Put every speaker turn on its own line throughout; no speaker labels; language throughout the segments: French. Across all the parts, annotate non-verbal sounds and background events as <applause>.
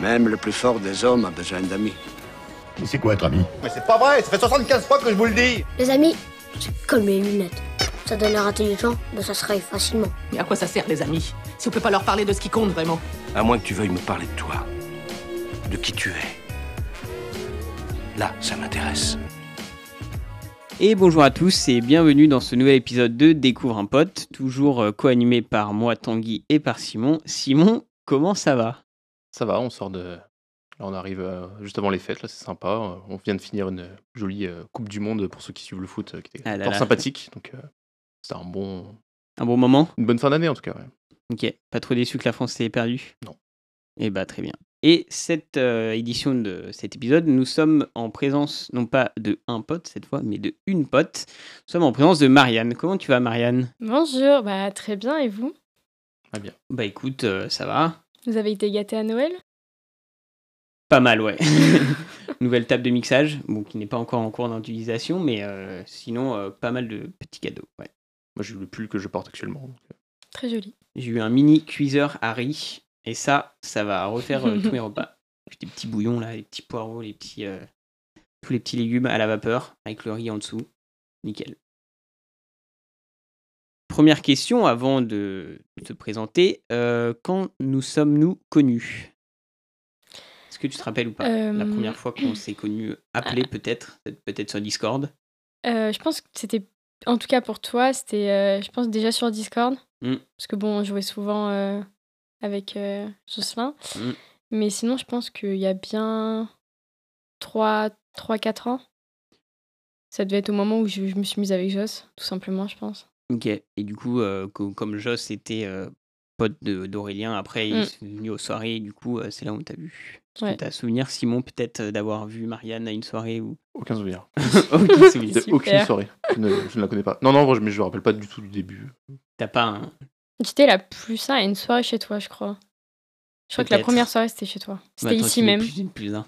Même le plus fort des hommes a besoin d'amis.
Mais c'est quoi être ami
Mais c'est pas vrai, ça fait 75 fois que je vous le dis
Les amis, c'est comme les lunettes. Ça donne l'air intelligent, mais ça se raye facilement.
Mais à quoi ça sert, les amis Si on peut pas leur parler de ce qui compte vraiment
À moins que tu veuilles me parler de toi, de qui tu es. Là, ça m'intéresse.
Et bonjour à tous et bienvenue dans ce nouvel épisode de Découvre un pote, toujours euh, co-animé par moi Tanguy et par Simon. Simon, comment ça va
Ça va, on sort de. Là, on arrive euh, juste avant les fêtes, là, c'est sympa. Euh, On vient de finir une jolie euh, Coupe du Monde pour ceux qui suivent le foot, euh, qui était
Ah là
fort
là.
sympathique. Donc, euh, c'était un bon...
Un bon moment
une bonne fin d'année, en tout cas. ouais.
Ok, pas trop déçu que la France s'est perdue
Non.
Eh bah très bien. Et cette euh, édition de cet épisode, nous sommes en présence non pas de un pote cette fois, mais de une pote. Nous sommes en présence de Marianne. Comment tu vas Marianne
Bonjour, bah très bien et vous
Bah écoute, euh, ça va.
Vous avez été gâté à Noël
Pas mal, ouais. <laughs> Nouvelle table de mixage, bon, qui n'est pas encore en cours d'utilisation, mais euh, sinon, euh, pas mal de petits cadeaux. Ouais.
Moi, j'ai eu le pull que je porte actuellement. donc, euh,
Très joli.
J'ai eu un mini cuiseur à riz, et ça, ça va refaire euh, tous mes repas. J'ai des petits bouillons, là, les petits poireaux, les petits, euh, tous les petits légumes à la vapeur, avec le riz en dessous. Nickel. Première question avant de te présenter. euh, quand nous sommes-nous connus Est-ce que tu te rappelles ou pas La
Euh,
première fois qu'on s'est connus, appelé peut-être, peut-être sur Discord.
euh, je pense que c'était, en tout cas pour toi, c'était, euh, je pense déjà sur Discord,
Mm.
parce que bon, on jouait souvent euh, avec euh, Jocelyn,
Mm.
mais sinon je pense qu'il y a bien 3-4 ans. Ça devait être au moment où je, je me suis mise avec Joss, tout simplement, je pense.
Ok. Et du coup, euh, co- comme Joss était euh, pote de- d'Aurélien, après il
Mm.
est venu aux soirées, et du coup, euh, c'est là où on t'a vu. Est-ce que
Ouais.
t'as souvenir, Simon, peut-être euh, d'avoir vu Marianne à une soirée
<laughs>
ou <laughs>
Aucun souvenir.
aucun souvenir.
De aucune
Super.
soirée. Je ne, je ne la connais pas. Non, non, en vrai, je- mais je ne me rappelle pas du tout du début.
T'as pas un.
J'étais la plus à une soirée chez toi, je crois. Je crois que la
Peut-être.
première soirée, c'était chez toi. C'était
Bah, toi,
ici
tu n'es
même.
Plus une, plus un.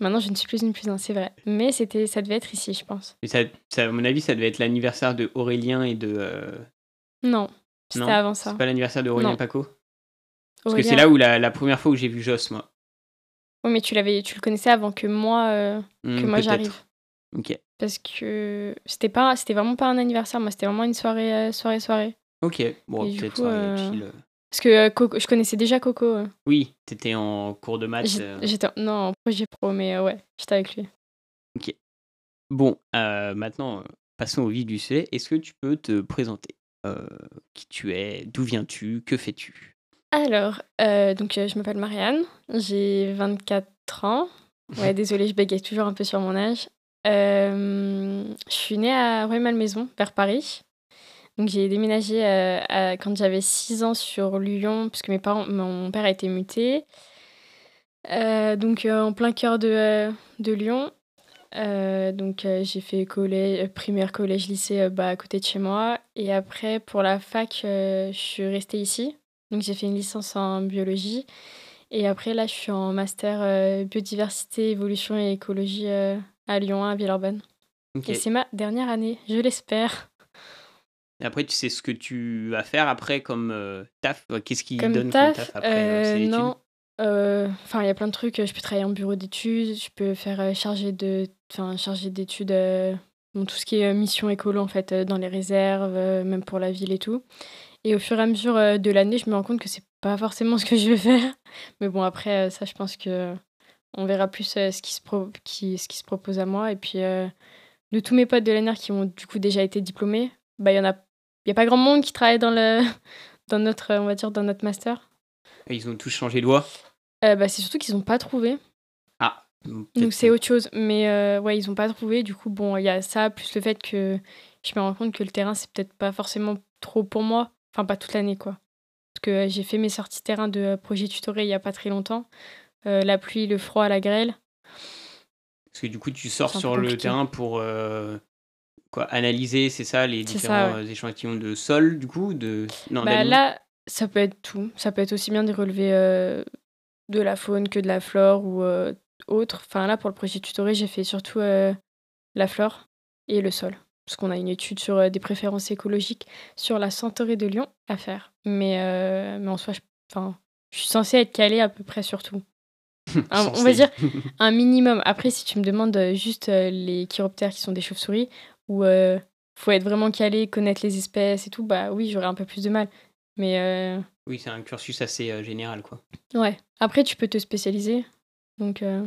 Maintenant, je ne suis plus une plus un, c'est vrai. Mais c'était, ça devait être ici, je pense.
Mais ça, ça, à mon avis, ça devait être l'anniversaire de Aurélien et de. euh,
Non, c'était
Non,
avant ça.
C'est pas l'anniversaire d'Aurélien
Non.
Paco Parce que c'est là où la, la première fois où j'ai vu Joss, moi.
Oui, mais tu l'avais, tu le connaissais avant que moi, euh,
Hmm,
que moi
peut-être.
j'arrive.
Ok.
Parce que c'était pas, c'était vraiment pas un anniversaire. Moi, c'était vraiment une soirée, euh, soirée, soirée.
Ok. Bon,
Et du
peut-être
coup,
soirée
euh,
chill.
Parce que euh, Coco- je connaissais déjà Coco. euh.
Oui, t'étais en cours de maths.
J'ai-
euh,
J'étais, non, en projet pro, mais euh, ouais, j'étais avec lui.
Bon, euh, maintenant, euh, passons au vif du sujet. Est-ce que tu peux te présenter Euh, Qui tu es D'où viens-tu Que fais-tu
Alors, euh, donc euh, je m'appelle Marianne, j'ai 24 ans. Ouais, désolée, je bégaye toujours un peu sur mon âge. Euh, je suis née à Rueil-Malmaison, vers Paris. Donc j'ai déménagé euh, à- quand j'avais 6 ans sur Lyon, puisque mes parents, mon père a été muté. Euh, donc euh, en plein cœur de, euh, de Lyon. Euh, donc euh, j'ai fait collège, euh, primaire, collège, lycée euh, bah, à côté de chez moi. Et après, pour la fac, euh, je suis restée ici. Donc j'ai fait une licence en biologie. Et après, là, je suis en master euh, biodiversité, évolution et écologie euh, à Lyon, à Villeurbanne.
Ok.
Et c'est ma dernière année, je l'espère.
Et Après, tu sais ce que tu vas faire après comme euh, taf Euh, Qu'est-ce qui
Comme
donne
taf,
comme taf après euh,
euh,
ces études
non. euh, Enfin, il y a plein de trucs. Je peux travailler en bureau d'études, je peux faire euh, chargé de, enfin, chargé d'études, euh, bon, tout ce qui est euh, mission écolo en fait, euh, dans les réserves, euh, même pour la ville et tout. Et au fur et à mesure euh, de l'année, je me rends compte que c'est pas forcément <laughs> ce que je veux faire. Mais bon, après euh, ça, je pense que euh, on verra plus euh, ce qui se pro- qui, ce qui se propose à moi. Et puis euh, de tous mes potes de l'année qui ont du coup déjà été diplômés, bah il y en a, il y a pas grand monde qui travaille dans le, dans notre, euh, on va dire dans notre master.
Ils ont tous changé de voie
Euh, bah, c'est surtout qu'ils n'ont pas trouvé.
Ah Donc,
Donc
peut-être
c'est
que-
autre chose. Mais euh, ouais, ils n'ont pas trouvé. Du coup, bon, il y a ça, plus le fait que je me rends compte que le terrain, c'est peut-être pas forcément trop pour moi. Enfin, pas toute l'année, quoi. Parce que euh, j'ai fait mes sorties terrain de euh, projet tutoré il n'y a pas très longtemps. Euh, la pluie, le froid, la grêle.
Parce que du coup, tu sors
C'est un peu
sur le
compliqué.
terrain pour euh, quoi, analyser, c'est ça, les
C'est ça,
différents euh, échantillons de sol, du coup de... Non,
Bah,
d'animaux <laughs>
là, ça peut être tout. Ça peut être aussi bien des relevés euh, de la faune que de la flore ou euh, autre. Enfin, là, pour le projet tutoré, j'ai fait surtout euh, la flore et le sol. Parce qu'on a une étude sur euh, des préférences écologiques sur la Centaurée de Lyon à faire. Mais, euh, mais en soi, je, enfin, je suis censée être calée à peu près sur tout. Un- on va
Censée.
dire un minimum. Après, si tu me demandes euh, juste euh, les chiroptères qui sont des chauves-souris, où euh, faut être vraiment calé, connaître les espèces et tout, bah oui, j'aurais un peu plus de mal. Mais euh,
Oui, c'est un cursus assez euh, général, quoi.
ouais. Après, tu peux te spécialiser. Donc, euh,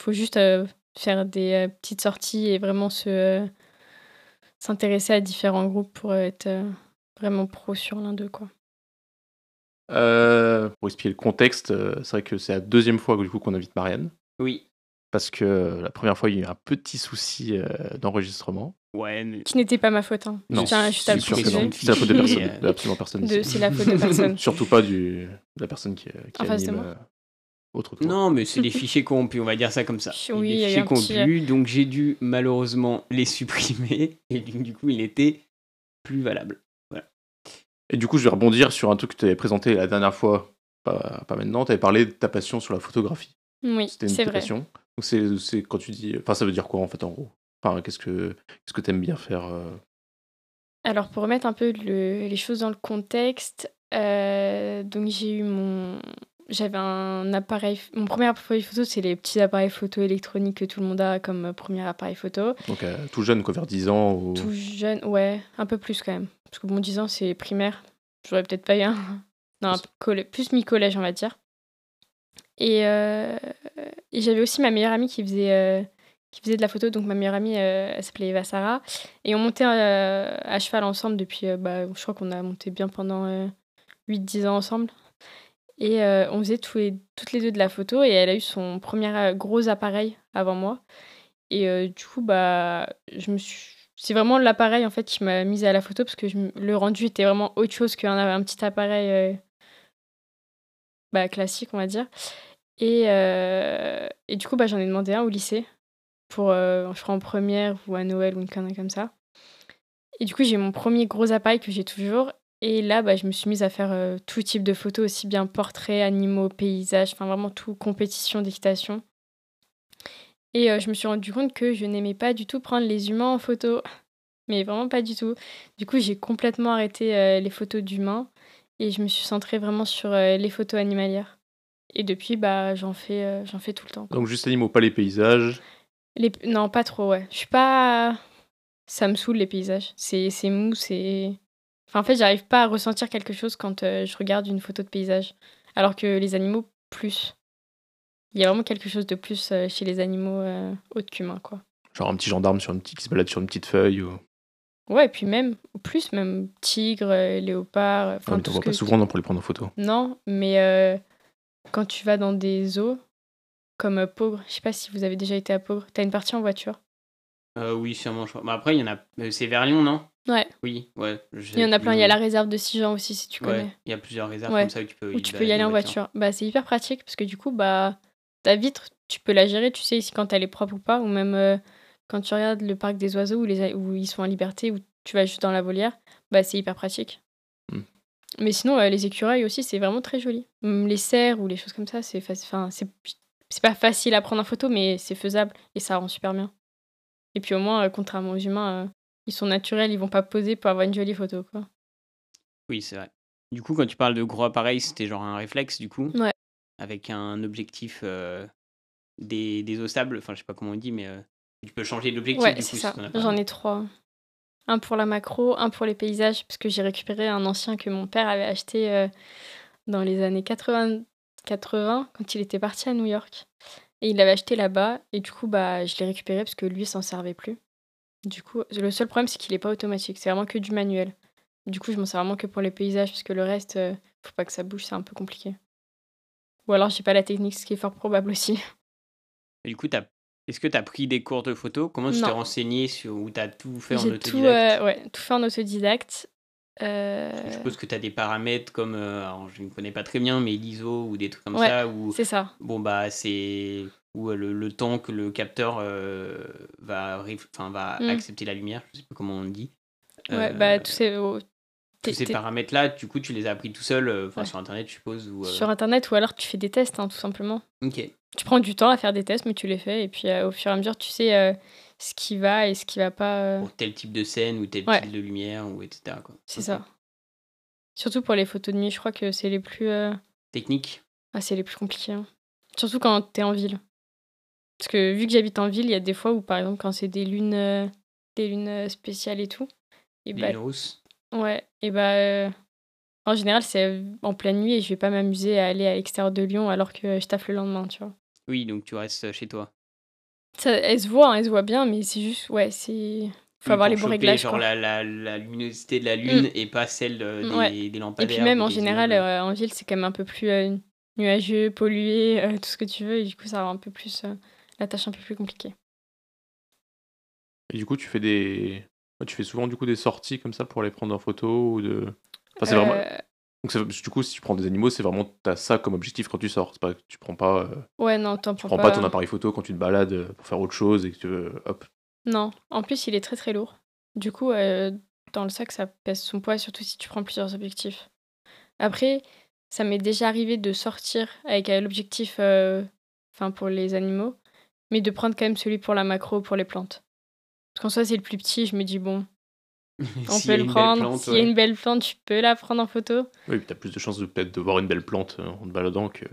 faut juste euh, faire des euh, petites sorties et vraiment se euh, s'intéresser à différents groupes pour euh, être euh, vraiment pro sur l'un d'eux, quoi.
Euh, pour expliquer le contexte, euh, c'est vrai que c'est la deuxième fois que, du coup qu'on invite Marianne.
Oui.
Parce que euh, la première fois, il y a eu un petit souci euh, d'enregistrement.
Ouais, mais...
Qui n'était pas ma faute. Hein.
Non,
je tiens juste à le
c'est sûr que
préciser.
non. C'est la faute de
Et, euh, <laughs>
personne, de absolument personne.
De-
ici.
C'est la faute de
<laughs>
personne.
Surtout pas du, de la personne qui, euh, qui
En face de
anime
moi.
euh, autre tour.
Non, mais c'est
<laughs>
des fichiers corrompus, on va dire ça comme ça.
Oui, il y
des
a eu
fichiers
un petit- euh,
corrompus, donc j'ai dû malheureusement <laughs> les supprimer, et donc, du coup, il n'était plus valable.
Et du coup, je vais rebondir sur un truc que tu avais présenté la dernière fois, pas, pas maintenant. Tu avais parlé de ta passion sur la photographie.
Oui,
C'était une
c'est
de tes
vrai.
passions. Donc, c'est c'est quand tu dis. Enfin, ça veut dire quoi en fait, en gros Enfin, qu'est-ce que qu'est-ce que t'aimes bien faire euh,
Alors, pour remettre un peu le- les choses dans le contexte, euh, donc j'ai eu mon. J'avais un appareil. Mon premier appareil photo, c'est les petits appareils photo électroniques que tout le monde a comme euh, premier appareil photo.
Donc, euh, tout jeune, quoi, vers 10 ans ou...
Tout jeune, ouais, un peu plus quand même. Parce que bon, 10 ans, c'est primaire. J'aurais peut-être pas eu un. <laughs> Non, un peu collè- plus mi-collège, on va dire. Et, euh, et j'avais aussi ma meilleure amie qui faisait, euh, qui faisait de la photo. Donc ma meilleure amie, euh, elle s'appelait Eva Sarah. Et on montait euh, à cheval ensemble depuis. euh, bah, je crois qu'on a monté bien pendant euh, 8-10 ans ensemble. Et euh, on faisait tous les, toutes les deux de la photo. Et elle a eu son premier euh, gros appareil avant moi. Et euh, du coup, bah, je me suis. C'est vraiment l'appareil en fait qui m'a mise à la photo parce que je m- le rendu était vraiment autre chose qu'un un petit appareil euh, bah, classique, on va dire. Et, euh, et du coup, bah, j'en ai demandé un au lycée pour, euh, je crois, en première ou à Noël ou une connerie comme ça. Et du coup, j'ai mon premier gros appareil que j'ai toujours. Et là, bah, je me suis mise à faire euh, tout type de photos, aussi bien portraits, animaux, paysages, enfin vraiment tout, compétition, d'équitation. Et euh, je me suis rendu compte que je n'aimais pas du tout prendre les humains en photo. <laughs> Mais vraiment pas du tout. Du coup, j'ai complètement arrêté euh, les photos d'humains et je me suis centrée vraiment sur euh, les photos animalières. Et depuis, bah, j'en fais, euh, j'en fais tout le temps. quoi.
Donc, juste animaux, pas les paysages.
Les... Non, pas trop, ouais. Je suis pas. Ça me saoule les paysages. C'est c'est mou, c'est. Enfin, en fait, j'arrive pas à ressentir quelque chose quand euh, je regarde une photo de paysage. Alors que les animaux, plus. Il y a vraiment quelque chose de plus euh, chez les animaux euh, autres qu'humains, quoi.
Genre un petit gendarme sur une petite, qui se balade sur une petite feuille. Ou...
Ouais, et puis même, ou plus même, tigre, euh, léopard, euh,
on
enfin tout ce
voit
que...
pas souvent non, pour les prendre en photo.
Non, mais euh, quand tu vas dans des zoos, comme euh, Pauvre, je sais pas si vous avez déjà été à Pauvre, t'as une partie en voiture.
Euh, oui, sûrement, je crois. Bah, après, il y en a... euh, C'est vers Lyon, non
Ouais,
Oui, ouais. je
il y en
sais
a
plus
plein, il
le
y a la
nom.
réserve de Sigean aussi, si tu
Ouais,
connais,
il y a plusieurs réserves
Ouais.
comme ça où tu peux,
où tu peux y aller en voiture. Bah, c'est hyper pratique, parce que du coup, bah, ta vitre, tu peux la gérer, tu sais si quand elle est propre ou pas, ou même euh, quand tu regardes le parc des oiseaux où, les a- où ils sont en liberté, où tu vas juste dans la volière, bah, c'est hyper pratique.
Mm.
Hmm. Mais sinon, euh, les écureuils aussi, c'est vraiment très joli. Mm, Les cerfs ou les choses comme ça, c'est faci- enfin, c'est c'est pas facile à prendre en photo, mais c'est faisable et ça rend super bien. Et puis au moins, euh, contrairement aux humains, euh, ils sont naturels, ils vont pas poser pour avoir une jolie photo. Quoi.
Oui, c'est vrai. Du coup, quand tu parles de gros appareil, c'était genre un réflexe, du coup.
Ouais.
Avec un objectif euh, des, des eaux stables. Enfin, je sais pas comment on dit, mais euh, tu peux changer d'objectif.
Ouais,
du
c'est
coup,
ça.
si t'en as pas.
J'en ai trois. Un pour la macro, un pour les paysages, parce que j'ai récupéré un ancien que mon père avait acheté euh, dans les années 80, 80, quand il était parti à New York. Et il l'avait acheté là-bas, et du coup, bah, je l'ai récupéré parce que lui s'en servait plus. Du coup, le seul problème, c'est qu'il n'est pas automatique, c'est vraiment que du manuel. Du coup, je m'en sers vraiment que pour les paysages, parce que le reste, euh, faut pas que ça bouge, c'est un peu compliqué. Ou alors, j'ai pas la technique, ce qui est fort probable aussi.
Et Du coup, t'as- Est-ce que tu as pris des cours de photo Comment tu t'es
Non.
renseigné sur où tu as tout fait en
J'ai
autodidacte
tout, euh, ouais, tout fait en autodidacte. Euh,
Je suppose que tu as des paramètres comme, euh, alors, je ne connais pas très bien, mais l'ISO ou des trucs comme
Ouais.
ça, ou
C'est ça.
bon bah c'est ou euh, le, le temps que le capteur euh, va, rif- enfin, va
Mm.
accepter la lumière, je sais plus comment on dit.
Ouais,
Euh,
bah, tous ces, oh, t'es-
tous ces
t'es-
paramètres là, du coup tu les as appris tout seul, euh, enfin
Ouais.
sur internet je suppose. Ou, euh,
sur Internet, ou alors tu fais des tests, hein, tout simplement.
Ok.
Tu prends du temps à faire des tests, mais tu les fais, et puis euh, au fur et à mesure, tu sais euh, ce qui va et ce qui va pas. euh,
Pour tel type de scène ou tel
Ouais.
type de lumière ou etc. quoi.
c'est
Ok.
ça. Surtout pour les photos de nuit, je crois que c'est les plus. euh,
Technique
Ah, c'est les plus compliqués. hein. Surtout quand t'es en ville. Parce que vu que j'habite en ville, il y a des fois où, par exemple, quand c'est des lunes, euh, des lunes euh, spéciales et tout, et bah,
les rousses.
ouais, et bah, euh, en général, c'est euh, en pleine nuit et je vais pas m'amuser à aller à l'extérieur de Lyon alors que euh, je taffe le lendemain, tu vois.
Oui, donc tu restes chez toi.
Ça, elle se voit, hein, elle se voit bien, mais c'est juste, ouais, c'est. Faut
Oui,
avoir
pour
les bons
choper,
réglages.
Genre
quoi. Mm.
la, la- la luminosité de la lune et pas celle de- des,
Ouais.
des
Et
lampadaires.
puis même
ou
en
des
général,
immeubles.
euh, en ville, c'est quand même un peu plus euh, nuageux, pollué, euh, tout ce que tu veux. Et du coup, ça rend un peu plus euh, la tâche un peu plus compliquée.
Et du coup, tu fais des. ouais, Tu fais souvent du coup des sorties comme ça pour les prendre en photo ou de. Enfin, c'est vraiment.
Euh,
Donc, c'est- du coup, si tu prends des animaux, c'est vraiment t'as ça comme objectif quand tu sors. C'est pas que tu prends pas, euh,
Ouais, non, t'en
tu
prends, hein.
prends pas euh, ton appareil photo quand tu te balades euh, pour faire autre chose et que tu veux- hop.
Non, en plus, il est très très lourd. Du coup, euh, dans le sac, ça pèse son poids, surtout si tu prends plusieurs objectifs. Après, ça m'est déjà arrivé de sortir avec euh, l'objectif euh, enfin pour les animaux, mais de prendre quand même celui pour la macro, pour les plantes. Parce qu'en soi, c'est le plus petit, je me dis, bon, euh,
<laughs>
on
S'il y
peut
a
le
une belle
prendre.
plante,
S'il y a
ouais.
une belle plante, tu peux la prendre en photo.
Oui, puis t'as plus de chances de peut-être de voir une belle plante euh, en te baladant que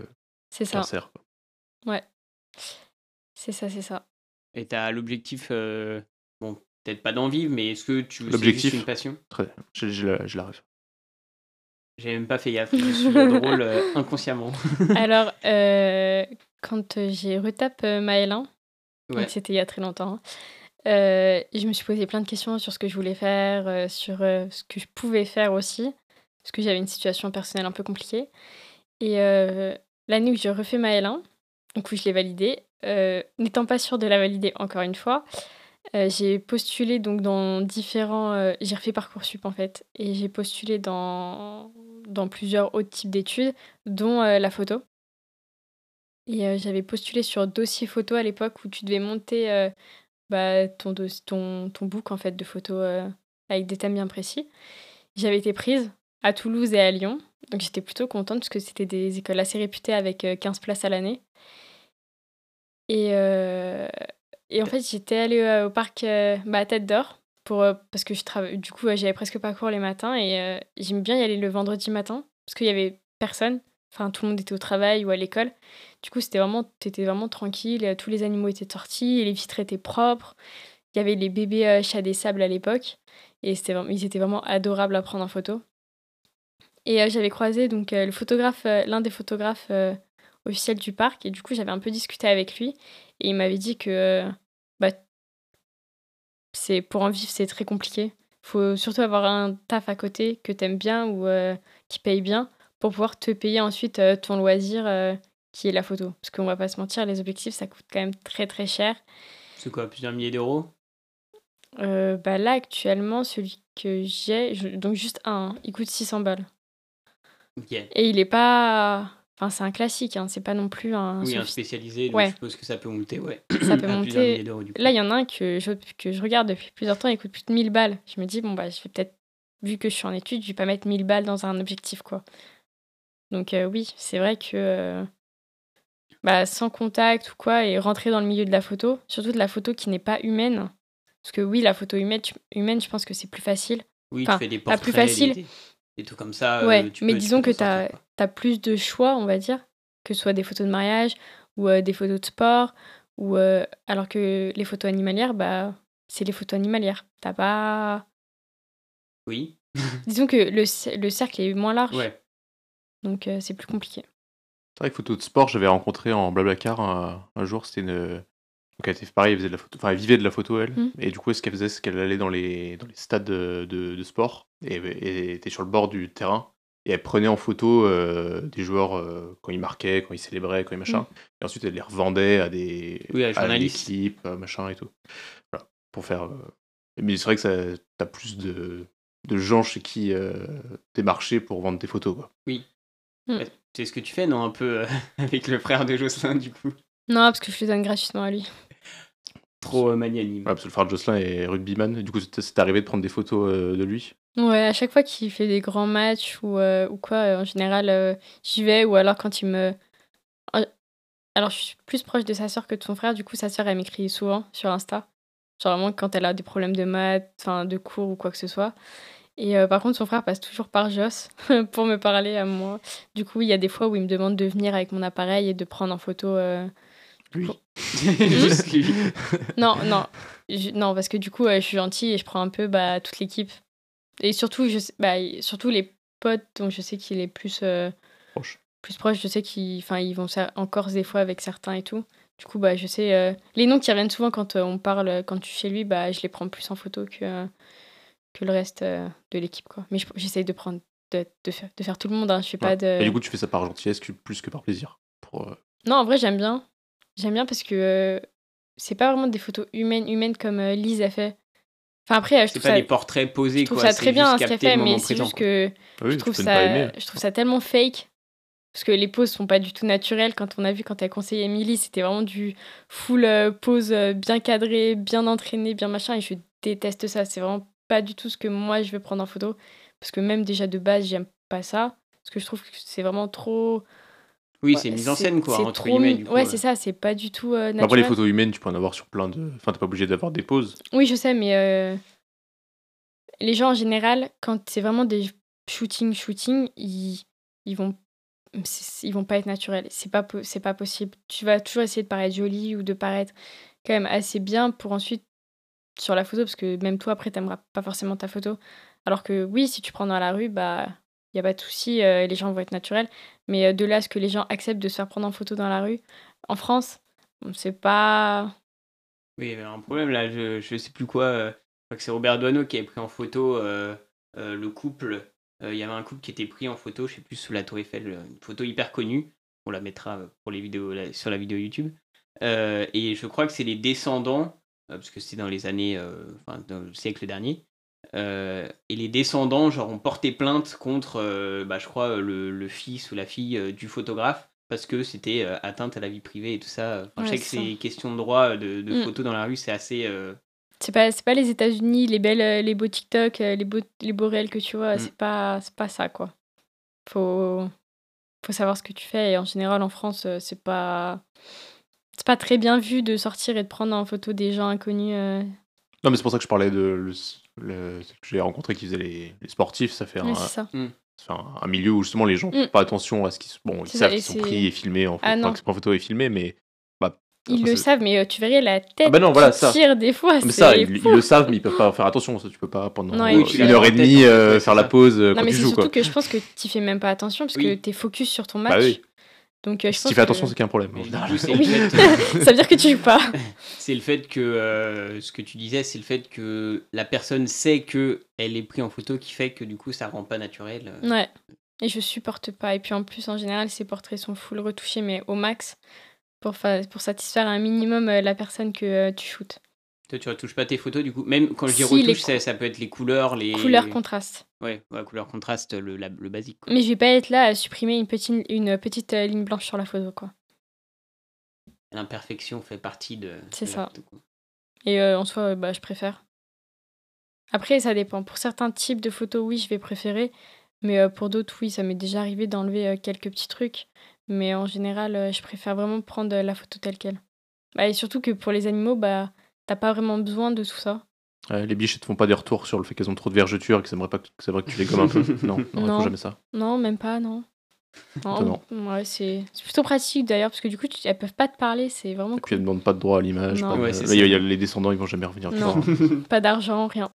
C'est
qu'un
Ah,
ça,
cerf. quoi.
c'est ça, c'est ça. <laughs>
Et t'as l'objectif, euh, bon, peut-être pas d'envie, mais est-ce que tu c'est
L'objectif.
juste une passion
Très. Je, je, la, je la ref.
J'ai même pas fait gaffe, je
<laughs>
suis drôle euh, inconsciemment. <laughs>
Alors, euh, quand euh, j'ai retape euh, ma L1,
Ouais.
donc c'était il y a très longtemps, hein, euh, je me suis posé plein de questions sur ce que je voulais faire, euh, sur euh, ce que je pouvais faire aussi, parce que j'avais une situation personnelle un peu compliquée. Et euh, l'année où j'ai refait ma L1, donc où je l'ai validée, euh, n'étant pas sûre de la valider encore une fois, euh, j'ai postulé donc dans différents. euh, j'ai refait Parcoursup en fait, et j'ai postulé dans, dans plusieurs autres types d'études, dont euh, la photo. Et euh, j'avais postulé sur dossier photo à l'époque où tu devais monter euh, bah, ton, dos- ton, ton book en fait de photos euh, avec des thèmes bien précis. J'avais été prise à Toulouse et à Lyon. Donc j'étais plutôt contente parce que c'était des écoles assez réputées avec euh, 15 places à l'année. Et, euh, et en fait, j'étais allée euh, au parc euh, bah, à Tête d'Or pour, euh, parce que je trava- du coup, euh, j'avais presque pas cours les matins et euh, j'aimais bien y aller le vendredi matin parce qu'il y avait personne. Enfin, tout le monde était au travail ou à l'école. Du coup, c'était vraiment, t'étais vraiment tranquille. euh, Tous les animaux étaient sortis, les vitres étaient propres. Il y avait les bébés euh, chats des sables à l'époque et c'était vraiment- ils étaient vraiment adorables à prendre en photo. Et euh, j'avais croisé donc euh, le photographe, euh, l'un des photographes euh, officiels du parc, et du coup j'avais un peu discuté avec lui, et il m'avait dit que euh, bah, c'est pour en vivre c'est très compliqué. Faut surtout avoir un taf à côté que t'aimes bien ou euh, qui paye bien pour pouvoir te payer ensuite euh, ton loisir euh, qui est la photo. Parce qu'on va pas se mentir, les objectifs ça coûte quand même très très cher.
C'est quoi, plusieurs milliers d'euros
Euh, bah là actuellement celui que j'ai, je- donc juste un, hein, il coûte 600 balles.
Ok.
Et il est pas. Enfin, c'est un classique, hein, c'est pas non plus un.
Oui, un
sophi-
spécialisé, donc
Ouais.
je suppose que ça peut monter, ouais.
Ça
<clears throat>
peut
À plusieurs
monter.
milliers d'euros, du coup.
Là, il y en a un que je, que je regarde depuis plusieurs temps, il coûte plus de 1000 balles. Je me dis, bon, bah, je vais peut-être. Vu que je suis en études, je vais pas mettre 1000 balles dans un objectif, quoi. Donc, euh, oui, c'est vrai que. euh, Bah, sans contact ou quoi, et rentrer dans le milieu de la photo, surtout de la photo qui n'est pas humaine. Parce que oui, la photo humaine, tu- humaine je pense que c'est plus facile.
Oui,
Enfin,
tu fais des
pas
portraits,
plus facile.
Des, des, des trucs comme ça.
Ouais,
euh, tu
mais
peux- tu
disons
peux
que
t'en sortir,
t'as-
quoi.
t'as plus de choix, on va dire, que ce soit des photos de mariage ou euh, des photos de sport, ou euh, alors que les photos animalières, bah, c'est les photos animalières. T'as pas.
Oui,
Disons que le, cer- le cercle est moins large,
ouais.
donc euh, c'est plus compliqué.
C'est vrai que photo de sport, j'avais rencontré en Blablacar un, un jour, c'était une. Donc elle était pareil, elle faisait de la photo, enfin elle vivait de la photo elle,
Mmh.
Mhm.
et du coup ce qu'elle faisait c'est qu'elle allait dans les, dans les stades de, de- de sport et, et était sur le bord du terrain et elle prenait en photo euh, des joueurs euh, quand ils marquaient, quand ils célébraient, quand ils machin,
Mhm.
et ensuite elle les revendait à des
Mmh. Oui, à des journalistes.
l'équipe, machin et tout, Voilà, pour faire. euh, Mais c'est vrai que ça- t'as plus de, de gens chez qui euh, démarcher pour vendre tes photos quoi.
C'est ce que tu fais, non, un peu euh, <laughs> avec le frère de Jocelyn, du coup.
Non, parce que je les donne gratuitement à lui.
Trop euh, magnanime. <laughs>
Ah,
Ouais, parce que le frère de Jocelyn est rugbyman. et Du coup, c'est c'est arrivé de prendre des photos euh, de lui.
Ouais, à chaque fois qu'il fait des grands matchs ou, euh, ou quoi, euh, en général, euh, j'y vais. Ou alors quand il me... En- Alors, je suis plus proche de sa sœur que de son frère. Du coup, sa sœur, elle m'écrit souvent sur Insta. Genre vraiment quand elle a des problèmes de maths, enfin de cours ou quoi que ce soit. Et euh, par contre, son frère passe toujours par Jos <laughs> pour me parler à moi. Du coup, il y a des fois où il me demande de venir avec mon appareil et de prendre en photo. euh,
Juste lui.
Non, non, Je- non, parce que du coup, euh, je suis gentille et je prends un peu bah, toute l'équipe. Et surtout, je sais- bah, y- surtout les potes dont je sais qu'il est plus euh,
Proche.
Plus proche, je sais qu'ils enfin, ils vont ser- en Corse des fois avec certains et tout. Du coup, bah, je sais. euh, les noms qui reviennent souvent quand euh, on parle, euh, quand je suis chez lui, bah, je les prends plus en photo que, euh, que le reste euh, de l'équipe. quoi. Mais je- j'essaye de prendre. De, de faire, de faire tout le monde, hein. je fais pas de.
Et du coup, tu fais ça par gentillesse que- plus que par plaisir. Pour, euh,
Non, en vrai, j'aime bien. J'aime bien parce que euh, c'est pas vraiment des photos humaines, humaines comme euh, Lise a fait. Enfin, après, euh, je
C'est
trouve
pas
ça,
des portraits posés,
je trouve
quoi.
ça
c'est
très bien
juste
hein, ce qu'elle
capter le
fait,
moment
mais c'est
présent,
juste
quoi.
que
ah oui,
je,
tu
trouve
peux ne pas aimer.
ça, je trouve ça tellement fake. Parce que les poses sont pas du tout naturelles. Quand on a vu, quand elle conseillait Emily, c'était vraiment du full euh, pose euh, bien cadrée, bien entraînée, bien machin. Et je déteste ça. C'est vraiment pas du tout ce que moi je veux prendre en photo. Parce que même déjà de base, j'aime pas ça. Parce que je trouve que c'est vraiment trop.
Oui,
Ouais,
c'est mise en scène, quoi,
Bah, c'est
entre
trop
guillemets.
mi-
du coup,
ouais,
euh.
c'est ça, c'est pas du tout euh,
Mais Bah, Après, les
naturel.
photos humaines, tu peux en avoir sur plein de. Enfin, t'es pas obligé d'avoir des poses.
Oui, je sais, mais euh, les gens en général, quand c'est vraiment des shootings, shootings, ils, ils vont c'est- ils vont pas être naturels. C'est pas po- c'est pas possible. Tu vas toujours essayer de paraître jolie ou de paraître quand même assez bien pour ensuite sur la photo, parce que même toi après t'aimeras pas forcément ta photo. Alors que oui, si tu prends dans la rue, bah y a pas de souci, euh, les gens vont être naturels. Mais euh, de là à ce que les gens acceptent de se faire prendre en photo dans la rue, en France, on sait pas.
Oui, il y avait un problème là, je, je sais plus quoi. euh, je crois que c'est Robert Doisneau qui avait pris en photo euh, euh, le couple. Euh, Il y avait un couple qui était pris en photo, je sais plus, sous la Tour Eiffel, euh, une photo hyper connue. On la mettra euh, pour les vidéos, là, sur la vidéo YouTube. Euh, et je crois que c'est les descendants, euh, parce que c'est dans les années, euh, enfin, dans le siècle dernier. Euh, et les descendants, genre, ont porté plainte contre, euh, bah, je crois, euh, le, le fils ou la fille euh, du photographe, parce que c'était euh, atteinte à la vie privée et tout ça. Enfin, je sais
Ouais,
que
c'est ça.
c'est question de droit euh, de, de
Mm.
photos dans la rue, c'est assez. euh,
C'est pas, c'est pas les États-Unis, les belles, euh, les beaux TikTok, euh, les beaux, les beaux réels que tu vois,
Mm.
c'est pas, c'est pas ça quoi. Faut, faut savoir ce que tu fais et en général en France, euh, c'est pas, c'est pas très bien vu de sortir et de prendre en photo des gens inconnus. euh.
Non, mais c'est pour ça que je parlais de. Le, le- celui que j'ai rencontré qui faisait les, les sportifs. Ça fait,
Ouais,
un,
c'est
ça
ça.
fait un, un milieu où justement les gens font
Mm.
pas attention à ce qu'ils. se- Bon, ils
C'est
savent
ça, et
qu'ils sont
c'est-
pris et filmés en,
Ah
photo-
non.
enfin, qu'ils sont en photo et filmés, mais. Bah,
Ils
après,
le
c'est-
savent, mais euh, tu verrais la tête
bah non,
qui
voilà, ça.
tire des fois.
Ah, Mais
c'est
ça, ils, ils
fou.
le savent, mais ils peuvent pas faire attention. Ça, tu peux pas pendant
Non,
euh,
et
une
puis-
heure et
la tête,
demie
en
euh,
fait,
faire
c'est
la
ça.
pause euh,
Non
quand
mais
tu
c'est
joues.
surtout
Quoi.
que je pense que tu fais même pas attention parce que
Oui.
t'es focus sur ton match.
Bah oui.
Donc euh, je
Si
pense
tu fais
que-
attention, c'est qu'il y a un problème.
mais
en
du
général.
coup, c'est
<laughs> Oui.
le fait,
ça veut dire que tu joues pas.
c'est le fait que euh, ce que tu disais, c'est le fait que la personne sait que elle est prise en photo, qui fait que du coup, ça rend pas naturel. euh.
Ouais. Et je supporte pas. Et puis en plus, en général, ces portraits sont full retouchés, mais au max, pour, fa- pour satisfaire un minimum euh, la personne que euh, tu shootes.
Toi, tu retouches pas tes photos, du coup. Même quand je dis
Si, les
retouche,
cou-
ça, ça peut être les couleurs, les
Couleur, contraste.
Ouais, ouais, couleur contraste, le, la- le basique. quoi.
Mais je vais pas être là à supprimer une petite, une petite euh, ligne blanche sur la photo, quoi.
L'imperfection fait partie de.
C'est
de
ça.
l'art, quoi.
Et euh, en soi, euh, bah, je préfère. Après, ça dépend. Pour certains types de photos, oui, je vais préférer. Mais euh, pour d'autres, oui, ça m'est déjà arrivé d'enlever euh, quelques petits trucs. Mais en général, euh, je préfère vraiment prendre euh, la photo telle qu'elle. Bah, et surtout que pour les animaux, bah, t'as pas vraiment besoin de tout ça.
Euh, les biches ne te font pas des retours sur le fait qu'elles ont trop de vergetures et que ça aimerait pas que, que ça aimerait que tu les gommes
<laughs>
un peu. Non, non, elles
Non.
font jamais ça.
Non, même pas, non.
Étonnant.
ouais, c'est c'est plutôt pratique d'ailleurs, parce que du coup, tu- elles peuvent pas te parler, c'est vraiment
Et puis
cool.
elles ne demandent pas de droit à l'image.
Non.
pas de-
Ouais, c'est
Là, il y a-
ça.
il y a les descendants, ils vont jamais revenir. tu
Non.
vois.
Pas d'argent, rien.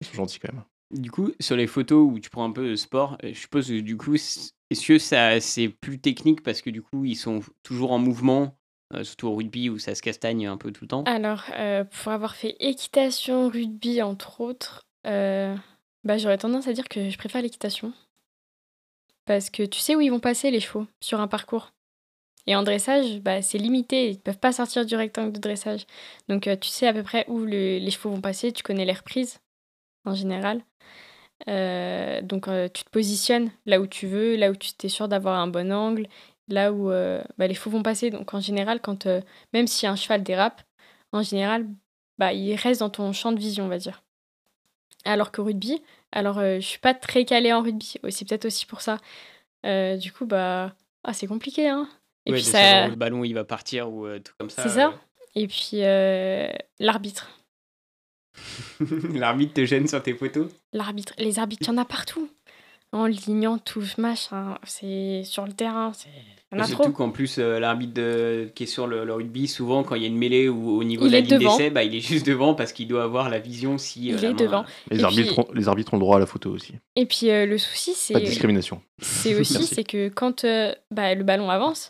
Ils sont gentils quand même.
<laughs> Du coup, sur les photos où tu prends un peu de sport, euh, je suppose que du coup, c- est-ce que ça c'est plus technique parce que du coup, ils sont toujours en mouvement, euh, surtout au rugby où ça se castagne un peu tout le temps.
Alors, euh, pour avoir fait équitation, rugby, entre autres, euh, bah, j'aurais tendance à dire que je préfère l'équitation. Parce que tu sais où ils vont passer, les chevaux, sur un parcours. Et en dressage, bah, c'est limité, ils ne peuvent pas sortir du rectangle de dressage. Donc, euh, tu sais à peu près où le- les chevaux vont passer, tu connais les reprises, en général. Euh, donc, euh, tu te positionnes là où tu veux, là où tu es sûr d'avoir un bon angle, là où euh, bah, les chevaux vont passer. Donc, en général, quand, euh, même si un cheval dérape, en général, bah, il reste dans ton champ de vision, on va dire. Alors que rugby, alors euh, je suis pas très calée en rugby, oh, c'est peut-être aussi pour ça. Euh, du coup, bah, ah, c'est compliqué, hein. Et
Ouais,
puis
de
ça,
savoir où le ballon il va partir ou euh, tout comme ça.
C'est ça. et puis euh, l'arbitre.
<laughs> L'arbitre te gêne sur tes photos
L'arbitre, les arbitres, il y en a partout. En lignant, tout, machin. C'est sur le terrain. c'est- Il y en a trop.
Surtout qu'en plus, euh, l'arbitre de- qui est sur le, le rugby, souvent quand il y a une mêlée ou au niveau
Il
de la
est
ligne
devant.
d'essai, bah, il est juste devant parce qu'il doit avoir la vision si. euh, la
Il est
main-
devant.
Les,
Et
arbitres
puis-
ont, les arbitres ont le droit à la photo aussi.
Et puis euh, le souci, c'est.
Pas de discrimination.
c'est aussi
Merci.
c'est que quand euh, bah, le ballon avance,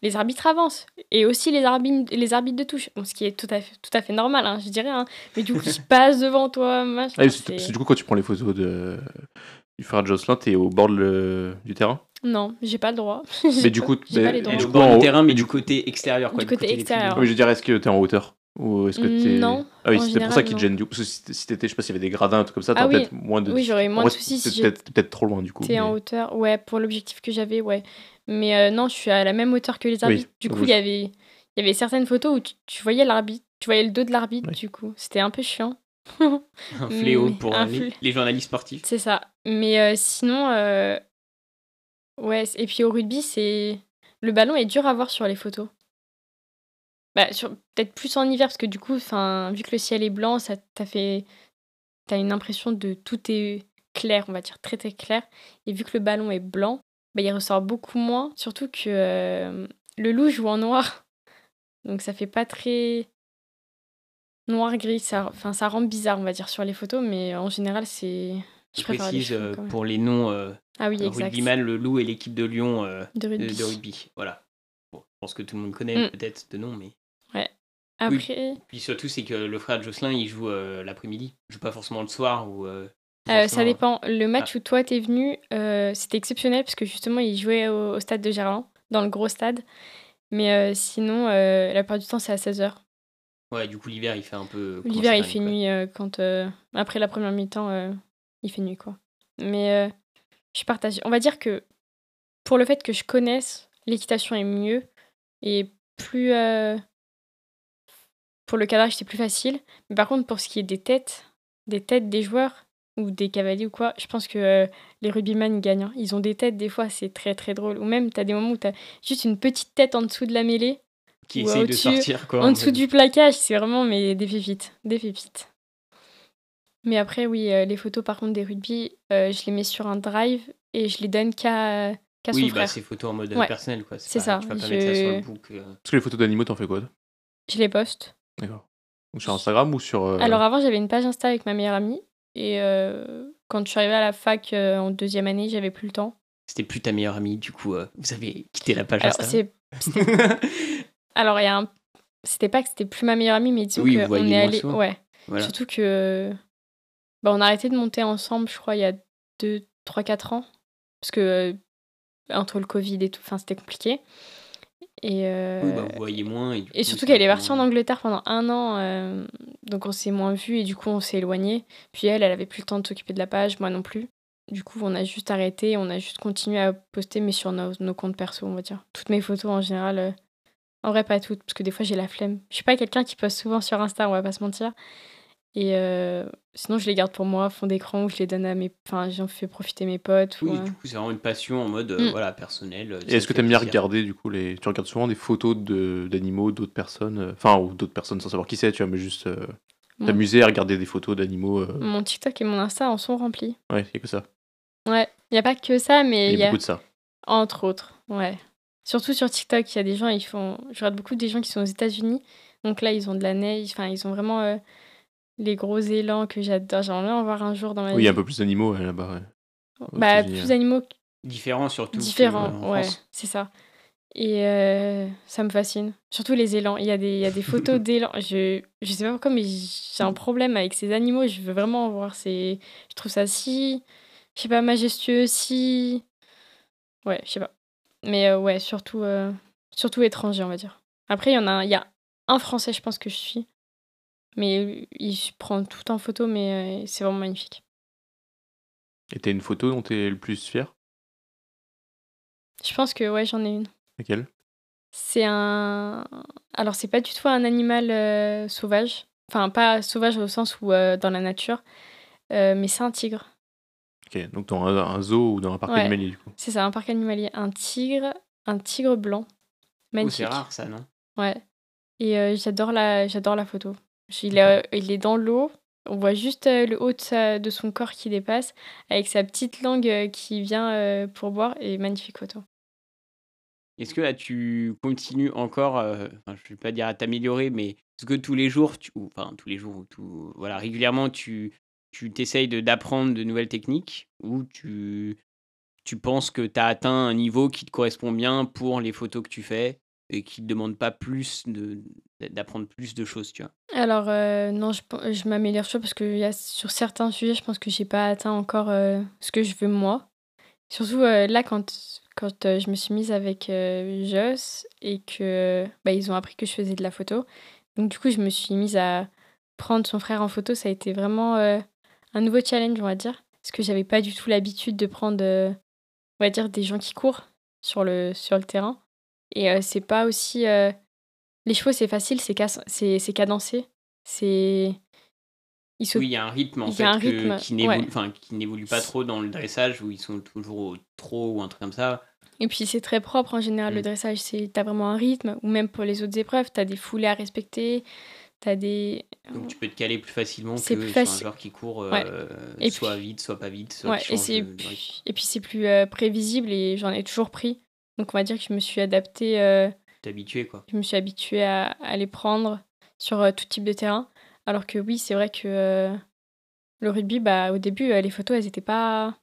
les arbitres avancent et aussi les arbitres les arbitres de touche. Bon, ce qui est tout à fait tout à fait normal, hein, je dirais. hein.
<laughs>
Mais du coup, ils passent devant toi, machin.
Ah,
c'est-
c'est c'est du coup quand tu prends les photos de, du frère Jocelyn, t'es au bord de le- du terrain.
Non, j'ai pas le droit.
<laughs> Mais du coup,
<laughs> j'ai
mais-
pas les droits.
Elle est
du
au
coup,
bord
en
du
haut-
terrain, mais du côté extérieur. Quoi,
Du côté
des tribunes.
extérieur.
Oui, je dirais, est-ce que t'es en hauteur Ou est-ce que t'es.
Non,
Ah oui, c'était
en
pour
général,
ça qu'ils te
non.
gênent du coup. Parce que si t- si t'étais, je sais pas s'il y avait des gradins, un truc comme ça,
Ah
t'as
oui.
peut-être moins de.
Oui, j'aurais moins
En
de
vrai,
soucis
t'es
si
peut-être peut-être trop loin du coup.
j'étais en
mais-
hauteur. Ouais, pour l'objectif que j'avais, ouais. Mais euh, non, je suis à la même hauteur que les arbitres. Du
donc
coup, il
vous-
y avait il y avait certaines photos où tu, tu voyais l'arbitre, tu voyais le dos de l'arbitre.
Ouais.
Du coup, c'était un peu chiant.
Un fléau
Mm,
pour
un
euh, les,
flé-
les journalistes sportifs.
C'est ça. Mais euh, sinon, euh, ouais. c- Et puis au rugby, c'est le ballon est dur à voir sur les photos. Bah, sur... peut-être plus en hiver parce que du coup, enfin, vu que le ciel est blanc, ça t'a fait, t'as une impression de tout est clair, on va dire très très clair. Et vu que le ballon est blanc, bah, il ressort beaucoup moins. Surtout que euh, le loup joue en noir, donc ça fait pas très noir gris. Ça, enfin, ça rend bizarre, on va dire, sur les photos, mais en général, c'est.
Je
préfère les
précise
cheveux,
euh,
quand même.
pour les noms euh,
Ah oui, exact.
rugbyman, le loup et l'équipe de Lyon euh,
De
de,
rugby.
de rugby. Voilà. Bon, je pense que tout le monde connaît
Mm.
peut-être de nom, mais.
Après, euh,
Puis surtout, c'est que le frère de Jocelyn, il joue euh, l'après-midi. Il joue pas forcément le soir ou. euh,
euh, ça
forcément- Ah.
dépend. Le match où toi t'es venu, euh, c'était exceptionnel parce que justement il jouait au, au stade de Gerland, dans le gros stade. Mais euh, sinon, euh, la plupart du temps c'est à 16h.
euh, Ouais, du coup, l'hiver, il fait un peu. comment
L'hiver
ça
il
s'appelle,
fait
quoi.
nuit euh, quand. euh, après la première mi-temps, euh, il fait nuit quoi. Mais euh, je partage. On va dire que pour le fait que je connaisse, l'équitation est mieux et plus. euh, pour le cadrage c'est plus facile. Mais par contre, pour ce qui est des têtes, des têtes des joueurs ou des cavaliers ou quoi, je pense que euh, les rugbyman ils gagnent. hein. Ils ont des têtes, des fois, c'est très très drôle. Ou même, t'as des moments où t'as juste une petite tête en dessous de la mêlée,
Qui
ou
essaye de
au-dessus,
sortir, quoi.
en
fait.
dessous du plaquage. C'est vraiment mais, des pépites. Des pépites. Mais après, oui, euh, les photos par contre des rugby, euh, je les mets sur un drive et je les donne qu'à qu'à son
Oui, bah,
frère.
c'est photo en mode
Ouais.
personnel, quoi.
C'est
pas-
ça,
Tu vas pas mettre ça
je-
sur le book. euh.
Parce que les photos d'animaux, t'en fais quoi toi
Je les poste.
D'accord. Donc sur Instagram ou sur. euh,
Alors avant, j'avais une page Insta avec ma meilleure amie. Et euh, quand je suis arrivée à la fac euh, en deuxième année, j'avais plus le temps.
C'était plus ta meilleure amie, du coup, euh, vous avez quitté la page
Alors,
Insta.
c'est...
<laughs>
Alors, il y a un... C'était pas que c'était plus ma meilleure amie, mais disons
Oui, vous
qu'on
voyez
est
moins
allé...
souvent.
Ouais.
Voilà.
Surtout que... bah, on a arrêté de monter ensemble, je crois, il y a 2, 3, 4 ans. Parce que... euh, entre le Covid et tout, enfin, c'était compliqué. Et... euh,
Oui, bah, vous voyez moins. Et, du
Et
coup,
surtout
c'est
qu'elle est
un peu
partie en
moins-
Angleterre pendant un an, euh, donc on s'est moins vus et du coup on s'est éloigné. Puis elle, elle avait plus le temps de s'occuper de la page, moi non plus. Du coup, on a juste arrêté, on a juste continué à poster, mais sur nos, nos comptes perso, on va dire. Toutes mes photos en général, euh, en vrai pas toutes, parce que des fois j'ai la flemme. Je suis pas quelqu'un qui poste souvent sur Insta, on va pas se mentir. Et euh, sinon, je les garde pour moi, fond d'écran, ou je les donne à mes. Enfin, j'en fais profiter mes potes. ou,
Oui,
euh,
du coup, c'est vraiment une passion en mode euh,
Mm.
voilà, personnel.
Et est-ce que t'aimes bien regarder du coup les. Tu regardes souvent des photos de- d'animaux, d'autres personnes euh, Enfin, ou d'autres personnes sans savoir qui c'est, tu vois, mais juste euh,
Bon.
t'amuser à regarder des photos d'animaux. euh,
Mon TikTok et mon Insta en sont remplis.
Ouais, il y a que ça.
Ouais, il n'y a pas que ça, mais
Il
il
y a
a.
beaucoup de ça.
Entre autres, ouais. Surtout sur TikTok, il y a des gens, ils font. Je regarde beaucoup des gens qui sont aux États-Unis. Donc là, ils ont de la neige. Enfin, ils ont vraiment euh, les gros élans que j'adore. J'aimerais en voir un jour dans ma
Oui, il y a un
vie.
peu plus d'animaux euh, là-bas. ouais. aux
Bah,
États-Unis,
plus
ouais.
d'animaux
Différent surtout. que, euh,
différents,
en
ouais,
France.
c'est ça. Et euh, ça me fascine. Surtout les élans. Il y a des, il y a des
<laughs>
photos d'élans. Je, je sais pas pourquoi, mais j'ai un problème avec ces animaux. Je veux vraiment en voir. C'est, je trouve ça si, je sais pas, majestueux, si. Ouais, je sais pas. Mais euh, ouais, surtout, euh, surtout étranger, on va dire. Après, il y en a, un- il y a un français, je pense que je suis. Mais il se prend tout en photo, mais euh, c'est vraiment magnifique.
Et t'as une photo dont t'es le plus fier
Je pense que ouais, j'en ai une.
Laquelle
C'est un. Alors, c'est pas du tout un animal euh, sauvage. Enfin, pas sauvage au sens où euh, dans la nature. Euh, mais c'est un tigre.
Ok, donc dans un, un zoo ou dans un parc
Ouais.
animalier du coup.
C'est ça, un parc animalier. Un tigre. Un tigre blanc.
Oh,
Magnifique.
C'est rare ça, non
Ouais. Et euh, j'adore la... j'adore la photo. J- Il, est, euh, il est dans l'eau. On voit juste euh, le haut de, sa- de son corps qui dépasse, avec sa petite langue euh, qui vient euh, pour boire, et magnifique photo.
Est-ce que là, tu continues encore, euh, enfin, je ne vais pas dire à t'améliorer, mais est-ce que tous les jours, tu- ou, enfin tous les jours, ou tout, voilà, régulièrement, tu tu t'essayes de- d'apprendre de nouvelles techniques ou tu, tu penses que tu as atteint un niveau qui te correspond bien pour les photos que tu fais et qui ne te demande pas plus de- d'apprendre plus de choses, tu vois
Alors, euh, non, je, pen- je m'améliore toujours parce que il y a, sur certains sujets, je pense que j'ai pas atteint encore euh, ce que je veux moi. Surtout euh, là, quand, quand euh, je me suis mise avec euh, Joss et que bah, ils ont appris que je faisais de la photo. Donc, du coup, je me suis mise à prendre son frère en photo. Ça a été vraiment euh, un nouveau challenge, on va dire. Parce que j'avais pas du tout l'habitude de prendre, euh, on va dire, des gens qui courent sur le, sur le terrain. Et euh, c'est pas aussi. euh, les chevaux, c'est facile, c'est cas- c'est c'est cadencé. C'est. Ils sautent
Oui, il y a un rythme en
Il y
fait
a un
que-
rythme,
qui n'évolue
ouais.
enfin, qui n'évolue pas trop dans le dressage où ils sont toujours au trop ou un truc comme ça.
Et puis c'est très propre en général,
Mm.
le dressage, c'est t'as vraiment un rythme, ou même pour les autres épreuves, t'as des foulées à respecter, t'as des...
Donc tu peux te caler plus facilement que
Ah C'est plus
sur un
faci-
joueur qui court euh,
Ouais. Et
soit
puis-
vite, soit pas vite, soit
Ouais,
qui
et
change
c'est
de- de rythme.
plus, et puis c'est plus euh, prévisible et j'en ai toujours pris. Donc on va dire que je me suis adaptée, euh,
T'es habitué quoi.
je me suis habituée à, à les prendre sur euh, tout type de terrain. Alors que oui, c'est vrai que euh, le rugby, bah, au début, euh, les photos, elles étaient pas...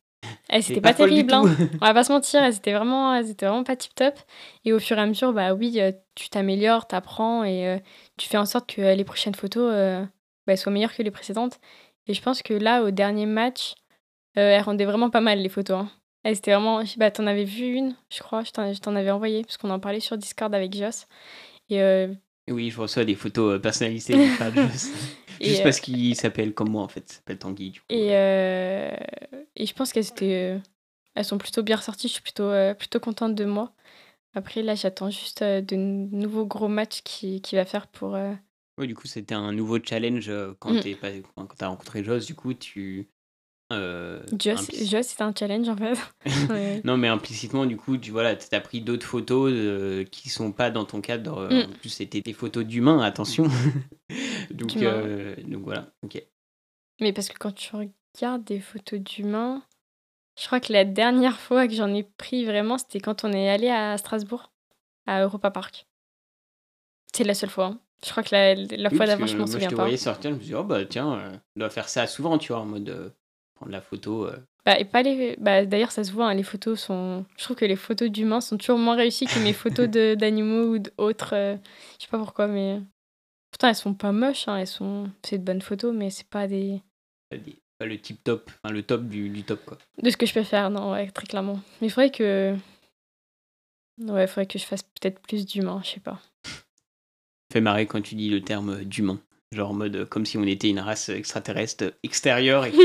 Elles
T'es
étaient pas,
folle du
terribles, hein.
tout. <laughs>
<laughs> On va pas se mentir, elles étaient vraiment, elles étaient vraiment pas tip top. Et au fur et à mesure, bah oui, euh, tu t'améliores, t'apprends et euh, tu fais en sorte que euh, les prochaines photos euh, bah, soient meilleures que les précédentes. Et je pense que là, au dernier match, euh, elles rendaient vraiment pas mal les photos. hein. Elles étaient vraiment. je sais pas, t'en avais vu une, je crois, je t'en, je t'en avais envoyé, parce qu'on en parlait sur Discord avec Joss. Et, euh,
Oui, je reçois des photos euh, personnalisées de Fab,
<laughs>
juste,
et,
juste
euh,
parce qu'il s'appelle comme moi en fait, il s'appelle Tanguy. Du coup.
Et, euh, et je pense qu'elles étaient, euh, elles sont plutôt bien ressorties. Je suis plutôt, euh, plutôt contente de moi. Après, là, j'attends juste euh, de n- nouveaux gros matchs qui, qui va faire pour. euh,
Ouais, du coup, c'était un nouveau challenge euh, quand
Mm.
t'es pas- quand t'as rencontré Joss. Du coup, tu euh,
Joss,
impli-
Joss, c'est un challenge en fait. <laughs> Ouais.
Non, mais implicitement, du coup, tu voilà, t'as pris d'autres photos euh, qui sont pas dans ton cadre. euh,
Mm.
En plus, c'était des photos d'humains, attention. <laughs> donc,
D'humains.
euh, donc voilà. Ok.
Mais parce que quand tu regardes des photos d'humains, je crois que la dernière fois que j'en ai pris vraiment, c'était quand on est allé à Strasbourg, à Europa Park. C'est la seule fois. hein. Je crois que la, la
Oui,
fois
parce
d'avant,
que
je m'en
moi,
souviens
je te
pas.
voyais sortir, je me suis dit, oh bah tiens, euh, on doit faire ça souvent, tu vois, en mode euh, prendre la photo. euh,
Bah, et pas les... bah, D'ailleurs, ça se voit, hein, les photos sont. Je trouve que les photos d'humains sont toujours moins réussies que mes photos <laughs> de- d'animaux ou d'autres. euh, Je sais pas pourquoi, mais. euh, Pourtant, elles sont pas moches, hein, elles sont. C'est de bonnes photos, mais c'est pas des.
pas des- pas le tip top, enfin le top du, du top quoi.
De ce que je peux faire, non, ouais, très clairement. Mais il faudrait que. Ouais, il faudrait que je fasse peut-être plus d'humains, je sais pas.
Fait marrer quand tu dis le terme euh, d'humain. Genre en mode euh, comme si on était une race extraterrestre euh, extérieure
<laughs>
et que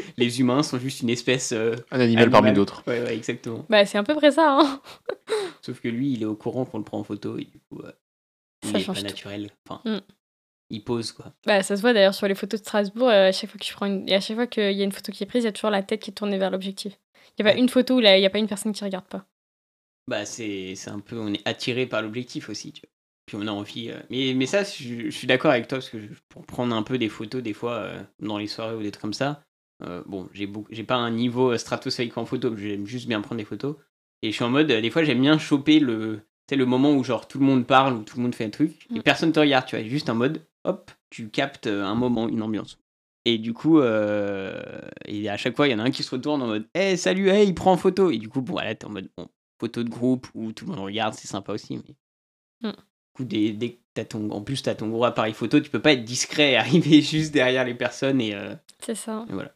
<laughs> les humains sont juste une espèce. euh,
Un animal parmi
animale.
d'autres.
Ouais, ouais, exactement.
Bah, c'est à peu près ça, hein <laughs>
Sauf que lui, il est au courant qu'on le prend en photo et du coup, euh, il
Ça
est pas
change tout.
naturel. Enfin,
Mm.
il pose quoi.
Bah, ça se voit d'ailleurs sur les photos de Strasbourg, euh, à chaque fois que je prends une... et à chaque fois qu'il y a une photo qui est prise, il y a toujours la tête qui est tournée vers l'objectif. Il y a pas une photo où là, il y a pas une personne qui regarde pas.
Bah, c'est c'est un peu. On est attiré par l'objectif aussi, tu vois. Puis on a envie. euh, Mais, mais ça, je, je suis d'accord avec toi parce que je- pour prendre un peu des photos, des fois, euh, dans les soirées ou des trucs comme ça, euh, bon, j'ai beaucoup- j'ai pas un niveau euh, stratosphérique en photo, mais j'aime juste bien prendre des photos. Et je suis en mode, euh, des fois, j'aime bien choper le. tu sais, le moment où genre tout le monde parle ou tout le monde fait un truc et
Mm.
personne te regarde, tu vois, juste en mode, hop, tu captes euh, un moment, une ambiance. Et du coup, euh, et à chaque fois, il y en a un qui se retourne en mode Hey, salut, hey, il prend en photo. Et du coup, bon, voilà, t'es en mode bon, photo de groupe où tout le monde regarde, c'est sympa aussi. Mais...
Mm.
Du coup, dès, dès que t'as ton, en plus, t'as ton gros appareil photo, tu peux pas être discret et <laughs> arriver juste derrière les personnes. Et, euh,
C'est ça.
et voilà.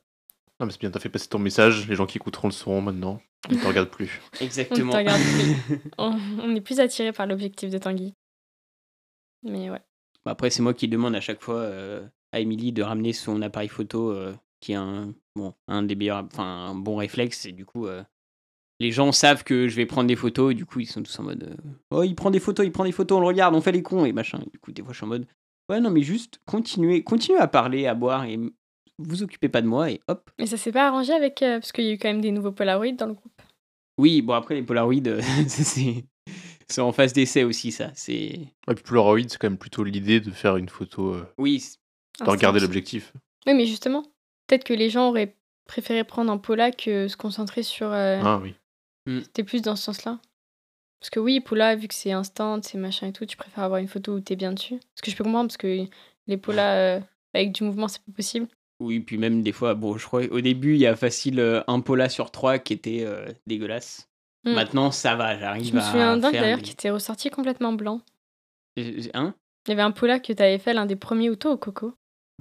Non, mais c'est bien, t'as fait passer ton message. Les gens qui écouteront le sauront maintenant. Ils te regardent <laughs> plus.
Exactement.
On te
<laughs>
regarde plus. on, on est plus attiré par l'objectif de Tanguy. Mais ouais.
Bah, Après, c'est moi qui demande à chaque fois euh, à Emily de ramener son appareil photo euh, qui est un, bon, un des meilleurs, enfin, un bon réflexe. Et du coup, euh, les gens savent que je vais prendre des photos. Et du coup, ils sont tous en mode euh, Oh, il prend des photos, il prend des photos, on le regarde, on fait les cons et machin. Et du coup, des fois, je suis en mode Ouais, non, mais juste continuez, continuez à parler, à boire et m- vous occupez pas de moi. Et hop.
Mais ça s'est pas arrangé avec. euh, parce qu'il y a eu quand même des nouveaux Polaroid dans le groupe.
Oui, bon, après, les Polaroids, euh, <laughs> c'est c'est en phase d'essai aussi, ça. C'est.
Et puis Polaroid, c'est quand même plutôt l'idée de faire une photo, euh,
Oui, c'est-
Ah,
de regarder
Instant.
l'objectif.
Oui, mais justement, peut-être que les gens auraient préféré prendre un Paula que se concentrer sur. euh,
Ah oui.
T'es plus dans ce sens-là. Parce que oui, Paula, vu que c'est instant, c'est machin et tout, tu préfères avoir une photo où t'es bien dessus. Ce que je peux comprendre, parce que les Paula euh, avec du mouvement, c'est pas possible.
Oui, puis même des fois, bon, je crois au début, il y a facile euh, un Paula sur trois qui était euh, dégueulasse.
Hmm.
Maintenant, ça va, j'arrive
Je
Bah,
me
à
souviens d'un
faire
d'ailleurs
hein.
des-
qui était ressorti complètement blanc.
Euh, Hein
Il y avait un Paula que t'avais fait l'un des premiers autos au coco.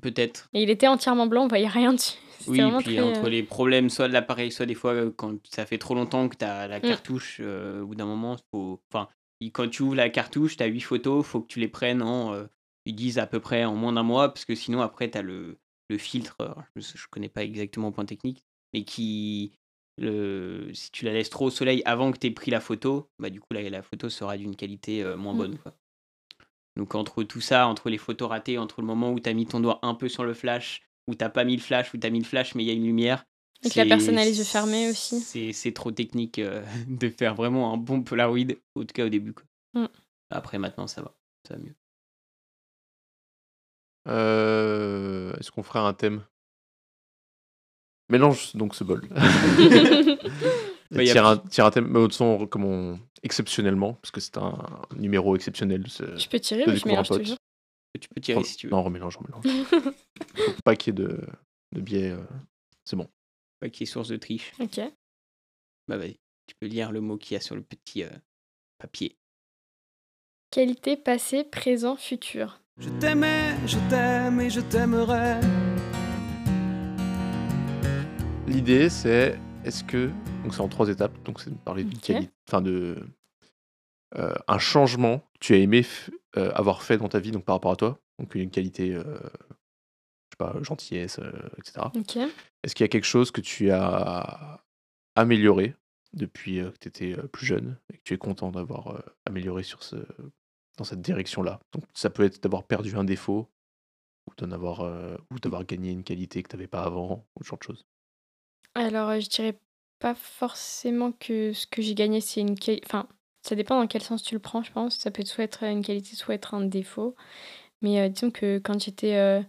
Peut-être.
Et il était entièrement blanc, on voyait rien dessus. <laughs> C'était
Oui,
vraiment
puis
très,
entre
euh,
les problèmes, soit de l'appareil, soit des fois, euh, quand ça fait trop longtemps que t'as
hmm.
la cartouche, euh, au bout d'un moment, faut... enfin, il- quand tu ouvres la cartouche, t'as huit photos, faut que tu les prennes en, euh, ils disent à peu près en moins d'un mois, parce que sinon, après, t'as le, le filtre, alors, je, me- je connais pas exactement le point technique, mais qui, le- si tu la laisses trop au soleil avant que t'aies pris la photo, bah du coup, la, la photo sera d'une qualité euh, moins
Mm.
bonne, quoi. Donc entre tout ça, entre les photos ratées, entre le moment où t'as mis ton doigt un peu sur le flash, où t'as pas mis le flash, où t'as mis le flash mais il y a une lumière.
Et que la
c'est-
personne a les yeux fermés aussi.
C'est c'est trop technique euh, <laughs> de faire vraiment un bon Polaroid, en tout cas au début. quoi.
Mm.
Après maintenant ça va, ça va mieux.
Euh, Est-ce qu'on ferait un thème Mélange donc ce bol.
<laughs>
<laughs>
Bah, y a
tire, un,
plus-
tire un thème, mais au son, comme on- exceptionnellement, parce que c'est un numéro exceptionnel. de ce-
Je peux tirer,
de
mais je
découvrir un
mélange
pote.
toujours.
Tu peux tirer si tu veux.
Non, remélange, remélange.
<laughs>
Faut pas qu'il y ait de, de biais. euh.
Pas qu'il y ait source de triche.
Ok.
Bah vas-y, tu peux lire le mot qu'il y a sur le petit euh, papier.
Qualité passé, présent, futur.
Je t'aimais, je t'aime et je t'aimerai.
L'idée, c'est est-ce que. Donc, c'est en trois étapes. Donc, c'est de parler d'une
Ok.
qualité. Enfin, de. euh, un changement que tu as aimé f- euh, avoir fait dans ta vie, donc par rapport à toi. Donc, une qualité. euh, je sais pas, gentillesse, euh, etc.
Ok.
Est-ce qu'il y a quelque chose que tu as amélioré depuis euh, que tu étais plus jeune et que tu es content d'avoir euh, amélioré sur ce, dans cette direction-là Donc ça peut être d'avoir perdu un défaut ou d'en avoir euh,
Mmh.
ou d'avoir gagné une qualité que tu n'avais pas avant ou ce genre de choses.
Alors, euh, je dirais pas forcément que ce que j'ai gagné, c'est une qualité. Enfin, ça dépend dans quel sens tu le prends, je pense. Ça peut soit être euh, une qualité, soit être un défaut. Mais euh, disons que quand j'étais euh,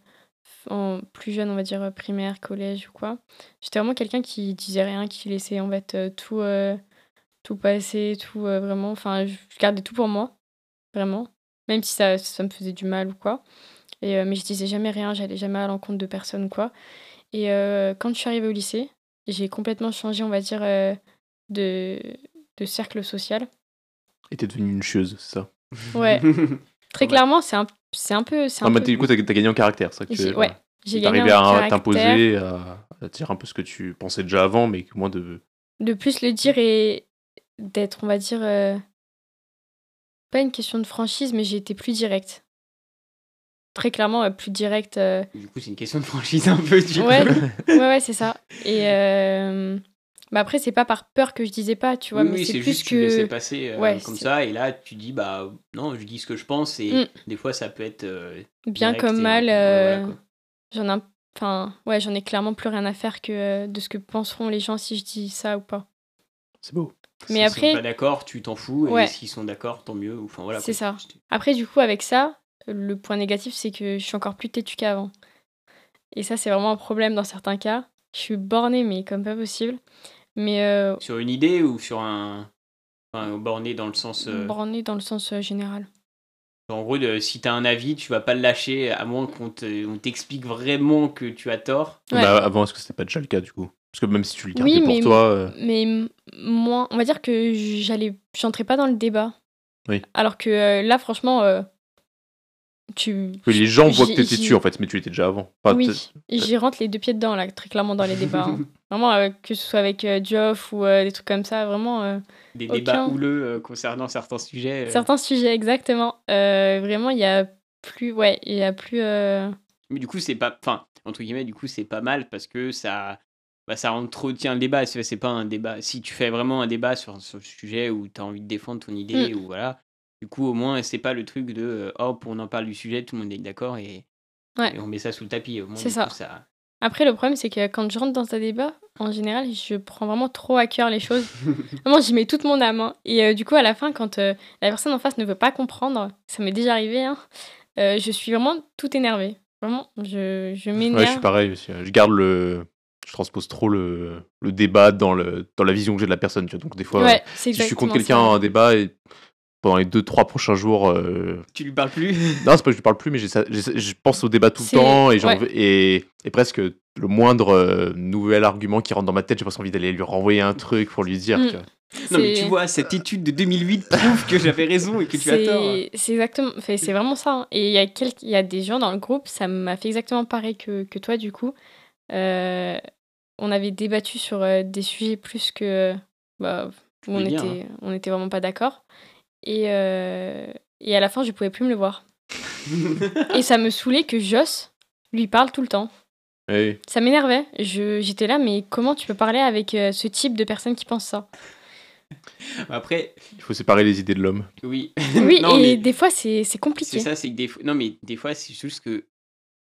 en plus jeune, on va dire euh, primaire, collège ou quoi, j'étais vraiment quelqu'un qui disait rien, qui laissait en fait euh, tout, euh, tout passer, tout euh, vraiment. Enfin, je je gardais tout pour moi, vraiment. Même si ça, ça me faisait du mal ou quoi. Et, euh, mais je disais jamais rien, j'allais jamais à l'encontre de personne ou quoi. Et euh, quand je suis arrivée au lycée, j'ai complètement changé, on va dire, euh, de, de cercle social.
Et t'es devenu une chieuse, c'est ça
<laughs>
Ouais, très
Ouais.
clairement, c'est un, c'est un peu. c'est
Non,
un
Ah, mais
peu-
t'es- du coup, t'as as gagné en caractère, c'est ça que tu
J'ai-
veux-
ouais,
voilà.
j'ai
T'es
gagné
arrivé
en
à
caractère,
t'imposer, à, à dire un peu ce que tu pensais déjà avant, mais que moins de.
De plus le dire et d'être, on va dire, euh, pas une question de franchise, mais j'ai été plus directe. Très clairement, euh, plus
<laughs>
directe. euh,
Du coup c'est une question de franchise un peu du
Ouais,
coup.
ouais, ouais, c'est ça. Et euh, bah après, c'est pas par peur que je disais pas, tu vois,
oui,
mais
oui,
c'est
c'est
plus
juste que tu laissais
que.
passer euh,
Ouais,
comme
c'est-
ça et là tu dis bah non je dis ce que je pense et
Mm.
des fois ça peut être euh,
Bien
direct
comme
et-
mal.
ouais, voilà,
euh,
quoi.
j'en ai un- enfin ouais j'en ai clairement plus rien à faire que euh, de ce que penseront les gens si je dis ça ou pas
C'est beau.
mais
S'ils sont
après
pas d'accord, tu t'en fous.
Ouais.
Et s'ils sont d'accord, tant mieux. Enfin, voilà,
C'est
quoi.
ça.
C'était-
après du coup avec ça le point négatif c'est que je suis encore plus têtue qu'avant et ça c'est vraiment un problème dans certains cas je suis bornée mais comme pas possible mais euh,
Sur une idée ou sur un. Enfin, borné dans le sens. euh,
bornée dans le sens euh, général
En gros, de- si t'as un avis, tu vas pas le lâcher à moins qu'on te- on t'explique vraiment que tu as tort.
Ouais.
Bah, avant, est-ce que c'était pas déjà le cas, du coup Parce que même si tu le
Oui,
gardais pour
mais-
toi. euh,
mais m- moins on va dire que j'allais j'entrais pas dans le débat
Oui.
alors que euh, là franchement euh, tu
que les gens voient que
J'y-
t'étais
j'y-
dessus, en fait, mais tu étais déjà avant. Enfin, Ah, t'es-
oui, et j'y rentre les deux pieds dedans, là, très clairement dans
<laughs>
les débats. hein. Vraiment, euh, que ce soit avec euh, Geoff ou euh, des trucs comme ça, vraiment, euh,
Des
Aucun.
débats houleux euh, concernant certains sujets. euh,
certains sujets, exactement. Euh, vraiment, il y a plus. Ouais, il y a plus. euh,
Mais du coup, c'est pas. Enfin, entre guillemets, du coup, c'est pas mal parce que ça. Bah, ça entretient le débat. C'est c'est pas un débat. Si tu fais vraiment un débat sur, sur le sujet où tu as envie de défendre ton idée,
Mm.
ou voilà. Du coup, au moins, c'est pas le truc de euh, hop, on en parle du sujet, tout le monde est d'accord et,
Ouais.
et on met ça sous le tapis. Au moins,
C'est
du
ça.
coup, ça.
Après, le problème, c'est que quand je rentre dans un débat, en général, je prends vraiment trop à cœur
<laughs>
les choses. vraiment, j'y mets toute mon âme. hein. Et euh, du coup, à la fin, quand euh, la personne en face ne veut pas comprendre, ça m'est déjà arrivé, hein, euh, je suis vraiment tout énervée. Vraiment, je, je
Ouais, je
m'énerve.
suis pareil aussi. Je garde le. Je transpose trop le, le débat dans, le, dans la vision que j'ai de la personne. Tu vois. Donc, des fois,
Ouais,
si
c'est
je suis
exactement
contre quelqu'un
ça.
en débat et pendant les 2-3 prochains jours. euh,
Tu lui parles plus <laughs>
Non, c'est pas que je lui parle plus, mais j'ai ça- j'ai ça- je pense au débat tout le
C'est-
temps et, j'en
ouais.
veux- et, et presque le moindre euh, nouvel argument qui rentre dans ma tête, j'ai presque envie d'aller lui renvoyer un truc pour lui dire.
Mm.
euh, tu vois.
Non, mais
C'est- euh
tu vois, cette étude de 2008 prouve que j'avais raison et que tu as tort.
C'est c'est exactement, enfin, c'est vraiment ça. hein. Et il y, a quelques- il y a des gens dans le groupe, ça m'a fait exactement pareil que, que toi, du coup. Euh, on avait débattu sur euh, des sujets plus que. bah, où on
pouvais bien,
était, on était vraiment pas d'accord. Et, euh, et à la fin, je pouvais plus me
<laughs>
le voir. et ça me saoulait que Joss lui parle tout le temps.
Ouais.
Ça m'énervait. Je- J'étais là, mais comment tu peux parler avec euh, ce type de personne qui
<laughs>
pense ça
Après,
Il faut séparer les idées de l'homme.
oui.
Oui,
<laughs> Non,
et
mais-
des fois, c'est c'est
C'est
compliqué.
ça, c'est que des fois. Non, mais des fois, c'est juste que.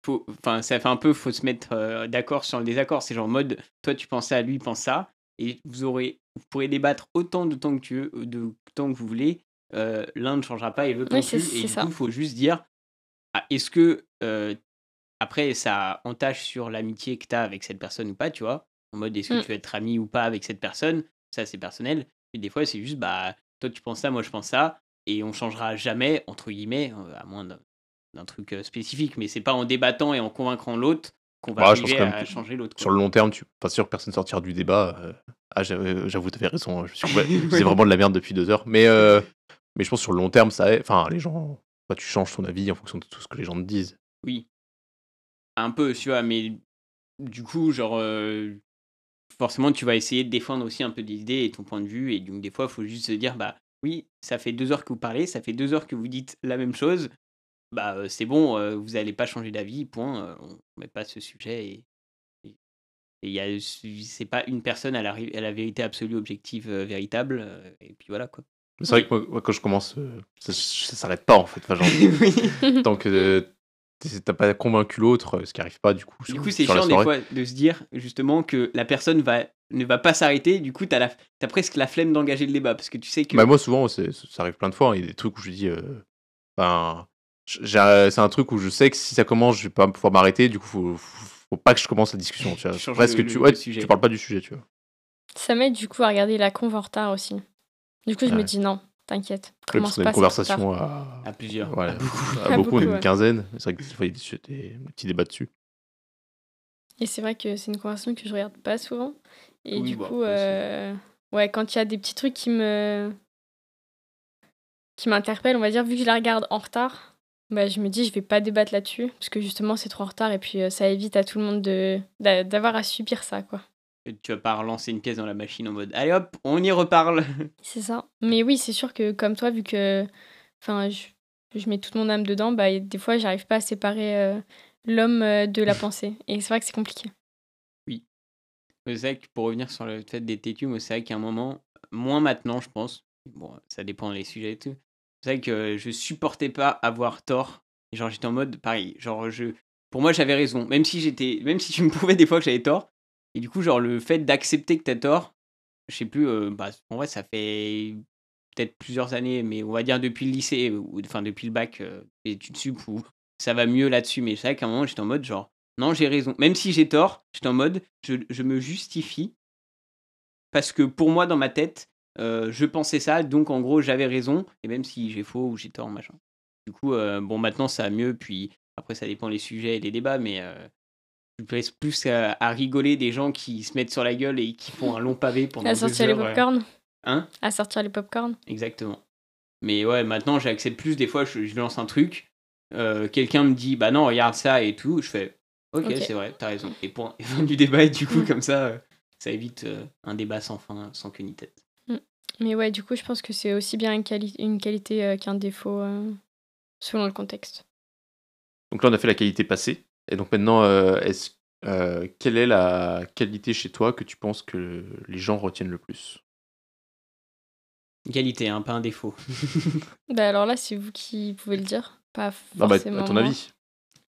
Faut... Enfin, ça fait un peu, faut se mettre euh, d'accord sur le désaccord. C'est genre mode, toi, tu penses ça, lui, il pense ça. Et vous, aurez... vous pourrez débattre autant de temps que, tu veux, de temps que vous voulez. euh, L'un ne changera pas et l'autre
Oui,
non
c'est-
plus. Et
c'est
du
ça.
coup, faut juste dire ah, est-ce que. euh, après, ça entache sur l'amitié que tu as avec cette personne ou pas, tu vois. En mode, est-ce que
Mm.
tu veux être ami ou pas avec cette personne Ça, c'est personnel. Et des fois, c'est juste, bah, toi, tu penses ça, moi, je pense ça. Et on changera jamais, entre guillemets, euh, à moins d'un- d'un truc euh, spécifique. Mais c'est pas en débattant et en convaincant l'autre qu'on va
Bah, je pense
arriver
quand même
à
que
changer l'autre. quoi.
Sur le long terme, tu pas sûr que personne sortira du débat. euh, Ah, j'avoue, j'avoue, t'avais raison. hein, Je
<laughs>
suis complè- c'est vraiment de la merde depuis deux heures. Mais, euh, mais je pense que sur le long terme, ça. aide. Enfin, les gens. Bah, tu changes ton avis en fonction de tout ce que les gens te disent.
Oui. Un peu, tu vois, mais du coup, genre, euh, forcément, tu vas essayer de défendre aussi un peu des idées et ton point de vue. Et donc, des fois, il faut juste se dire, bah oui, ça fait deux heures que vous parlez, ça fait deux heures que vous dites la même chose. Bah, euh, c'est bon, euh, vous n'allez pas changer d'avis, point. euh, on met pas ce sujet. Et et- et il y a, c'est pas une personne à la, ri- à la vérité absolue, objective, euh, véritable. euh, et puis voilà, quoi.
Mais C'est vrai que moi, moi, quand je commence, euh, ça, ça s'arrête pas en fait.
<laughs>
Enfin, genre,
Oui.
tant que euh, t'es- t'as pas convaincu l'autre, euh, ce qui arrive pas du coup.
Du
sur-
coup, c'est
sur la
chiant des
soirée.
fois de se dire justement que la personne va, ne va pas s'arrêter. Du coup, t'as, la, t'as presque la flemme d'engager le débat parce que tu sais que.
Bah, moi, souvent, c'est- ça arrive plein de fois. hein. Il y a des trucs où je dis. euh, Enfin. j'ai- c'est un truc où je sais que si ça commence, je vais pas pouvoir m'arrêter. Du coup, faut, faut faut pas que je commence la discussion. Tu vois.
Tu changes
Presque,
le-
tu,
le-
ouais,
le sujet.
tu parles pas du sujet, tu vois.
Ça m'aide du coup à regarder la con en retard aussi. Du coup, je
Ouais.
me dis non, t'inquiète.
Oui,
Commence
parce qu'on
pas,
a
c'est
une
trop tard.
conversation à,
à plusieurs.
voilà, Ah, à beaucoup, on est
À beaucoup,
une
ouais.
quinzaine. C'est vrai que des fois, il y a des- des petits débats dessus.
Et c'est vrai que c'est une conversation que je regarde pas souvent. Et
Oui,
du
bah,
coup,
après, c'est-
euh, ouais, quand il y a des petits trucs qui me qui m'interpellent, on va dire, vu que je la regarde en retard, bah, je me dis je vais pas débattre là-dessus parce que justement c'est trop en retard et puis euh, ça évite à tout le monde de d'a- d'avoir à subir ça, quoi.
Tu vas pas relancer une pièce dans la machine en mode allez hop, on y reparle.
C'est ça. Mais oui, c'est sûr que comme toi, vu que enfin, je, je mets toute mon âme dedans, bah, et des fois, j'arrive pas à séparer euh, l'homme euh, de
<laughs>
la pensée. Et c'est vrai que c'est compliqué.
Mais C'est vrai que pour revenir sur le fait des têtus, moi, c'est vrai qu'à un moment, moins maintenant, je pense. Bon, ça dépend des sujets et tout. C'est vrai que euh, je supportais pas avoir tort. Et genre, j'étais en mode pareil. Genre, je, pour moi, j'avais raison. Même si j'étais, même si tu me prouvais des fois que j'avais tort. Et du coup, genre, le fait d'accepter que t'as tort, je sais plus, euh, bah, en vrai, ça fait peut-être plusieurs années, mais on va dire depuis le lycée, ou enfin, depuis le bac, euh, les études sup, où <laughs> ça va mieux là-dessus. Mais c'est vrai qu'à un moment, j'étais en mode genre non, j'ai raison. Même si j'ai tort, j'étais en mode, je, je me justifie. Parce que pour moi, dans ma tête, euh, je pensais ça, donc en gros, j'avais raison. Et même si j'ai faux ou j'ai tort, machin. Du coup, euh, bon, maintenant, ça va mieux. Puis après, ça dépend des sujets et des débats, mais euh, je pèse plus euh, à, à rigoler des gens qui se mettent sur la gueule et qui font un long pavé pendant
à
deux
sortir les
heures, euh,
popcorn
Hein
À sortir les popcorn
Exactement. Mais ouais, maintenant j'accepte plus. Des fois, je, je lance un truc, euh, quelqu'un me dit bah non, regarde ça et tout. Je fais ok,
Ok. Mm.
c'est vrai, t'as raison. Et point. Et fin du débat. Et du coup, comme ça, euh, ça évite euh, un débat sans fin, sans queue ni tête.
Mais ouais, du coup, je pense que c'est aussi bien une, quali- une qualité euh, qu'un défaut, euh, selon le contexte.
Donc là, on a fait la qualité passée. Et donc maintenant, euh, est-ce, euh, quelle est la qualité chez toi que tu penses que les gens retiennent le plus
Une qualité, hein, pas un défaut.
Bah alors là, c'est vous qui pouvez le dire. Pas
Non, bah,
forcément.
à ton
moi.
avis.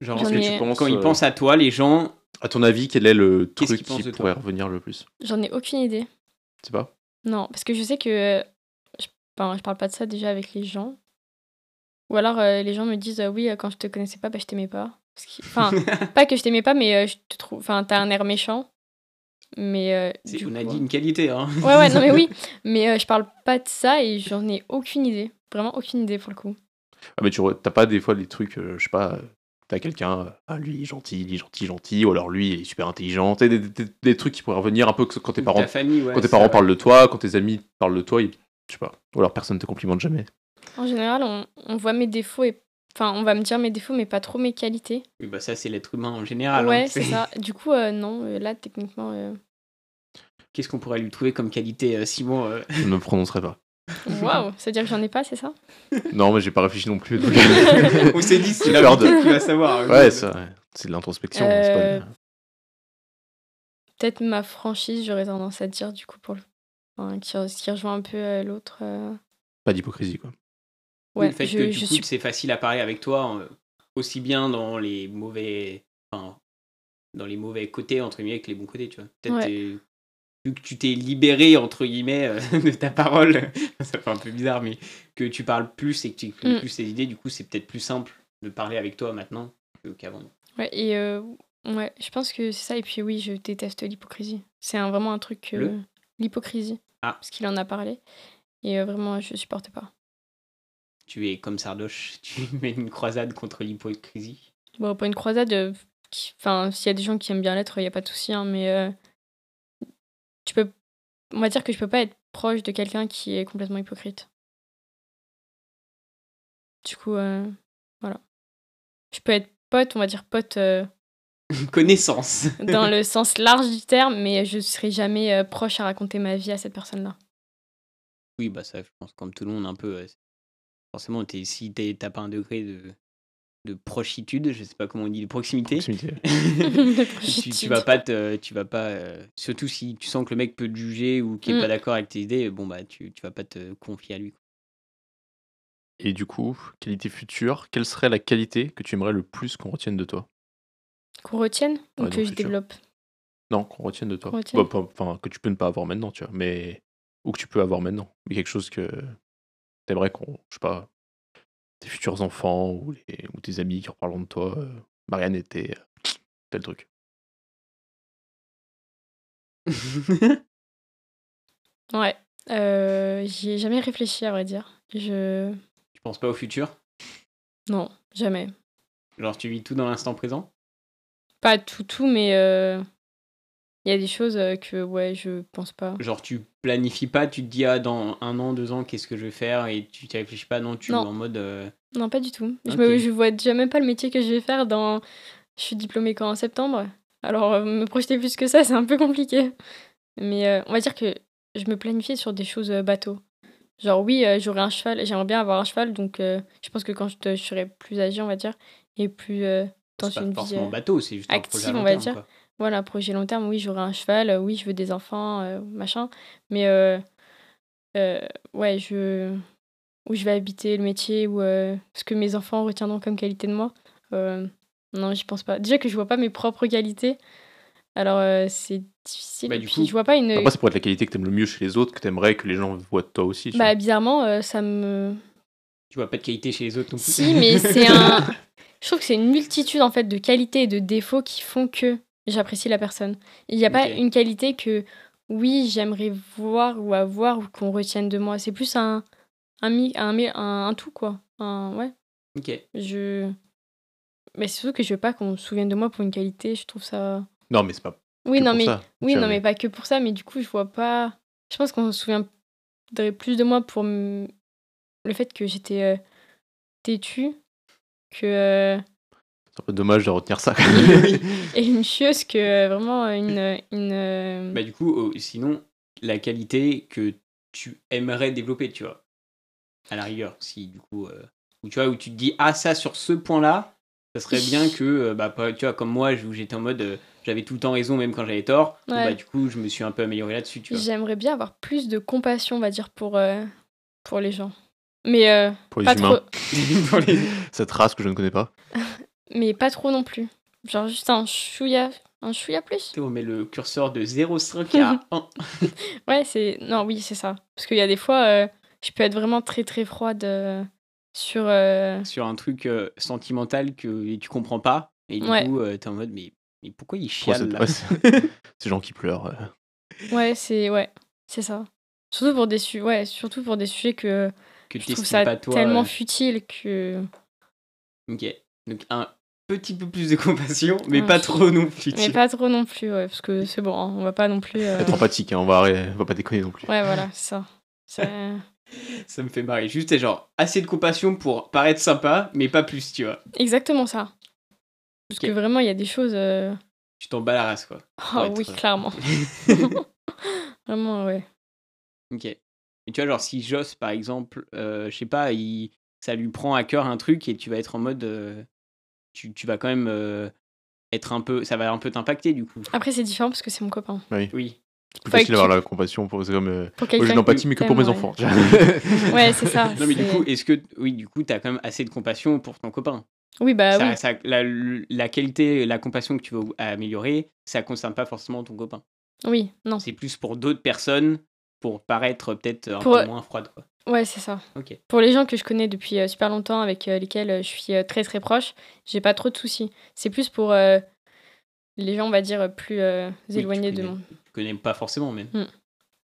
Genre,
J'en
Est-ce que tu
ai-
penses,
quand ils
euh,
pensent à toi, les gens,
à ton avis, quel est le
Qu'est-ce
truc
qu'ils pensent
qui
de toi
pourrait revenir le plus
J'en ai aucune idée.
Tu sais pas
Non, parce que je sais que. euh, Je, ben, je parle pas de ça déjà avec les gens. Ou alors euh, les gens me disent euh, Oui, euh, quand je te connaissais pas, bah, je t'aimais pas. Parce qu'il- Enfin,
<laughs>
pas que je t'aimais pas, mais euh, je te trouve. Enfin, t'as un air méchant. Mais. euh,
C'est-
du
on a
coup,
dit une qualité, hein.
Ouais, ouais, non,
<laughs>
mais oui. Mais euh, je parle pas de ça et j'en ai aucune idée. Vraiment aucune idée pour le coup.
Ah, mais tu re- t'as pas des fois les trucs, euh, je sais pas, euh, t'as quelqu'un, euh, ah, lui il est gentil, il est gentil, gentil, ou alors lui il est super intelligent, t'as des, des- des trucs qui pourraient revenir un peu que- quand
<laughs>
tes parents,
Ta famille, ouais,
quand tes
ça,
parents
ouais.
parlent de toi, quand tes amis parlent de toi, ils- je sais pas, ou alors personne te complimente jamais.
En général, on, on voit mes défauts et. Enfin, on va me dire mes défauts, mais pas trop mes qualités.
Oui, bah ça, c'est l'être humain en général. hein.
ouais, c'est ça. Du coup, euh, non, euh, là, techniquement. euh,
<laughs> Qu'est-ce qu'on pourrait lui trouver comme qualité, euh, Simon
<laughs>
euh <laughs>
Je ne me prononcerai pas.
Waouh, ça veut dire que j'en ai pas, c'est ça
Non, mais j'ai pas réfléchi non
<laughs>
plus. donc-
On s'est dit,
J'ai
c'est la
peur
vidéo
de-
qui va savoir. hein.
Ouais, ça, ouais. c'est de l'introspection. hein, c'est pas-
Euh, Peut-être ma franchise, j'aurais tendance à dire, du coup, pour le. Enfin, qui, re- qui rejoint un peu euh, l'autre. euh,
Pas d'hypocrisie, quoi.
Oui,
Ouais,
le fait
je,
que
je
du coup,
suis.
c'est facile à parler avec toi, euh, aussi bien dans les mauvais, enfin, dans les mauvais côtés entre guillemets que les bons côtés, tu vois. Peut-être
Ouais.
t'es- vu que tu t'es libéré entre guillemets euh, de ta parole, <laughs> ça fait un peu bizarre, mais que tu parles plus et que tu exprimes
Mm.
plus tes idées, du coup, c'est peut-être plus simple de parler avec toi maintenant que- qu'avant.
Ouais, et euh, ouais, je pense que c'est ça. Et puis oui, je déteste l'hypocrisie. C'est un- vraiment un truc. euh,
Le
L'hypocrisie.
Ah.
Parce qu'il en a parlé. Et euh, vraiment, je supporte pas.
Tu es comme Sardoche, <laughs> tu mets une croisade contre l'hypocrisie.
Bon, pour une croisade, euh, qui- enfin, s'il y a des gens qui aiment bien l'être, il n'y a pas de souci, hein, mais euh, tu peux. On va dire que je peux pas être proche de quelqu'un qui est complètement hypocrite. Du coup, euh, voilà. Je peux être pote, on va dire
<laughs>
pote euh,
Connaissance.
dans le sens large du terme, mais je serai jamais euh, proche à raconter ma vie à
<laughs>
cette personne-là.
Oui, bah ça, je pense, comme tout le monde, un peu. euh, forcément, t'es- si t'es- t'as pas un degré de, de prochitude, je sais pas comment on dit, de proximité,
Proximité.
<laughs> tu, tu vas pas te. Tu vas pas, euh, surtout si tu sens que le mec peut te juger ou qu'il est
Mm.
pas d'accord avec tes idées, bon, bah tu, tu vas pas te confier à lui. quoi.
Et du coup, qualité future, quelle serait la qualité que tu aimerais le plus qu'on retienne de toi
Qu'on retienne
Ah,
ou
Ouais, dans
que
le
je
futur.
développe
Non, qu'on retienne de toi.
Qu'on retienne.
Bah, pas- Enfin, que tu peux ne pas avoir maintenant, tu vois, mais. Ou que tu peux avoir maintenant. Mais quelque chose que t'aimerais qu'on. Je sais pas. Tes futurs enfants ou, les- ou tes amis qui reparleront de toi. euh, Marianne était. euh, tel truc.
<laughs> Ouais. Euh, J'y ai jamais réfléchi, à vrai dire. Je.
tu penses pas au futur
Non, jamais.
Genre, tu vis tout dans l'instant présent
Pas tout, tout, mais euh, il y a des choses euh, que, ouais, je pense pas.
Genre, tu planifies pas, tu te dis, ah, dans un an, deux ans, qu'est-ce que je vais faire Et tu t'y réfléchis pas, non, tu es
Non.
en mode. euh,
Non, pas du tout. Je, me,
Ok.
je vois déjà même pas le métier que je vais faire dans. Je suis diplômée quand en septembre. Alors, euh, me projeter plus que ça, <laughs> c'est un peu compliqué. Mais euh, on va dire que je me planifiais sur des choses euh, bateau. Genre, oui, euh, j'aurais un cheval, j'aimerais bien avoir un cheval, donc euh, je pense que quand je, te- je serai plus âgée, on va dire, et plus euh, dans
c'est pas
une vie.
forcément
euh,
bateau, c'est juste un
active,
projet à
on
long
va
terme,
dire.
quoi.
voilà, projet long terme, oui, j'aurai un cheval, euh, oui, je veux des enfants, euh, machin. Mais euh, euh, ouais, je. Où je vais habiter, le métier, ou euh, ce que mes enfants retiendront comme qualité de moi. euh, non, j'y pense pas. Déjà que je vois pas mes propres qualités. Alors euh, c'est difficile.
Bah,
Et
du
Puis
coup-
je vois pas une.
Après, ça pourrait être la qualité que t'aimes le mieux chez les autres, que t'aimerais que les gens voient de toi aussi. tu
Bah,
vois.
bizarrement, euh, ça me.
Tu vois pas de qualité chez les autres non plus.
Si,
<laughs>
mais c'est un.
<laughs>
Je trouve que c'est une multitude en fait de qualités et de défauts qui font que j'apprécie la personne. Il n'y a pas
Ok.
une qualité que oui j'aimerais voir ou avoir ou qu'on retienne de moi. C'est plus un un, mi- un, mi- un- un tout quoi. Un- ouais,
Ok.
je. Mais c'est surtout que je veux pas qu'on se souvienne de moi pour une qualité. Je trouve ça.
Non, mais c'est pas.
Oui
que
non
pour
mais
ça,
oui
tu
non
vois,
mais pas que pour ça. Mais du coup je vois pas. Je pense qu'on se souviendrait plus de moi pour m- le fait que j'étais euh, têtue que. euh, <laughs>
C'est un peu dommage de retenir ça.
et une chieuse que euh, vraiment euh, une. euh, une euh,
Bah du coup, oh, sinon, la qualité que tu aimerais développer, tu vois. À la rigueur, si du coup... euh, ou tu vois, où tu te dis, ah ça, sur ce point-là, ça serait bien que, euh, bah, pas- tu vois, comme moi, où j'étais en mode, euh, j'avais tout le temps raison, même quand j'avais tort, bon,
Ouais.
bah du coup, je me suis un peu amélioré là-dessus, tu vois.
J'aimerais bien avoir plus de compassion, on va dire, pour, euh, pour les gens. Mais, euh,
Pour les
pas
humains,
trop,
<laughs> Pour les-
cette race que je ne connais pas.
mais pas trop non plus. Genre juste un chouïa, un chouïa plus.
On met le curseur de 0,5
<laughs>
à 1.
Ouais, c'est. Non, oui, c'est ça. Parce qu'il y a des fois, euh, je peux être vraiment très très froide euh, sur. euh,
sur un truc euh, sentimental que tu comprends pas. Et du
Ouais.
coup, euh, t'es en mode, mais, mais pourquoi il
Pourquoi
chiale
ça-
là
<laughs>
ouais, c'est- Ces gens qui pleurent. euh.
Ouais, c'est ouais, c'est ça. Surtout pour des su- ouais, surtout pour des sujets que
Que
je trouve
t'estimes
ça
pas toi.
tellement
euh,
futile que
Ok. Donc un petit peu plus de <laughs> compassion, mais
Ouais,
pas
je-
trop non plus.
Ah, mais pas trop non plus ouais, parce que c'est bon, hein, on va pas non plus euh,
Être empathique, hein, on, va, arrêter- on va pas déconner non plus.
Ouais, voilà, c'est ça. C'est-
Ça me fait marrer. Juste, c'est genre assez de compassion pour paraître sympa, mais pas plus, tu vois.
Exactement ça. Parce
Ok.
que vraiment, il y a des
<laughs>
choses. euh,
Tu t'en bats la race, quoi.
Oh
Ouais,
oui,
très-
clairement. <laughs> Vraiment, ouais.
Ok. Mais tu vois, genre, si Joss, par exemple, euh, je sais pas, il, ça lui prend à cœur un truc et tu vas être en mode. euh, tu, tu vas quand même euh, être un peu. Ça va un peu t'impacter, du coup.
Après, c'est différent parce que c'est mon copain.
Oui.
C'est plus
Faut
facile
que tu-
d'avoir la compassion pour. C'est comme. euh,
Pour
moi, j'ai
quelqu'un
une empathie, mais que pour mes
t'aimes, ouais.
enfants.
Ouais, c'est ça.
Non, mais du
Ah, c'est-
coup, est-ce que. Oui, du coup, t'as quand même assez de compassion pour ton copain.
Oui, bah
Ça-
oui.
ça- la, la qualité, la compassion que tu veux améliorer, ça concerne pas forcément ton copain.
Oui, non.
C'est plus pour d'autres personnes, pour paraître peut-être un
Pour-
peu moins froide. Quoi.
Ouais, c'est ça.
Ok.
Pour les gens que je connais depuis euh, super longtemps, avec euh, lesquels euh, je suis euh, très très proche, j'ai pas trop de soucis. C'est plus pour euh, les gens, on va dire, plus euh,
tu
éloignés de
connais.
mon.
Tu connais pas forcément même.
Hmm.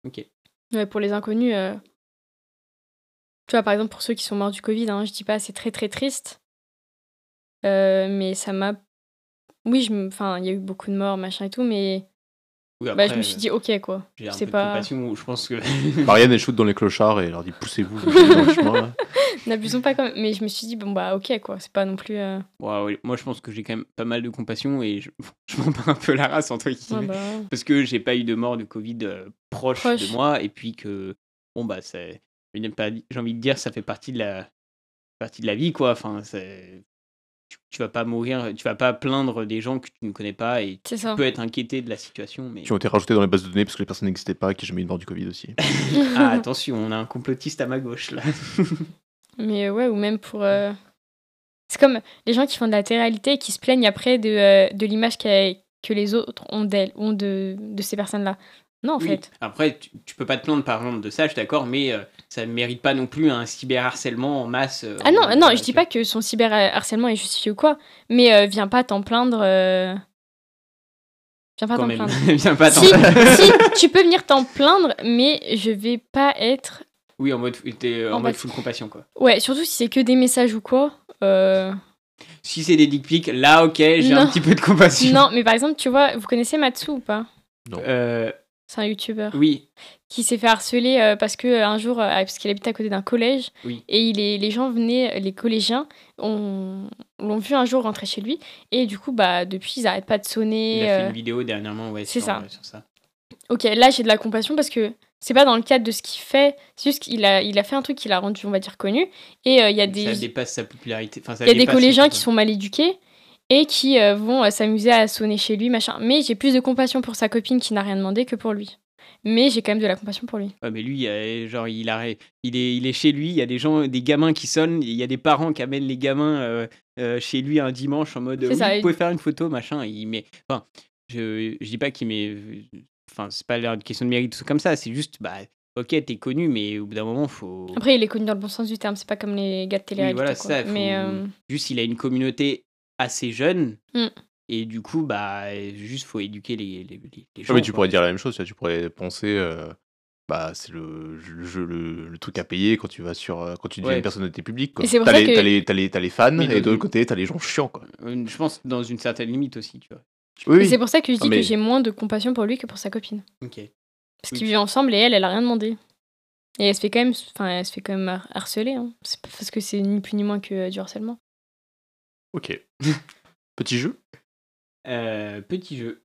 Ok.
Ouais, pour les inconnus, euh, tu vois, par exemple, pour ceux qui sont morts du Covid, hein, je dis pas c'est très très triste, Euh, mais ça m'a. Oui, je me- enfin, il y a eu beaucoup de morts, machin et tout, mais
Oui,
bah,
après, euh,
je me suis dit, ok, quoi.
j'ai un
c'est
peu de
pas-
compassion, je pense que. <laughs>
<laughs> Marianne, elle shoot dans les clochards et elle leur dit poussez-vous vous êtes dans le chemin.
<laughs>
là.
N'abusons pas quand même. Mais je me suis dit, bon, bah, ok, quoi. C'est pas non plus. euh,
Ouais, ouais, moi, je pense que j'ai quand même pas mal de compassion et je, <laughs> je m'en bats un peu la race entre
ouais,
guillemets.
bah, ouais.
Parce que j'ai pas eu de mort de Covid euh, proche,
Proche.
de moi et puis que bon bah c'est une maladie- j'ai envie de dire ça fait partie de la partie de la vie quoi. Enfin c'est tu, tu vas pas mourir, tu vas pas plaindre des gens que tu ne connais pas et
C'est ça.
tu peux être inquiété de la situation mais
Qui ont été rajoutés dans les bases de données parce que les personnes n'existaient pas, qui a jamais eu de mort du Covid aussi.
ah, attention, on a un complotiste à ma gauche là.
Mais euh, ouais, ou même pour. euh, C'est comme les gens qui font de la télé-réalité et qui se plaignent après de, euh, de l'image qu'a- que les autres ont d'elles, ont de, de ces personnes-là. Non, en
Oui.
fait.
Après tu, tu peux pas te plaindre par exemple de ça, je suis d'accord mais euh, ça ne mérite pas non plus un cyberharcèlement en masse. euh,
Ah non,
en-
non, je dis pas que son cyberharcèlement est justifié ou quoi, mais euh, viens pas t'en plaindre. euh, Viens pas
quand
t'en
même.
plaindre.
<laughs> Viens pas t'en-
Si, si, tu peux venir t'en plaindre, mais je vais pas être.
<laughs> Oui, en mode t'es euh, en
En
mode
fait-
full compassion quoi.
Ouais, surtout si c'est que des messages ou quoi. euh,
Si c'est des dick pics, là ok, j'ai un
Non.
petit peu de compassion.
Non, mais par exemple, tu vois, vous connaissez Matsu ou pas
Euh,
C'est un youtubeur.
oui,
qui s'est fait harceler euh, parce que euh, un jour euh, parce qu'il habite à côté d'un collège
Oui.
et il est- les gens venaient euh, les collégiens ont- l'ont vu un jour rentrer chez lui et du coup bah depuis ils arrêtent pas de
il
sonner
a fait
euh,
une vidéo dernièrement ouais,
c'est
sur,
ça.
euh, sur ça.
ok là j'ai de la compassion parce que c'est pas dans le cadre de ce qu'il fait c'est juste qu'il a il a fait un truc qui l'a rendu on va dire connu et euh, il y a
Ça
des
dépasse sa popularité. Enfin, ça
il y a des
dépasse-
collégiens qui sont mal éduqués et qui euh, vont euh, s'amuser à sonner chez lui machin mais j'ai plus de compassion pour sa copine qui n'a rien demandé que pour lui mais j'ai quand même de la compassion pour lui
Ouais, mais lui, il a- euh, genre, il, a, il, est, il est chez lui, il y a des gens, des gamins qui sonnent, il y a des parents qui amènent les gamins euh, euh, chez lui un dimanche en mode
C'est
oui,
ça,
vous
et-
pouvez faire une photo, machin. et Il met... enfin, je, je dis pas qu'il met. Enfin, c'est pas une question de mérite ou comme ça, c'est juste, bah, ok, t'es connu, mais au bout d'un moment, faut.
Après, il est connu dans le bon sens du terme, c'est pas comme les gars de télé
Oui, voilà, ça, faut-
Mais euh,
juste il a une communauté assez jeune
Mm.
et du coup bah juste faut éduquer les, les, les- les gens
Non, mais Ah tu
quoi.
pourrais dire la même chose, tu, vois, tu pourrais penser, euh, bah, c'est le, le, jeu- le- le truc à payer quand tu vas sur, euh, quand tu deviens
Ouais.
une personnalité publique. quoi.
Et c'est pour
T'as
ça
les,
que-
t'as les, t'as les, t'as les fans
Mais
et de
dans-
l'autre côté, t'as les gens chiants. Quoi.
Euh, je pense dans une certaine limite aussi tu vois
Oui, oui.
c'est pour ça que je
Non,
dis
mais-
que j'ai moins de compassion pour lui que pour sa copine.
ok
Parce
Oui.
qu'ils vivent ensemble et elle, elle a rien demandé. Et elle se fait quand même, enfin, elle se fait quand même har- harceler. hein. C'est pas parce que c'est ni plus ni moins que euh, du harcèlement. <laughs>
Ok. Petit jeu.
Euh, petit jeu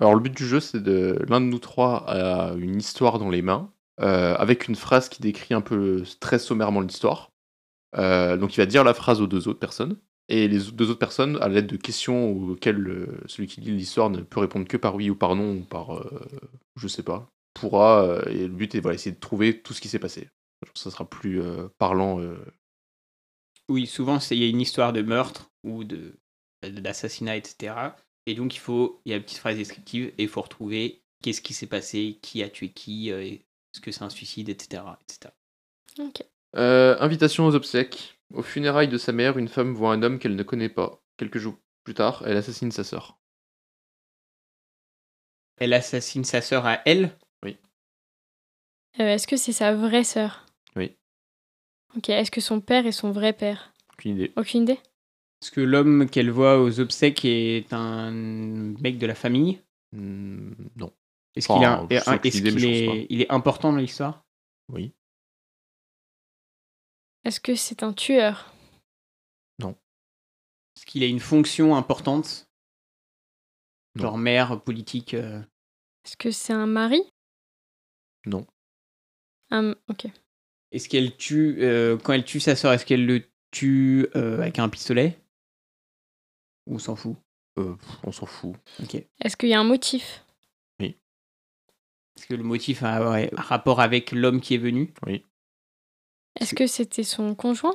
Alors, le but du jeu, c'est de. L'un de nous trois a une histoire dans les mains, euh, avec une phrase qui décrit un peu très sommairement l'histoire. Euh, donc, il va dire la phrase aux deux autres personnes. Et les au- deux autres personnes, à l'aide de questions auxquelles euh, celui qui lit l'histoire ne peut répondre que par oui ou par non, ou par. euh, je sais pas. Pourra. euh, et le but est voilà, essayer de trouver tout ce qui s'est passé. Genre, ça sera plus euh, parlant. euh.
oui souvent c'est il y a une histoire de meurtre ou de d'assassinat etc et donc il faut il y a une petite phrase descriptive et il faut retrouver qu'est-ce qui s'est passé qui a tué qui euh, est-ce que c'est un suicide etc etc
Ok.
Euh, invitation aux obsèques. Aux funérailles de sa mère, une femme voit un homme qu'elle ne connaît pas. Quelques jours plus tard, elle assassine sa sœur.
Elle assassine sa sœur à elle.
Euh, est-ce que c'est sa vraie sœur
Oui.
Ok, est-ce que son père est son vrai père
Aucune idée.
Aucune idée
Est-ce que l'homme qu'elle voit aux obsèques est un mec de la famille
Hmm, non.
Est-ce
Enfin,
qu'il a-
je sens
est-ce
que
qu'il
l'idée, mais je pense
est, il est important dans l'histoire
Oui.
Est-ce que c'est un tueur
Est-ce qu'il a une fonction importante
Non.
Genre maire, politique euh,
Est-ce que c'est un mari
Non.
Un- Ok.
Est-ce qu'elle tue, euh, quand elle tue sa sœur, est-ce qu'elle le tue euh, avec un pistolet Ou on s'en fout
Euh, pff, on s'en fout.
Est-ce qu'il y a un motif
Est-ce que le motif a ouais, un rapport avec l'homme qui est venu
Est-ce que c'était son conjoint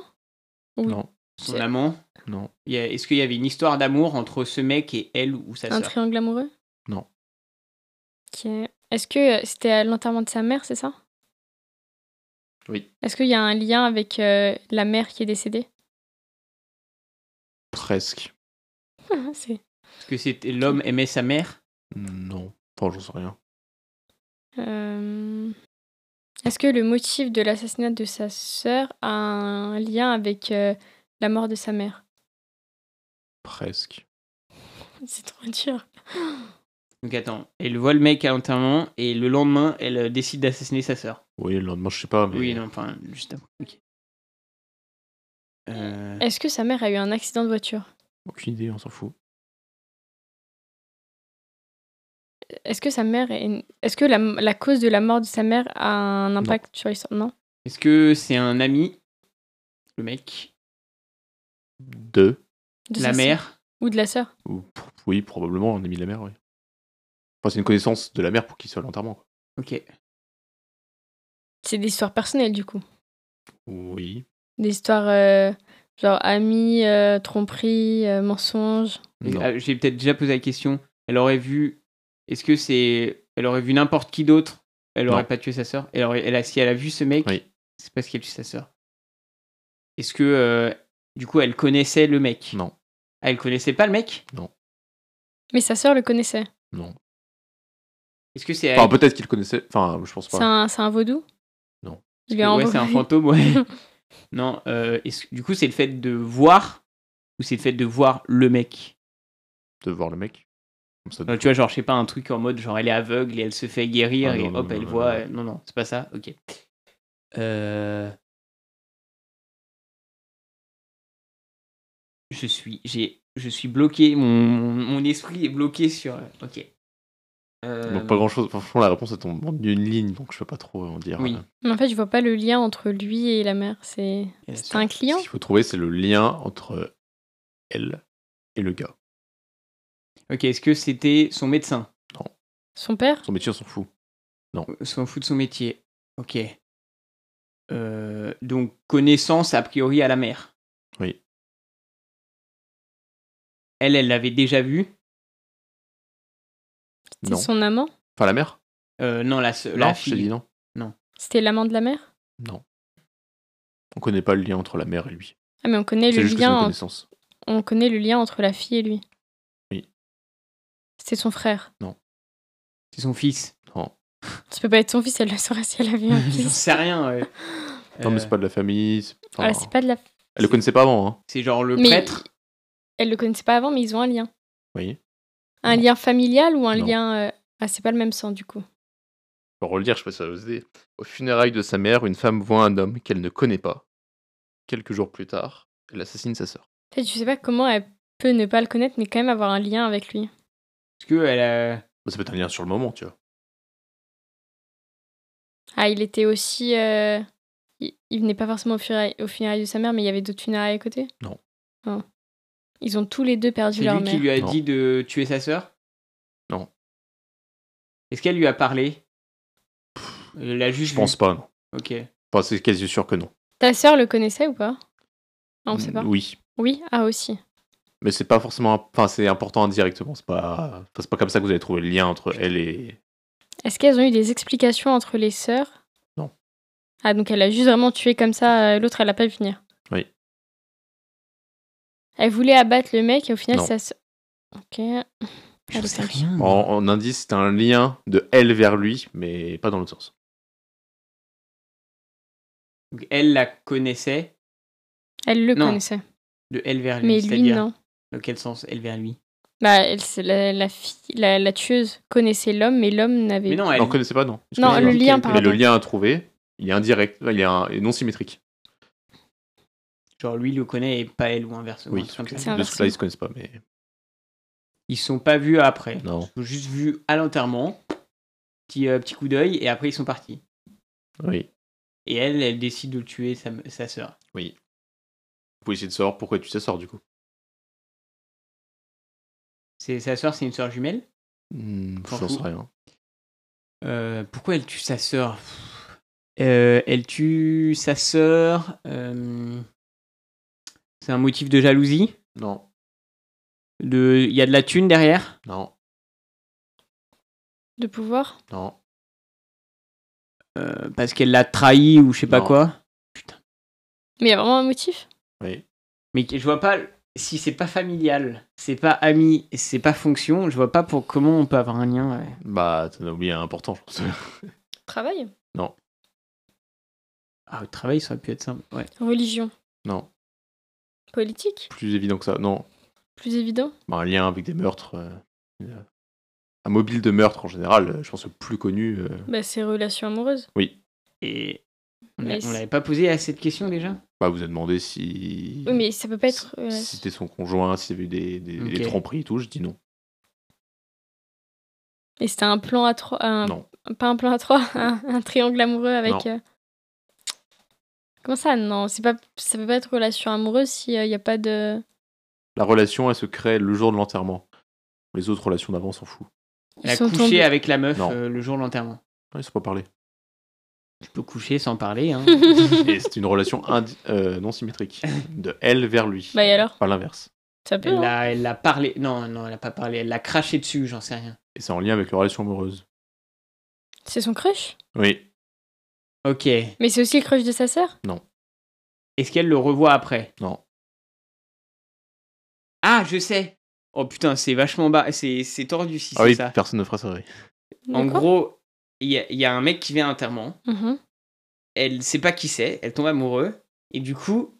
Oui.
Non.
Son
C'est-
amant
Non.
Il y a- Est-ce qu'il y avait une histoire d'amour entre ce mec et elle ou sa
Un
sœur
triangle amoureux
Non.
Ok. Est-ce que euh, c'était à l'enterrement de sa mère, c'est ça
Oui.
Est-ce qu'il y a un lien avec euh, la mère qui est décédée <laughs>
Presque.
C'est-
Est-ce que c'était l'homme aimait sa mère
Non. Enfin, j'en sais rien.
euh, Est-ce que le motif de l'assassinat de sa sœur a un lien avec euh, la mort de sa mère <laughs>
Presque.
C'est trop dur.
Donc attends, elle voit le mec à l'enterrement et le lendemain, elle euh, décide d'assassiner sa sœur.
Oui, le lendemain, je sais pas, mais
Oui, non, enfin, juste avant. ok. Euh,
Est-ce que sa mère a eu un accident de voiture
aucune idée, on s'en fout.
Est-ce que sa mère est une- Est-ce que la, la cause de la mort de sa mère a un impact sur l'histoire Non.
Est-ce que c'est un ami, le mec,
Deux.
De
la
sa sœur
mère
ou de la sœur
Ou, pr- oui, probablement un ami de la mère, oui. Enfin, c'est une connaissance de la mère pour qu'il soit à l'enterrement. quoi.
Ok.
C'est des histoires personnelles du coup.
Oui.
Des histoires euh, genre amis, euh, tromperies, euh, mensonges.
Non.
Ah, J'ai peut-être déjà posé la question. Elle aurait vu. Est-ce que c'est. Elle aurait vu n'importe qui d'autre Elle aurait
Non.
pas tué sa sœur elle aurait... elle a... Si elle a vu ce mec,
Oui.
c'est parce qu'elle tue sa sœur. Est-ce que. euh, Du coup, elle connaissait le mec
Non.
Ah, Elle connaissait pas le mec
Mais sa sœur le connaissait.
Non.
Est-ce que c'est.
Enfin, peut-être qu'il connaissait. Enfin, je pense
C'est
pas.
un, c'est un vaudou
Non.
Il lui a
Ouais,
envoyé-
c'est un fantôme, ouais. non, euh, est-ce- du coup, c'est le fait de voir ou c'est le fait de voir le mec
De voir le mec. Comme ça,
Euh, Tu vois, genre, je sais pas, un truc en mode genre elle est aveugle et elle se fait guérir
Ah,
et
non, non,
hop,
non,
elle
non,
voit.
non,
euh, Non, non, c'est pas ça, ok. Euh, Je suis, j'ai, je suis bloqué, mon, mon, mon esprit est bloqué sur. euh, Ok. Euh,
Donc, pas grand chose. Franchement, la réponse elle tombe en une ligne, donc je peux pas trop en dire.
Oui.
Euh,
Mais en fait, je vois pas le lien entre lui et la mère. C'est
et la
c'est
sœur.
un
Ce
client
qu'il faut trouver, c'est le lien entre elle et le gars.
Ok, est-ce que c'était son médecin
Son père
Son métier, on s'en fout.
s'en fout de son métier. Ok. Euh, donc, connaissance a priori à la mère.
Oui.
Elle, elle l'avait déjà vu.
C'était
Non.
son amant
Enfin, la mère
Euh, non, la, se-
non,
la
je t'ai dit
fille.
non.
C'était l'amant de la mère
Non. On connaît pas le lien entre la mère et lui.
Ah, mais on connaît,
C'est
le
juste que c'est
lien,
une
en-
connaissance.
on connaît le lien entre la fille et lui.
Oui.
C'était son frère.
C'est son fils.
Non.
Ça peut pas être son fils, elle le saura si elle avait un
J'en
fils.
sais rien. ouais.
<laughs> Non, mais
Euh,
c'est pas de la famille. c'est- enfin,
Ah, c'est pas de la...
Elle le connaissait pas avant. Hein.
c'est genre le
Mais-
prêtre.
Elle le connaissait pas avant, mais ils ont un lien.
Oui.
Un
Non.
lien familial ou un
Non.
lien. euh, Ah, c'est pas le même sang du coup.
Pour relire, je sais pas si ça va vous aider. Au funérailles de sa mère, une femme voit un homme qu'elle ne connaît pas. Quelques jours plus tard, elle assassine sa sœur.
En fait, je sais pas comment elle peut ne pas le connaître, mais quand même avoir un lien avec lui.
Parce que elle a-
Bah, Ça peut être un lien sur le moment, tu vois.
Ah, il était aussi. euh, Il, il venait pas forcément au funérailles, au funérailles de sa mère, mais il y avait d'autres funérailles à côté
Non.
Non. Ils ont tous les deux perdu
c'est
leur
lui
mère.
qui lui a
Non.
dit de tuer sa sœur
Non.
Est-ce qu'elle lui a parlé Euh, La
Mhm.
juge.
Je pense pas, non.
Ok.
Enfin, c'est quasi sûr que non.
Ta sœur le connaissait ou pas Ah, On sait pas.
Oui.
Oui, ah aussi.
Mais c'est pas forcément. Enfin, c'est important indirectement. C'est pas... enfin, c'est pas comme ça que vous allez trouver le lien entre elle et.
Est-ce qu'elles ont eu des explications entre les sœurs
Non.
Ah, donc elle a juste vraiment tué comme ça, euh, l'autre, elle a pas vu venir.
Oui.
Elle voulait abattre le mec et au final,
Non.
ça se. Ok. Ah,
Je
Allez,
sais
cinq.
rien.
En, en indice, c'est un lien de elle vers lui, mais pas dans l'autre sens.
Donc, elle la connaissait
Elle le
Non.
connaissait.
de elle vers lui.
Mais lui,
c'est-à-dire,
non.
Dans quel sens elle vers lui
Bah, elle, c'est la, la, fille, la, la tueuse connaissait l'homme, mais l'homme n'avait.
Mais non, elle.
Non, connaissez pas, non. Je
Non,
connais
le
pas.
lien,
Mais
Mais
pardon.
le lien à trouver, il est indirect, il est, un- il est non symétrique.
Genre lui le connaît et pas elle ou inversement.
Oui,
un truc
donc,
comme
C'est
ça.
de ce
inversement.
côté-là, ils se connaissent pas, mais
Ils se sont pas vus après.
non.
Ils sont juste vus à l'enterrement. Petit, euh, petit coup d'œil et après ils sont partis.
Oui.
Et elle, elle décide de tuer sa, sa sœur.
Vous pouvez essayer de savoir pourquoi tu sais sort du coup.
C'est sa sœur, c'est une sœur jumelle. S'en
Hmm, J'en sais
fout.
rien.
Euh, pourquoi elle tue sa sœur Euh, Elle tue sa sœur. euh, C'est un motif de jalousie.
Non,
De, il y a de la thune derrière.
non,
De pouvoir
non.
euh, parce qu'elle l'a trahi ou je sais pas
Non.
quoi.
Mais il y a vraiment un motif
Oui.
Mais que- je vois pas si c'est pas familial, c'est pas ami, c'est pas fonction. Je vois pas pour comment on peut avoir un lien. ouais.
Bah, t'en as oublié un important, je pense.
Travail
Ah, le travail, ça aurait pu être simple. Ouais.
Religion
<laughs> Non.
Politique
Plus évident que ça. Non.
Plus évident
Bah, un lien avec des meurtres. euh, euh, un mobile de meurtre en général, euh, je pense le plus connu. euh,
Bah, c'est relation amoureuse.
Et on
Mais
l'a- on
c'est-
l'avait pas posé à cette question déjà.
Bah, vous a demandé si.
Oui, mais ça peut pas être. euh,
Si c'était son conjoint, s'il y avait eu des, des, des
Ok.
tromperies et tout, je dis non.
Et c'était un plan à trois. un-
Non.
Pas un plan à trois, <laughs> un, un triangle amoureux avec.
Non.
euh, Comment ça Non, c'est pas, ça peut pas être relation amoureuse s'il n'y a pas de.
La relation, elle se crée le jour de l'enterrement. Les autres relations d'avant, on s'en fout.
Elle a
sont
couché
tombés.
avec la meuf
Non.
euh, le jour de l'enterrement.
Ah, ils se sont pas
<laughs>
parlé.
Je peux coucher sans parler. Hein.
Et c'est une relation indi- euh, non symétrique. De elle vers lui.
Bah, et alors
Pas l'inverse.
Ça peut.
Elle
hein.
l'a, elle l'a parlé. Non, non, elle a pas parlé. Elle l'a craché dessus, j'en sais rien.
Et c'est en lien avec la relation amoureuse.
C'est son crush.
Oui.
Ok. Est-ce
Mais c'est aussi le crush de sa sœur.
qu'elle le revoit après
Non.
Ah, je sais. Oh putain, c'est vachement bas. C'est, c'est tordu si
Ah
c'est
oui,
ça.
personne ne fera ça. oui.
En
D'accord.
gros, il y, a- il y a un mec qui vient à l'enterrement.
Mhm. <laughs>
Elle sait pas qui c'est. Elle tombe amoureuse. Et du coup,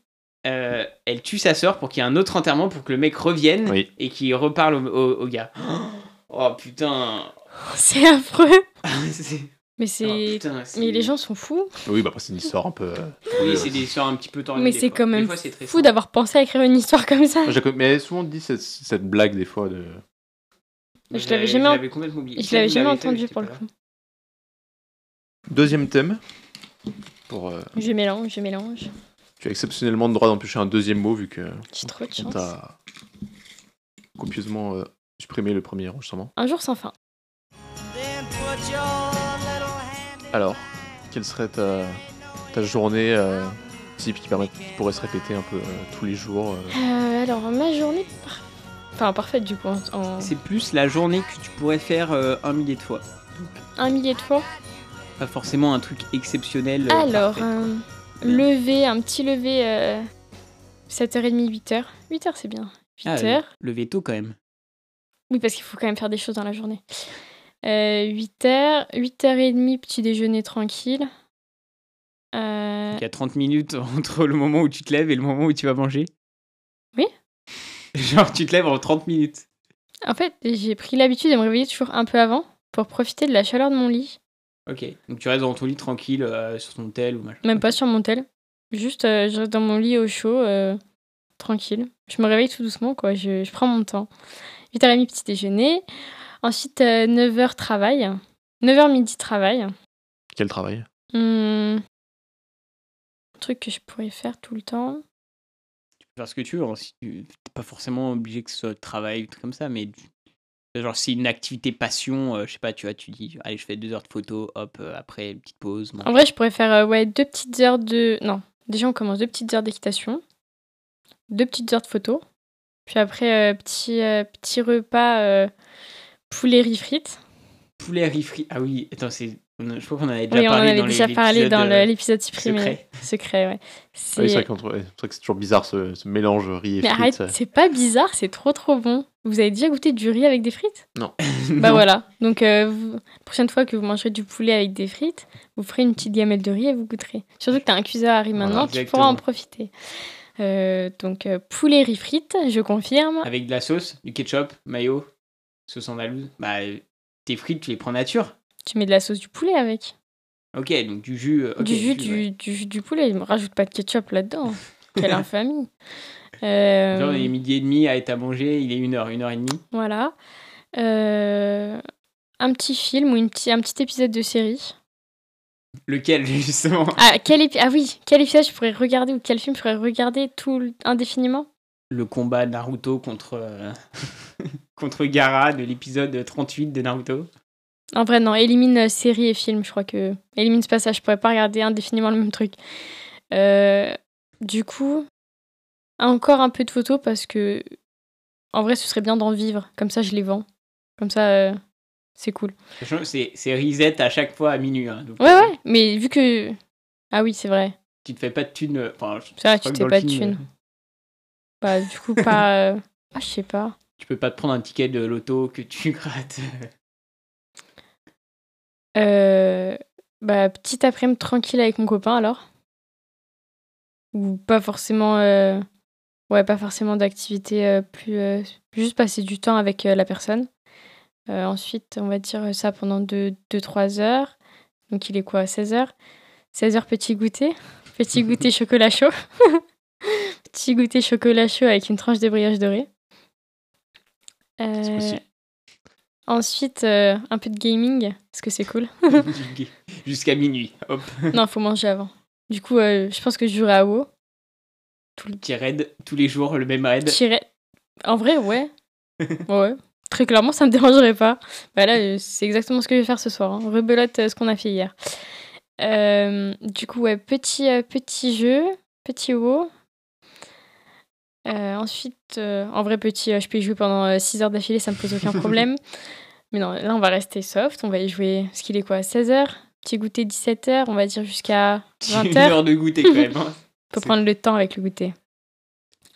euh, elle tue sa sœur pour qu'il y ait un autre enterrement pour que le mec revienne
Oui.
et qu'il reparle au, au- au gars. <gasps> Oh putain. <laughs>
C'est affreux.
C'est- oh,
Mais c'est.
putain, c'est-
mais les gens sont fous.
Oui, bah après, c'est une histoire un peu. euh,
Oui, c'est des histoires un petit peu tordues.
mais
Oh, des
c'est
fois.
quand
Des
même
fois, c'est très
fou
simple.
d'avoir pensé à écrire une histoire comme ça.
Moi, Ah, j'ai con- Mais elle a souvent dit cette, cette blague des fois de.
Je
Je
l'avais
l'avais
jamais
je
en-
l'avais complètement oublié.
Je l'avais
Vous
jamais
l'avez fait, mais
entendu
j'étais
pour le
pas là.
coup.
Deuxième thème. Pour, euh,
Je mélange, je mélange.
tu as exceptionnellement le droit d'empêcher un deuxième mot vu que
J'ai trop de
on
chance.
t'a copieusement euh, supprimé le premier enregistrement.
Un jour sans fin.
Alors, quelle serait ta, ta journée euh, type qui, permet, qui pourrait se répéter un peu euh, tous les jours euh,
Euh, alors, ma journée. par- Enfin, parfaite du coup. en- en-
C'est plus la journée que tu pourrais faire euh, un millier de fois.
Un millier de fois.
Pas forcément un truc exceptionnel. euh,
Alors,
parfait.
un lever, un petit lever, euh, 7h30, 8h. 8h, c'est bien. 8h.
Ah, le veto quand même.
Oui, parce qu'il faut quand même faire des choses dans la journée. Euh, 8h, 8h30, petit déjeuner tranquille. Euh,
Il y a 30 minutes <laughs> entre le moment où tu te lèves et le moment où tu vas manger.
Oui.
<laughs> Genre, tu te lèves en 30 minutes.
En fait, j'ai pris l'habitude de me réveiller toujours un peu avant pour profiter de la chaleur de mon lit.
Ok. Donc tu restes dans ton lit tranquille, euh, sur ton tel ou machin.
Même pas sur mon tel. Juste, euh, je reste dans mon lit au chaud, euh, tranquille. Je me réveille tout doucement, quoi. Je, je prends mon temps. 8h30, petit déjeuner. Ensuite, 9h, travail. 9h, midi, travail.
Quel travail Ah
Hum, Un truc que je pourrais faire tout le temps.
Tu peux faire ce que tu veux. hein, si tu- T'es pas forcément obligé que ce soit le travail ou truc comme ça, mais tu- genre c'est une activité passion, euh, je sais pas, tu vois, tu dis, allez, je fais deux heures de photo, hop, euh, après, une petite pause. mange.
En vrai, je pourrais faire euh, ouais, deux petites heures de. Non, déjà, on commence deux petites heures d'équitation, deux petites heures de photo, puis après, euh, petit, euh, petit repas euh, poulet riz frites.
poulet riz frit. Ah oui, attends, c'est On a- Je crois qu'on en avait déjà
Oui, on en
parlé
avait
dans
déjà
les-
parlé
l'épisode,
dans
euh,
le- l'épisode supprimé.
secret.
Secret, ouais.
Ah oui, c'est vrai,
C'est-
qu'entre- ouais, c'est vrai que c'est toujours bizarre ce, ce mélange riz et
Mais
frites. euh,
arrête, c'est pas bizarre, c'est trop trop bon. Vous avez déjà goûté du riz avec des frites Bah
<laughs> Non.
voilà. Donc euh, vous- la prochaine fois que vous mangerez du poulet avec des frites, vous ferez une petite gamelle de riz et vous goûterez. Surtout que t'as un cuiseur à riz
Voilà,
maintenant, tu pourras
exactement.
en profiter. Euh, donc euh, poulet riz frites, je confirme.
Avec de la sauce, du ketchup, mayo, sauce andalouse. Bah, euh, tes frites, tu les prends nature.
Tu mets de la sauce du poulet avec.
Ok, donc du jus. euh, ok,
du, jus, du,
ouais.
du jus du poulet. Rajoute pas de
<laughs>
ketchup là-dedans. Quelle infamie. Euh,
Genre, il est midi et demi, à être à manger, il est une heure, une heure et demie.
Voilà. Euh, un petit film ou une petit, un petit épisode de série.
Lequel, <laughs> justement
Ah, quel épi- ah oui, quel épisode je pourrais regarder ou quel film je pourrais regarder tout le- indéfiniment
Le combat de Naruto contre, euh, <laughs> contre Gara de l'épisode 38 de Naruto.
En vrai, non, élimine euh, série et film, je crois que. Élimine ce passage, je pourrais pas regarder indéfiniment le même truc. Euh, du coup, encore un peu de photos parce que. En vrai, ce serait bien d'en vivre. Comme ça, je les vends. Comme ça, euh, c'est cool.
Sachant que C'est c'est reset à chaque fois à minuit. hein, donc,
Ouais,
euh,
ouais, mais vu que. Ah oui, c'est vrai.
Tu te fais pas de thunes. euh, Enfin, je-
C'est vrai,
je crois
tu
que
t'es
dans
pas
le
de
film,
thunes. Bah, du coup, pas. euh, Ah, je sais pas.
Tu peux pas te prendre un ticket de loto que tu <laughs> grattes.
Euh, bah, petit après-midi tranquille avec mon copain alors. Ou pas forcément. euh, Ouais, pas forcément d'activité euh, plus. euh, Juste passer du temps avec euh, la personne. Euh, ensuite, on va dire ça pendant 2-3 heures. Donc il est quoi 16 heures 16 heures petit goûter. <laughs>
<laughs>
Petit goûter chocolat chaud. <laughs> petit goûter chocolat chaud avec une tranche de brioche dorée.
C'est
Euh,
possible.
ensuite, euh, un peu de gaming, parce que c'est cool.
euh, Jusqu'à minuit. Hop,
Non, faut manger avant. Du coup, euh, je pense que je jouerai à WoW.
petit raid, tous les jours, le même raid.
J'irai- En vrai, ouais. Ouais. Très clairement, ça me <laughs> dérangerait pas. Bah là, euh, c'est exactement ce que je vais faire ce soir. hein. Rebelote euh, ce qu'on a fait hier. Euh, du coup, ouais, petit, euh, petit jeu, petit WoW. Euh, ensuite, euh, en vrai, petit, euh, je peux y jouer pendant 6 heures d'affilée, ça me pose aucun problème. Mais non, là, on va rester soft. On va y jouer, ce qu'il est quoi, 16h Petit goûter 17h, on va dire jusqu'à
Une
20h.
heure de goûter quand même. hein.
peut
C'est-
prendre le temps avec le goûter.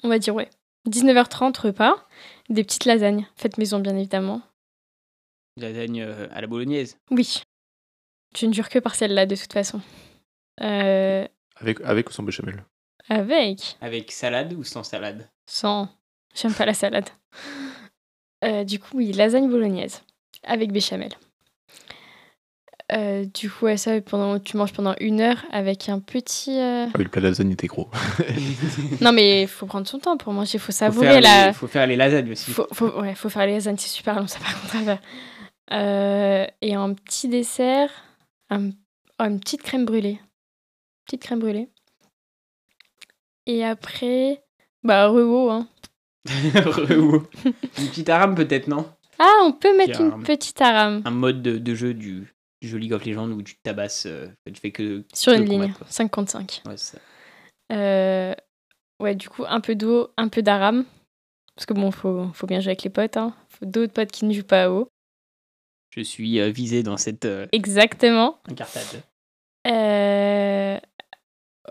On va dire ouais. 19h30 repas, des petites lasagnes, faites maison bien évidemment.
<laughs> Lasagne euh, à la bolognaise.
Oui. Je ne jure que par celle-là de toute façon. Euh,
Avec, avec ou sans béchamel
avec
Avec salade ou sans <laughs> salade
sans j'aime pas la salade. Euh, du coup oui, lasagne bolognaise avec béchamel. Euh, du coup ouais, ça pendant tu manges pendant une heure avec un petit euh,
Ah oui, le plat de lasagne était gros.
non mais faut prendre son temps pour manger faut
faut,
savourer
faire
la
les, faut faire les lasagnes aussi. <laughs>
Faut, faut- ouais, faut faire les lasagnes, c'est super long, ça par contre à faire. Euh, et un petit dessert, un- oh, une petite crème brûlée. Petite crème brûlée. Et après, bah, rewo. Hein.
Re- Une petite arame peut-être, non
Ah, on peut mettre
Carrément.
une petite arame
Un mode de, de jeu du, du jeu League of Legends où tu te tabasses. euh, tu fais que.
sur une
deux
ligne,
combats, quoi.
5 contre 5.
Ouais, c'est ça.
Euh, ouais, du coup, un peu d'eau, un peu d'arame. Parce que bon, faut, faut bien jouer avec les potes. Hein. Faut d'autres potes qui ne jouent pas à eau.
Je suis euh, visé dans cette euh,
Exactement.
incartade.
Euh,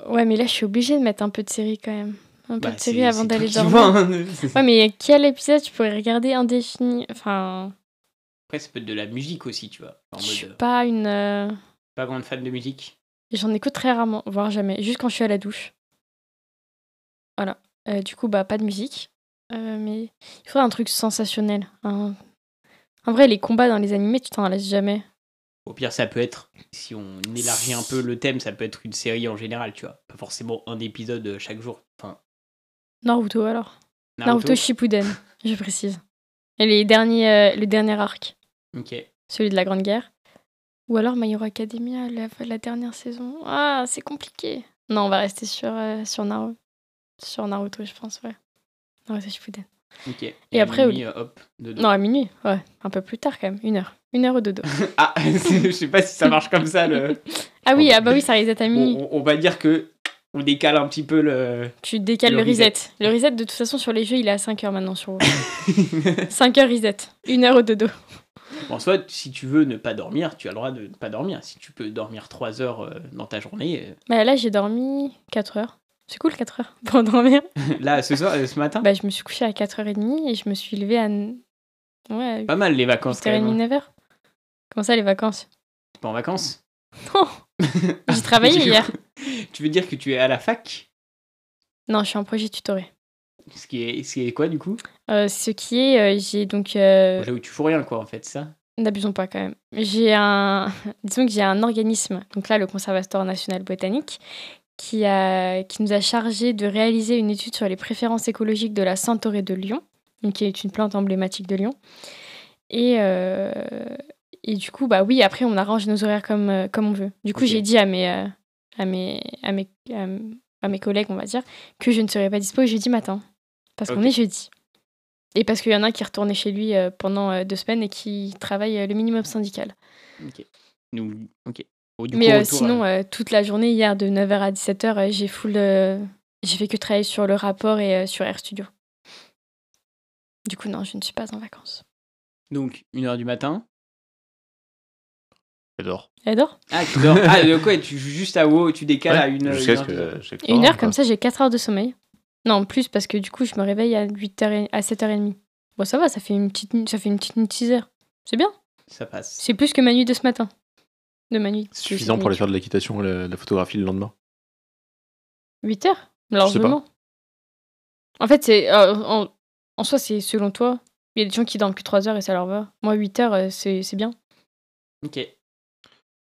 Ouais, mais là, je suis obligée de mettre un peu de série quand même. Un peu
Bah,
de
c'est-
série avant
c'est
d'aller
toi qui
dormir.
vois, hein.
Ouais, mais quel épisode tu pourrais regarder indéfini Enfin,
Après, ça peut être de la musique aussi, tu vois. En
je suis
mode, euh,
pas une. euh,
pas grande fan de musique.
J'en écoute très rarement, voire jamais, juste quand je suis à la douche. Voilà. Euh, du coup, bah, pas de musique. Euh, mais il faudrait un truc sensationnel. hein. En vrai, les combats dans les animés, tu t'en laisses jamais.
Au pire, ça peut être, si on élargit un peu le thème, ça peut être une série en général, tu vois. Pas forcément un épisode euh, chaque jour. Enfin,
Naruto alors. Naruto,
Naruto.
Shippuden, je précise. Et les derniers, euh, le dernier arc.
Ok.
celui de la Grande Guerre. Ou alors My Hero Academia, la, la dernière saison. Ah, c'est compliqué. Non, on va rester sur, euh, sur, Naruto. sur Naruto, je pense, ouais. Naruto Shippuden.
Mm. Ok. Et,
après,
Mimi, euh, hop, dedans.
Non, à minuit, ouais. Un peu plus tard, quand même. Une heure. Une heure
<laughs>
au dodo.
Ah, je sais pas si ça marche comme ça.
<laughs>
Le...
Ah oui, ah bah oui, ça reset à
On,
minuit.
on- on va dire que on décale un petit peu le.
Tu décales
le
le reset. Le
<laughs>
reset, de toute façon, sur les jeux, il est à 5 heures maintenant sur 5 heures reset. Une heure au dodo.
En soit, si tu veux ne pas dormir, tu as le droit de ne pas dormir. Si tu peux dormir 3 heures euh, dans ta journée,
Bah là, j'ai dormi 4 heures. C'est cool 4 heures <laughs> pour dormir.
euh, <laughs> là, ce, soir, euh, ce matin,
Bah, je me suis couchée à 4h30 et je me suis levée à. n- Ouais,
pas mal les vacances quand même.
8h30,
hein.
9h. Comment ça, les vacances
T'es pas en vacances
Non J'ai travaillé
Ah, <laughs> Tu-
hier.
Tu veux dire que tu es à la fac
Non, je suis en projet tutoré.
Ce qui est, ce qui est quoi du coup
Euh, ce qui est, euh, j'ai donc. euh,
Là où tu fous rien quoi en fait, c'est ça
N'abusons pas quand même. J'ai un, <laughs> disons que j'ai un organisme, donc là le Conservatoire national botanique, qui, a, qui nous a chargé de réaliser une étude sur les préférences écologiques de la centaurée de Lyon, donc qui est une plante emblématique de Lyon. Et, euh, et du coup, bah oui, après on arrange nos horaires comme, euh, comme on veut. Du coup,
Ok.
j'ai dit à mes, euh, à, mes, à, mes, à m- à mes collègues, on va dire, que je ne serais pas dispo jeudi matin, parce qu'on
Ok.
est jeudi. Et parce qu'il y en a un qui est retourné chez lui euh, pendant euh, deux semaines et qui travaille euh, le minimum syndical.
Ok. Nous... ok. Bon, du
Mais
coup,
euh,
retour à-
sinon, euh, toute la journée, hier, de 9h à 17h, euh, j'ai full. euh, j'ai fait que travailler sur le rapport et euh, sur Air Studio. Du coup, non, je ne suis pas en vacances.
Donc, 1h du matin.
J'adore.
Elle dort
Ah, tu
<laughs>
dors. ah, de quoi Tu joues juste à WoW, tu décales à 1h. Une,
Jusqu'à ce
une heure
que. jusqu'à que
Une
ça
heure,
rentre,
comme
quoi.
ça, j'ai 4 heures de sommeil. Non, plus, parce que du coup, je me réveille à, 8h à 7h30. Bon, ça va, ça fait une petite, nuit- ça fait une petite nuit de 6 heures. C'est bien.
Ça passe.
C'est plus que ma nuit de ce matin. De ma nuit.
C'est suffisant pour aller faire de l'équitation et la, la photographie le lendemain.
8 heures
sais pas.
Largement. En fait, c'est euh, en, en soi, c'est selon toi. Il y a des gens qui dorment que 3 heures et ça leur va. Moi, 8 heures, euh, c'est c'est bien.
Ok. Très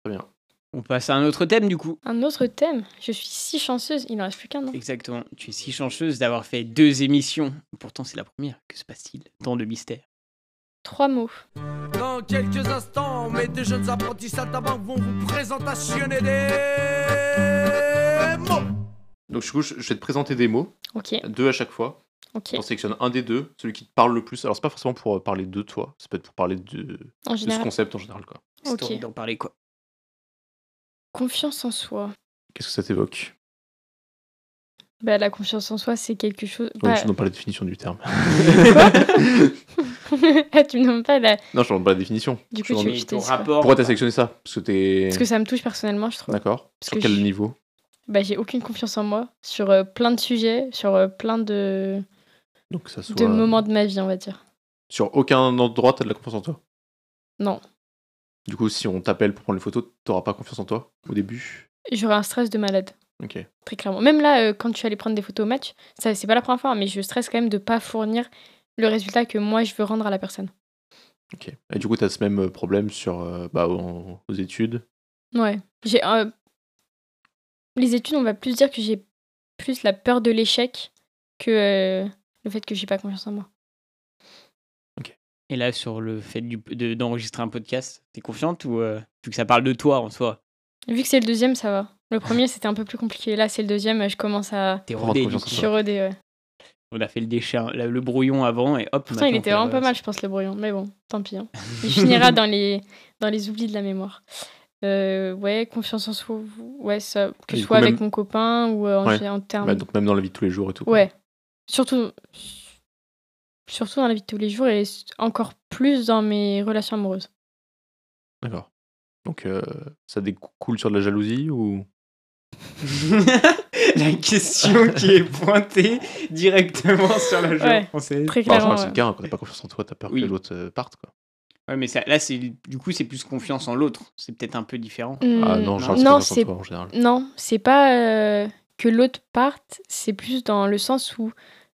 bien.
On passe à un autre thème du coup.
Un autre thème, je suis si chanceuse, il n'en reste plus qu'un. non
Exactement. Tu es si chanceuse d'avoir fait deux émissions. Pourtant, c'est la première. Que se passe-t-il Tant de mystère.
Trois mots.
Dans quelques instants, mes deux jeunes apprentis saltimbanques vont vous présentationner des mots.
Donc, du coup, je je vais te présenter des mots,
Ok,
deux à chaque fois.
ok.
T'en sélectionnes un des deux, celui qui te parle le plus. Alors, c'est pas forcément pour euh, parler de toi, ça peut être pour parler de, de
En
ce
général,
concept en général. quoi.
Si t'as
Ok.
envie d'en parler quoi
confiance en soi.
Qu'est-ce que ça t'évoque
Bah, la confiance en soi, c'est quelque chose.
Ouais,
Bah, <laughs>
Je ne pas la définition du terme.
Ah, tu me demandes pas la.
non, je ne demande pas la définition. Je
Du coup, tu
demande-
je
Mais ton
t'ai-
rapport.
Pourquoi t'as sélectionné ça Parce que t'es.
Parce que ça me touche personnellement, je trouve.
D'accord.
Parce
Sur
que
quel
je-
niveau
Bah, j'ai aucune confiance en moi sur euh, plein de sujets, sur euh, plein de...
Donc, que ça soit.
de moments de ma vie, on va dire.
Sur aucun endroit, t'as de la confiance en toi
Non.
Du coup, si on t'appelle pour prendre les photos, t'auras pas confiance en toi au début
J'aurais un stress de malade.
Ok.
Très clairement. Même là, euh, quand tu allais prendre des photos au match, ça c'est pas la première fois, hein, mais je stresse quand même de pas fournir le résultat que moi je veux rendre à la personne.
Ok. Et du coup, t'as ce même problème sur, euh, bah, en- aux études.
Ouais. J'ai euh, les études, on va plus dire que j'ai plus la peur de l'échec que euh, le fait que j'ai pas confiance en moi.
Et là, sur le fait du- de- d'enregistrer un podcast, t'es confiante ou euh, vu que ça parle de toi en soi,
Vu que c'est le deuxième, ça va. Le premier c'était un peu plus compliqué. Là, c'est le deuxième, euh, je commence à
t'es
Prendre
rodé. du
confiance en
coup.
je suis rodée, ouais.
On a fait le déchet, la- le brouillon avant et hop.
Pourtant, il
maintenant, euh, on fait
était vraiment
la
pas mal,
balance.
je pense, le brouillon. Mais bon, tant pis.
<laughs>
hein. Il finira dans les, dans les oublis de la mémoire. Euh, ouais, confiance en soi. Ouais, ça, que
Et
ce
du
soit
coup,
avec
même-
mon copain ou euh, en,
Ouais.
gé- en termes.
Bah, donc euh, même dans la vie de tous les jours et tout. quoi.
ouais. Surtout, surtout dans la vie de tous les jours et s- encore plus dans mes relations amoureuses.
D'accord. Donc euh, ça découle sur de la jalousie ou
<laughs> la question qui est pointée directement sur la
Ouais.
jeune française.
Très
Bah, en
clairement.
général, c'est
ouais.
le cas. hein, Quand t'as pas confiance en toi, t'as peur
Oui.
que l'autre euh, parte. Quoi.
Ouais, mais ça- là, c'est du coup, c'est plus confiance en l'autre. C'est peut-être un peu différent.
Hmm,
Ah non, je parle de
non,
confiance en
c'est Euh,
toi en général.
Non, c'est pas euh, que l'autre parte, c'est plus dans le sens où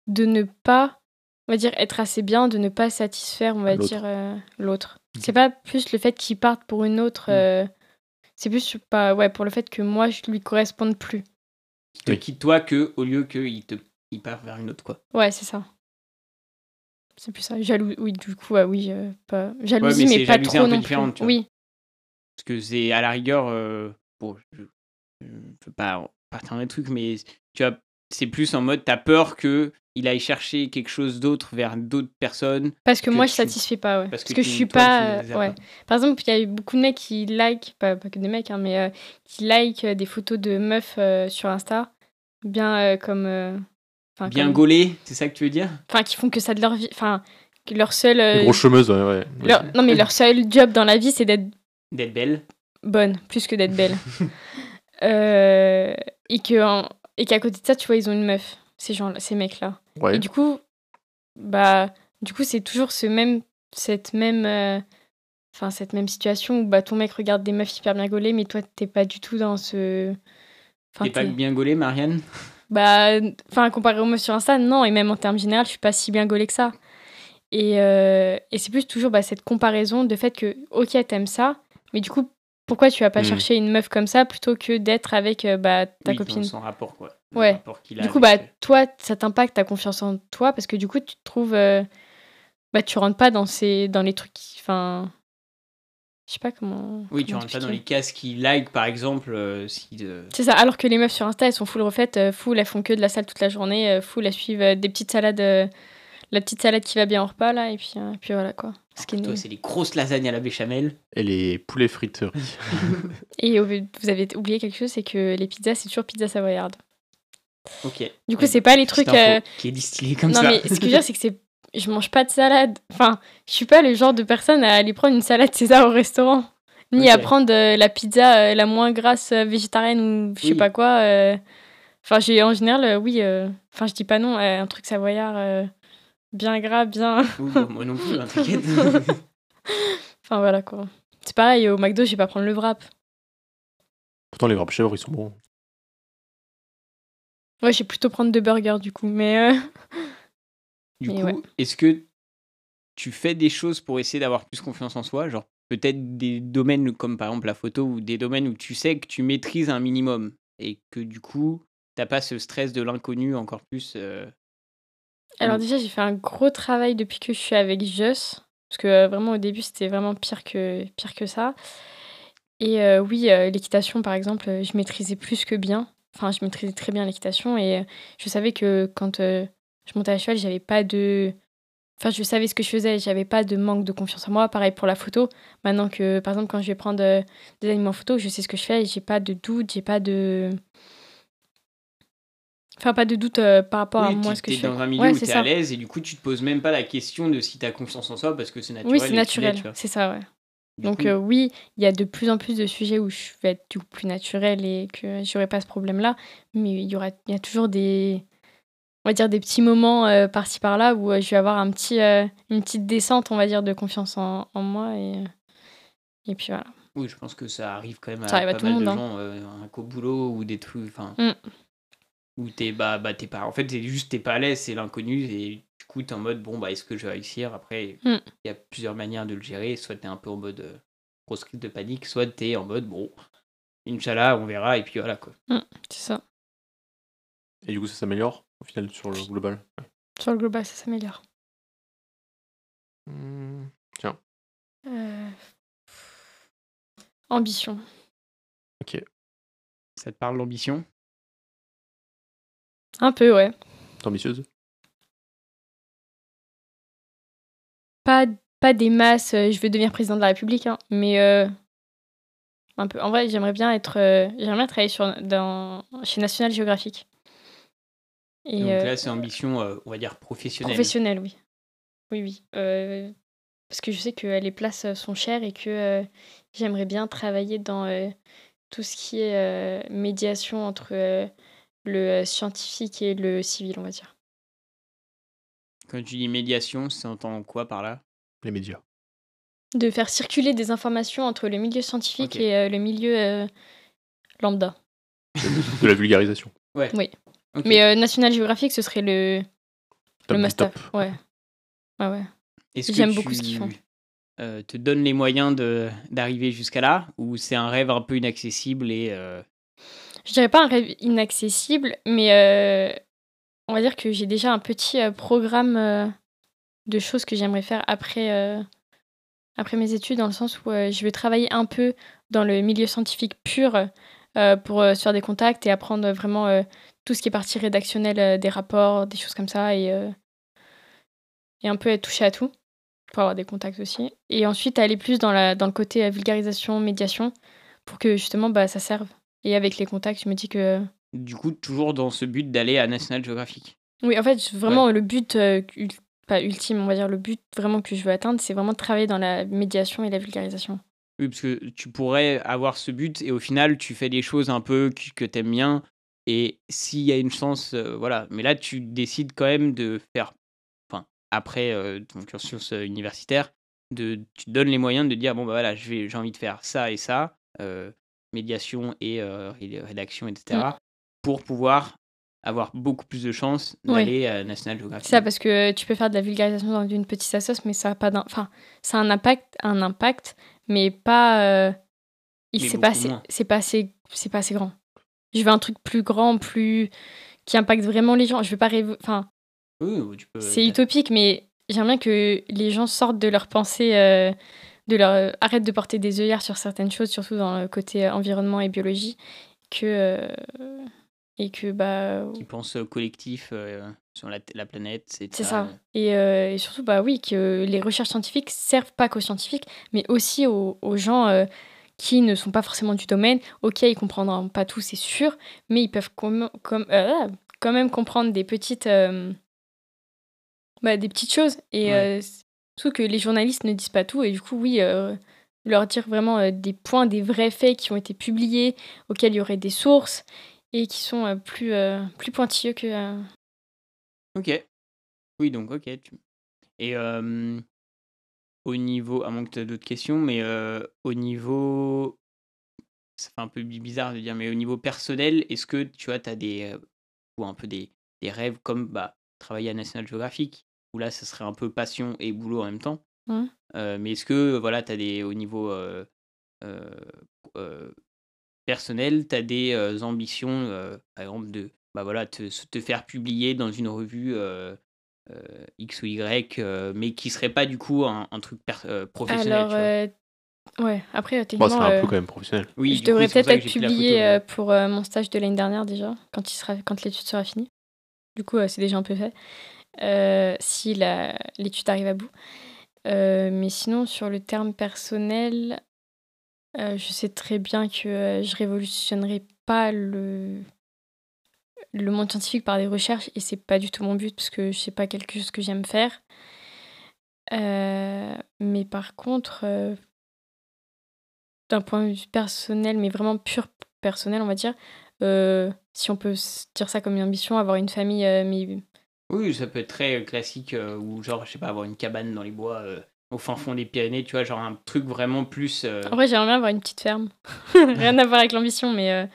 de ne pas, on va dire, être assez bien, de ne pas satisfaire, on va
L'autre.
dire, euh, l'autre. C'est pas plus le fait qu'il parte pour une autre,
Mm.
euh, c'est plus pas, ouais, pour le fait que moi je lui corresponde plus.
Te
Oui.
quitte toi que au lieu qu'il te il part vers une autre quoi.
Ouais, c'est ça. C'est plus ça. Jaloux, oui, du coup, ah oui, euh, pas... jalousie,
mais
mais,
c'est
pas
jalousie un
trop
peu
non plus.
différente, tu vois.
Oui,
Parce que c'est à la rigueur, euh, bon, je, je peux pas partir dans les trucs, mais tu vois, c'est plus en mode t'as peur que il aille chercher quelque chose d'autre vers d'autres personnes.
parce que,
que
moi je
tu-
satisfais pas, ouais. Parce, que, je
tu-
suis
toi, tu
pas,
les
euh,
as
ouais. Par exemple, il y a eu beaucoup de mecs qui like, pas, pas que des mecs, hein, mais euh, qui like euh, des photos de meufs euh, sur Insta, bien euh, comme. euh, enfin,
Bien
comme-
gaulé, c'est ça que tu veux dire
Enfin, qui font que ça de leur vie. Enfin, que leur seul. euh,
Les grosses chômeuses, ouais. ouais.
leur- non, mais leur seul job dans la vie, c'est d'être
D'être belle.
bonne, plus que d'être belle. Euh, et que en- et qu'à côté de ça, tu vois, ils ont une meuf, ces gens-là, ces mecs-là.
Ouais.
Et du coup, bah, du coup, c'est toujours ce même, cette même, euh, enfin cette même situation où bah ton mec regarde des meufs hyper bien gaulées, mais toi t'es pas du tout dans ce, enfin,
T'es pas
t'es-
bien gaulée, Marianne
bah, enfin comparé aux meufs sur Insta, non, et même en termes généraux, je suis pas si bien gaulée que ça. Et, euh, et c'est plus toujours bah, cette comparaison de fait que ok t'aimes ça, mais du coup pourquoi tu vas pas
Hmm.
chercher une meuf comme ça plutôt que d'être avec euh, bah ta
Oui, dans
copine.
Son rapport, quoi. Le
Ouais.
rapport qu'il a
Du coup, bah,
avec-
toi, ça t'impacte ta confiance en toi parce que du coup, tu te trouves. euh, bah, tu rentres pas dans, ces, dans les trucs qui. Enfin. Je sais pas comment.
euh, Oui,
comment
tu rentres pas dans les
expliquer.
cases qui like, par exemple, euh, si de-
C'est ça, alors que les meufs sur Insta, elles sont full refaites, euh, full, elles font que de la salle toute la journée, euh, full, elles suivent euh, des petites salades. euh, la petite salade qui va bien au repas, là, et puis, euh, puis voilà quoi. Ce qui est
Ah, Toi,
nul.
c'est les grosses lasagnes à la béchamel.
Et les poulets friteries.
Et euh, vous avez oublié quelque chose, c'est que les pizzas, c'est toujours pizza savoyarde.
Ok.
Du coup, c'est pas les
Petite
trucs.
info
euh,
qui est distillé comme
non,
ça.
mais ce que je veux dire, c'est que c'est. Je mange pas de salade. Enfin, je suis pas le genre de personne à aller prendre une salade César au restaurant. Ni à
Ok.
prendre euh, la pizza euh, la moins grasse euh, végétarienne ou je sais
Oui.
pas quoi. euh. Enfin, j'ai en général, euh, oui. euh, Enfin, je dis pas non, euh, un truc savoyard euh, bien gras, bien. <laughs>
Ouh, bah, moi non plus, hein, t'inquiète.
Enfin, voilà quoi. C'est pareil, au McDo, je vais pas prendre le wrap.
Pourtant, les wraps chèvres, ils sont bons.
Moi, je vais plutôt prendre deux burgers du coup. Mais euh,
du
Mais
coup,
ouais.
est-ce que tu fais des choses pour essayer d'avoir plus confiance en soi Genre, peut-être des domaines comme par exemple la photo ou des domaines où tu sais que tu maîtrises un minimum et que du coup, t'as pas ce stress de l'inconnu encore plus. euh,
alors,
Mm.
déjà, j'ai fait un gros travail depuis que je suis avec Joss. Parce que euh, vraiment, au début, c'était vraiment pire que, pire que ça. Et euh, oui, euh, l'équitation, par exemple, euh, je maîtrisais plus que bien. Enfin, je maîtrisais très bien l'équitation et euh, je savais que quand euh, je montais à cheval, j'avais pas de. Enfin, je savais ce que je faisais, j'avais pas de manque de confiance en moi. Pareil pour la photo. Maintenant que, par exemple, quand je vais prendre euh, des animaux en photo, je sais ce que je fais et j'ai pas de doute, j'ai pas de. Enfin, pas de doute euh, par rapport à
oui,
moi,
t'es-
ce que je
t'es
fais.
dans un milieu
Ouais,
où
c'est
t'es
ça.
à l'aise et du coup, tu te poses même pas la question de si t'as confiance en soi parce que c'est naturel.
Oui,
et
c'est
tu l'es, tu
naturel,
vois.
c'est ça, ouais.
Du
Donc
coup,
euh, oui, il y a de plus en plus de sujets où je vais être du coup plus naturelle et que j'aurai pas ce problème-là, mais il y aura, il y a toujours des, on va dire des petits moments euh, par-ci par-là où euh, je vais avoir un petit, euh, une petite descente, on va dire, de confiance en, en moi et euh, et puis voilà.
Oui, je pense que ça arrive quand même à,
Ça arrive à
pas
tout le
mal de
monde, hein.
gens, euh, un co-boulot ou des trucs, enfin,
Mm.
où t'es bah, bah t'es pas, en fait t'es juste t'es pas à l'aise, c'est l'inconnu et du coup t'es en mode bon bah est-ce que je vais réussir après il
Mm.
y a plusieurs manières de le gérer, soit t'es un peu en mode euh, grosse crise de panique, soit t'es en mode bon Inch'Allah on verra et puis voilà quoi.
C'est ça.
Et du coup, ça s'améliore au final sur le global.
Sur le global, ça s'améliore.
Hmm.
Euh, Ambition.
Ça te parle l'ambition
Un peu, ouais.
T'es ambitieuse
Pas, pas des masses, euh, je veux devenir président de la République, hein, mais euh, un peu. En vrai, j'aimerais bien être. euh, j'aimerais bien travailler sur, dans, chez National Geographic. Et,
Donc
euh,
là c'est ambition euh, on va dire professionnelle.
professionnelle, oui. Oui, oui. Euh, parce que je sais que euh, les places euh, sont chères et que euh, j'aimerais bien travailler dans euh, tout ce qui est euh, médiation entre euh, le euh, scientifique et le civil, on va dire.
Quand tu dis médiation, c'est en tant quoi par là
Les médias.
de faire circuler des informations entre le milieu scientifique
Ok.
et euh, le milieu euh, lambda.
De la vulgarisation.
Ouais.
Oui.
Ok.
Mais euh, National Geographic, ce serait le,
Top
<laughs> le
du
must-up.
top.
Ouais. Ouais, ouais.
Est-ce que
J'aime beaucoup ce
tu,
qu'ils font.
euh, te donne les moyens de- d'arriver jusqu'à là ou c'est un rêve un peu inaccessible et euh,
Je dirais pas un rêve inaccessible, mais euh, on va dire que j'ai déjà un petit euh, programme euh, de choses que j'aimerais faire après, euh, après mes études, dans le sens où euh, je vais travailler un peu dans le milieu scientifique pur euh, pour euh, se faire des contacts et apprendre vraiment euh, tout ce qui est partie rédactionnelle euh, des rapports, des choses comme ça, et, euh, et un peu être touché à tout pour avoir des contacts aussi. Et ensuite aller plus dans, la, dans le côté euh, vulgarisation, médiation, pour que justement bah, ça serve. Et avec les contacts, je me dis que.
du coup toujours dans ce but d'aller à National Geographic
Oui, en fait, je- vraiment, le but euh, ul- pas ultime, on va dire, le but vraiment que je veux atteindre, c'est vraiment de travailler dans la médiation et la vulgarisation.
Oui, parce que tu pourrais avoir ce but et au final, tu fais des choses un peu que, que t'aimes bien. Et s'il y a une chance, euh, voilà. Mais là, tu décides quand même de faire, enfin, après euh, ton cursus euh, universitaire, de, tu te donnes les moyens de dire, bon, bah voilà, je vais- j'ai envie de faire ça et ça, euh, médiation et euh, ré- rédaction, etc.,
Mm.
pour pouvoir avoir beaucoup plus de chances
Oui.
d'aller à National Geographic.
C'est ça, parce que tu peux faire de la vulgarisation dans une petite assos, mais ça a pas d'im- enfin, ça a un impact, un impact, mais pas, euh, il
Mais
c'est pas,
beaucoup
assez-
moins.
c'est pas assez, c'est pas assez grand. Je veux un truc plus grand, plus qui impacte vraiment les gens. Je veux pas rêver, enfin,
Oui, ou tu peux-
C'est utopique, mais j'aime bien que les gens sortent de leurs pensées, euh, de leur, euh, arrêtent de porter des œillères sur certaines choses, surtout dans le côté euh, environnement et biologie, que euh, et que bah
qui pense euh, collectif euh, sur la, la planète, etc.
c'est ça. Et, euh, et surtout bah oui que les recherches scientifiques servent pas qu'aux scientifiques, mais aussi aux, aux gens. euh, qui ne sont pas forcément du domaine, ok, ils comprendront pas tout, c'est sûr, mais ils peuvent com- com- euh, quand même comprendre des petites, euh, bah, des petites choses. Et
Ouais.
euh, surtout que les journalistes ne disent pas tout, et du coup, oui, euh, leur dire vraiment euh, des points, des vrais faits qui ont été publiés, auxquels il y aurait des sources, et qui sont euh, plus, euh, plus pointilleux que. euh,
Ok. Oui, donc, ok. tu- Et euh, au niveau, à moins que tu aies d'autres questions, mais euh, au niveau. Ça fait un peu bi- bizarre de dire, mais au niveau personnel, est-ce que tu vois, tu as des. euh, ou un peu des, des rêves comme bah, travailler à National Geographic, où là, ça serait un peu passion et boulot en même temps.
Ouais.
Euh, mais est-ce que, voilà, tu as des. Au niveau. euh, euh, euh, personnel, tu as des euh, ambitions, euh, par exemple, de bah voilà, te, se- te faire publier dans une revue euh, euh, X ou Y, euh, mais qui serait pas du coup un, un truc per- euh, professionnel.
Alors,
tu vois.
euh, ouais, après, euh,
Bon, c'est
techniquement.
un
euh,
peu quand même professionnel.
oui, du
je
coup,
devrais
c'est pour
peut-être
ça que
être
j'ai pris la
publiée
photo,
euh,
mais-
pour euh, mon stage de l'année dernière déjà, quand, il sera, quand l'étude sera finie. Du coup, euh, c'est déjà un peu fait, euh, si la- l'étude arrive à bout. Euh, mais sinon, sur le terme personnel, euh, je sais très bien que euh, je révolutionnerai pas le, le monde scientifique par des recherches, et c'est pas du tout mon but, parce que c'est pas quelque chose que j'aime faire. Euh, mais par contre, euh, d'un point de vue personnel, mais vraiment pur personnel, on va dire, euh, si on peut s- dire ça comme une ambition, avoir une famille, euh, mais
Oui, ça peut être très euh, classique, euh, ou genre, je sais pas, avoir une cabane dans les bois euh, au fin fond des Pyrénées, tu vois, genre un truc vraiment plus. euh,
en vrai, j'aimerais bien avoir une petite ferme. <laughs> Rien à voir avec l'ambition, mais euh,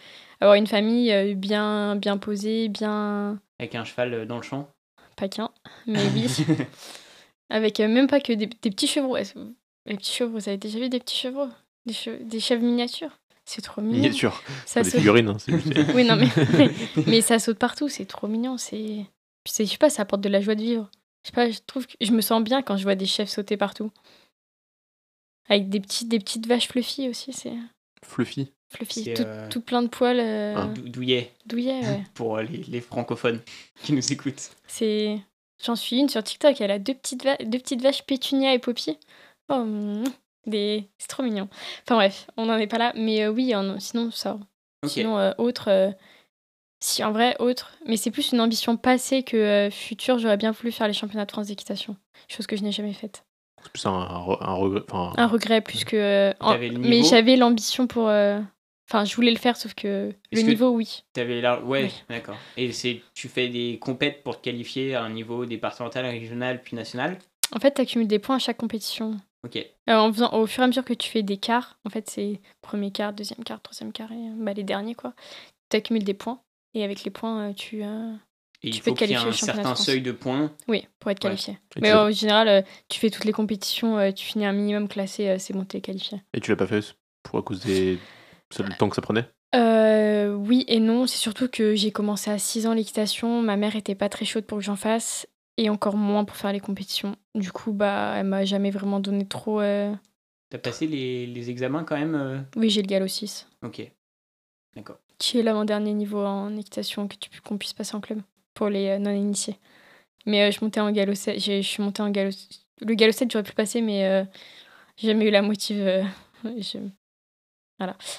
avoir une famille euh, bien, bien posée, bien.
avec un cheval euh, dans le champ.
pas qu'un, mais
<laughs>
oui. avec euh, même pas que des, des petits chevreaux. Est-ce- Les petits chevreaux, vous avez déjà vu des petits chevreaux Des, che- des chèvres miniatures C'est trop mignon.
Miniature.
Ça
Pas des
saute-
figurines. hein, c'est
<laughs>
juste-
Oui, non, mais,
<laughs>
mais ça saute partout, c'est trop mignon. C'est, puis c'est- je sais pas, ça apporte de la joie de vivre. Je sais pas, je trouve que je me sens bien quand je vois des chefs sauter partout. Avec des, petits, des petites vaches fluffy aussi, c'est
Fluffy.
fluffy.
C'est
Tout,
euh,
tout plein de poils euh,
Hein.
dou- douillet
douillets,
<laughs>
ouais.
pour euh, les, les francophones <laughs> qui nous écoutent.
C'est... J'en suis une sur TikTok, elle a deux petites, va- deux petites vaches Pétunia et Poppy. Oh, mm, des... c'est trop mignon. Enfin bref, on n'en est pas là, mais euh, oui, en- sinon ça,
Ok.
Sinon, euh, autre. euh, si, en vrai, autre. Mais c'est plus une ambition passée que euh, future. J'aurais bien voulu faire les championnats de France d'équitation. Chose que je n'ai jamais faite.
C'est plus un, un re- un regret. Enfin,
Un regret plus que. euh, en-
T'avais le
mais
niveau
j'avais l'ambition pour. euh, Enfin, je voulais le faire, sauf que le
Est-ce que-
niveau, oui.
T'avais là, ouais,
Oui.
d'accord. Et c'est, tu fais des compètes pour te qualifier à un niveau départemental, régional, puis national.
En fait, t'accumules des points à chaque compétition.
Ok.
Euh, en faisant, au fur et à mesure que tu fais des quarts, en fait, c'est premier quart, deuxième quart, troisième quart et euh, bah, les derniers, quoi. T'accumules des points. Et avec les points, euh, tu. euh,
Et
Tu
il faut
peux te
qu'il y ait
qualifier
un
au championnat de
certain
France.
seuil de points.
Oui, pour être
Ouais.
qualifié.
et,
Mais
tu l'as-
en général, euh, tu fais toutes les compétitions, euh, tu finis un minimum classé, euh, c'est bon, t'es qualifié.
et tu l'as pas fait pour à cause des. c'est le temps que ça prenait
Euh, oui et non, c'est surtout que j'ai commencé à 6 ans l'équitation, ma mère était pas très chaude pour que j'en fasse, et encore moins pour faire les compétitions. Du coup, bah, elle m'a jamais vraiment donné trop... euh,
T'as passé les, les examens quand même euh,
Oui, j'ai le galop 6,
Ok.
qui est l'avant-dernier niveau en équitation que tu qu'on puisse passer en club, pour les euh, non-initiés. Mais euh, je montais en galop 7, j'ai- je suis montée en galop... Le galop 7, j'aurais pu le passer, mais euh, j'ai jamais eu la motive... euh, <laughs> je-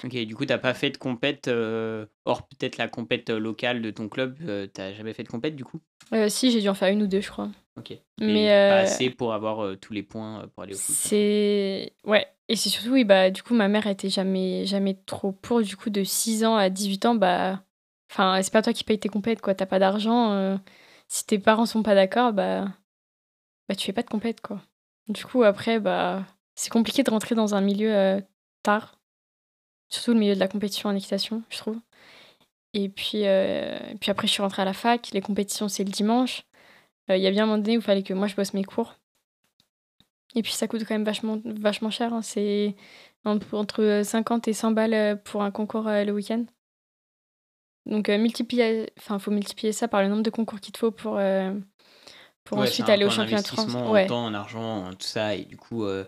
Ok, du coup, t'as pas fait de compète, euh, hors peut-être la compète euh, locale de ton club, euh, t'as jamais fait de compète du coup
Euh, si, j'ai dû en faire une ou deux, je crois.
Ok.
Mais,
Mais pas
euh,
assez pour avoir euh, tous les points euh, pour aller au foot.
C'est. Ouais. Et c'est surtout, oui, bah, du coup, ma mère était jamais, jamais trop pour. Du coup, de 6 ans à 18 ans, bah. Enfin, c'est pas toi qui payes tes compètes, quoi. T'as pas d'argent. euh, Si tes parents sont pas d'accord, bah. Bah, tu fais pas de compète, quoi. Du coup, après, bah. C'est compliqué de rentrer dans un milieu euh, tard. Surtout le milieu de la compétition en équitation, je trouve. Et puis, euh, et puis après, je suis rentrée à la fac. Les compétitions, c'est le dimanche. Euh, Il y a bien un moment donné où il fallait que moi, je bosse mes cours. Et puis ça coûte quand même vachement, vachement cher. hein. C'est en- entre 50 et 100 balles euh, pour un concours euh, le week-end. Donc euh, multiplier, enfin faut multiplier ça par le nombre de concours qu'il te faut pour euh, pour
Ouais,
ensuite
c'est un
aller au
peu un
championnat de France.
investissement
Ouais.
En temps, en argent, en tout ça. Et du coup, euh,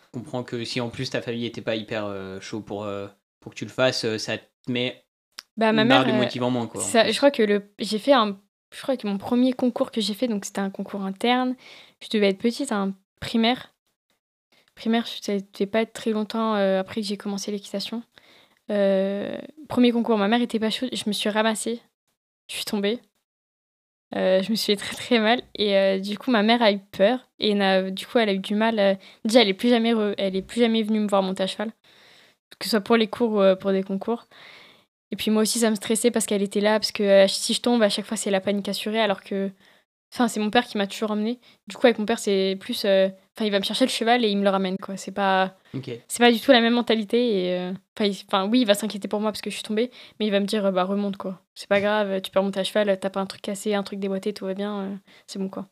je comprends que si en plus ta famille était pas hyper euh, chaud pour, euh, pour que tu le fasses, euh, ça te met
Bah ma
une barre
mère,
de
euh,
motivant moins. Quoi, en
Ça,
plus.
je crois que le, j'ai fait un, je crois que mon premier concours que j'ai fait, donc c'était un concours interne. Je devais être petite, un primaire. Primaire, ça devait pas être très longtemps euh, après que j'ai commencé l'équitation. Euh, premier concours, ma mère était pas chaude, je me suis ramassée, je suis tombée. Euh, je me suis fait très très mal et euh, du coup ma mère a eu peur et n'a- du coup elle a eu du mal. euh, déjà elle est plus jamais re- elle est plus jamais venue me voir monter à cheval, que ce soit pour les cours ou euh, pour des concours. Et puis moi aussi, ça me stressait parce qu'elle était là, parce que euh, si je tombe, à chaque fois, c'est la panique assurée, alors que. Enfin, c'est mon père qui m'a toujours emmené. Du coup, avec mon père, c'est plus. euh, Enfin, il va me chercher le cheval et il me le ramène, quoi. C'est pas,
Ok.
c'est pas du tout la même mentalité. Et, euh, enfin, il- enfin, oui, il va s'inquiéter pour moi parce que je suis tombée, mais il va me dire, euh, bah, remonte, quoi. C'est pas grave, tu peux remonter à cheval, t'as pas un truc cassé, un truc déboîté, tout va bien, euh, c'est bon, quoi.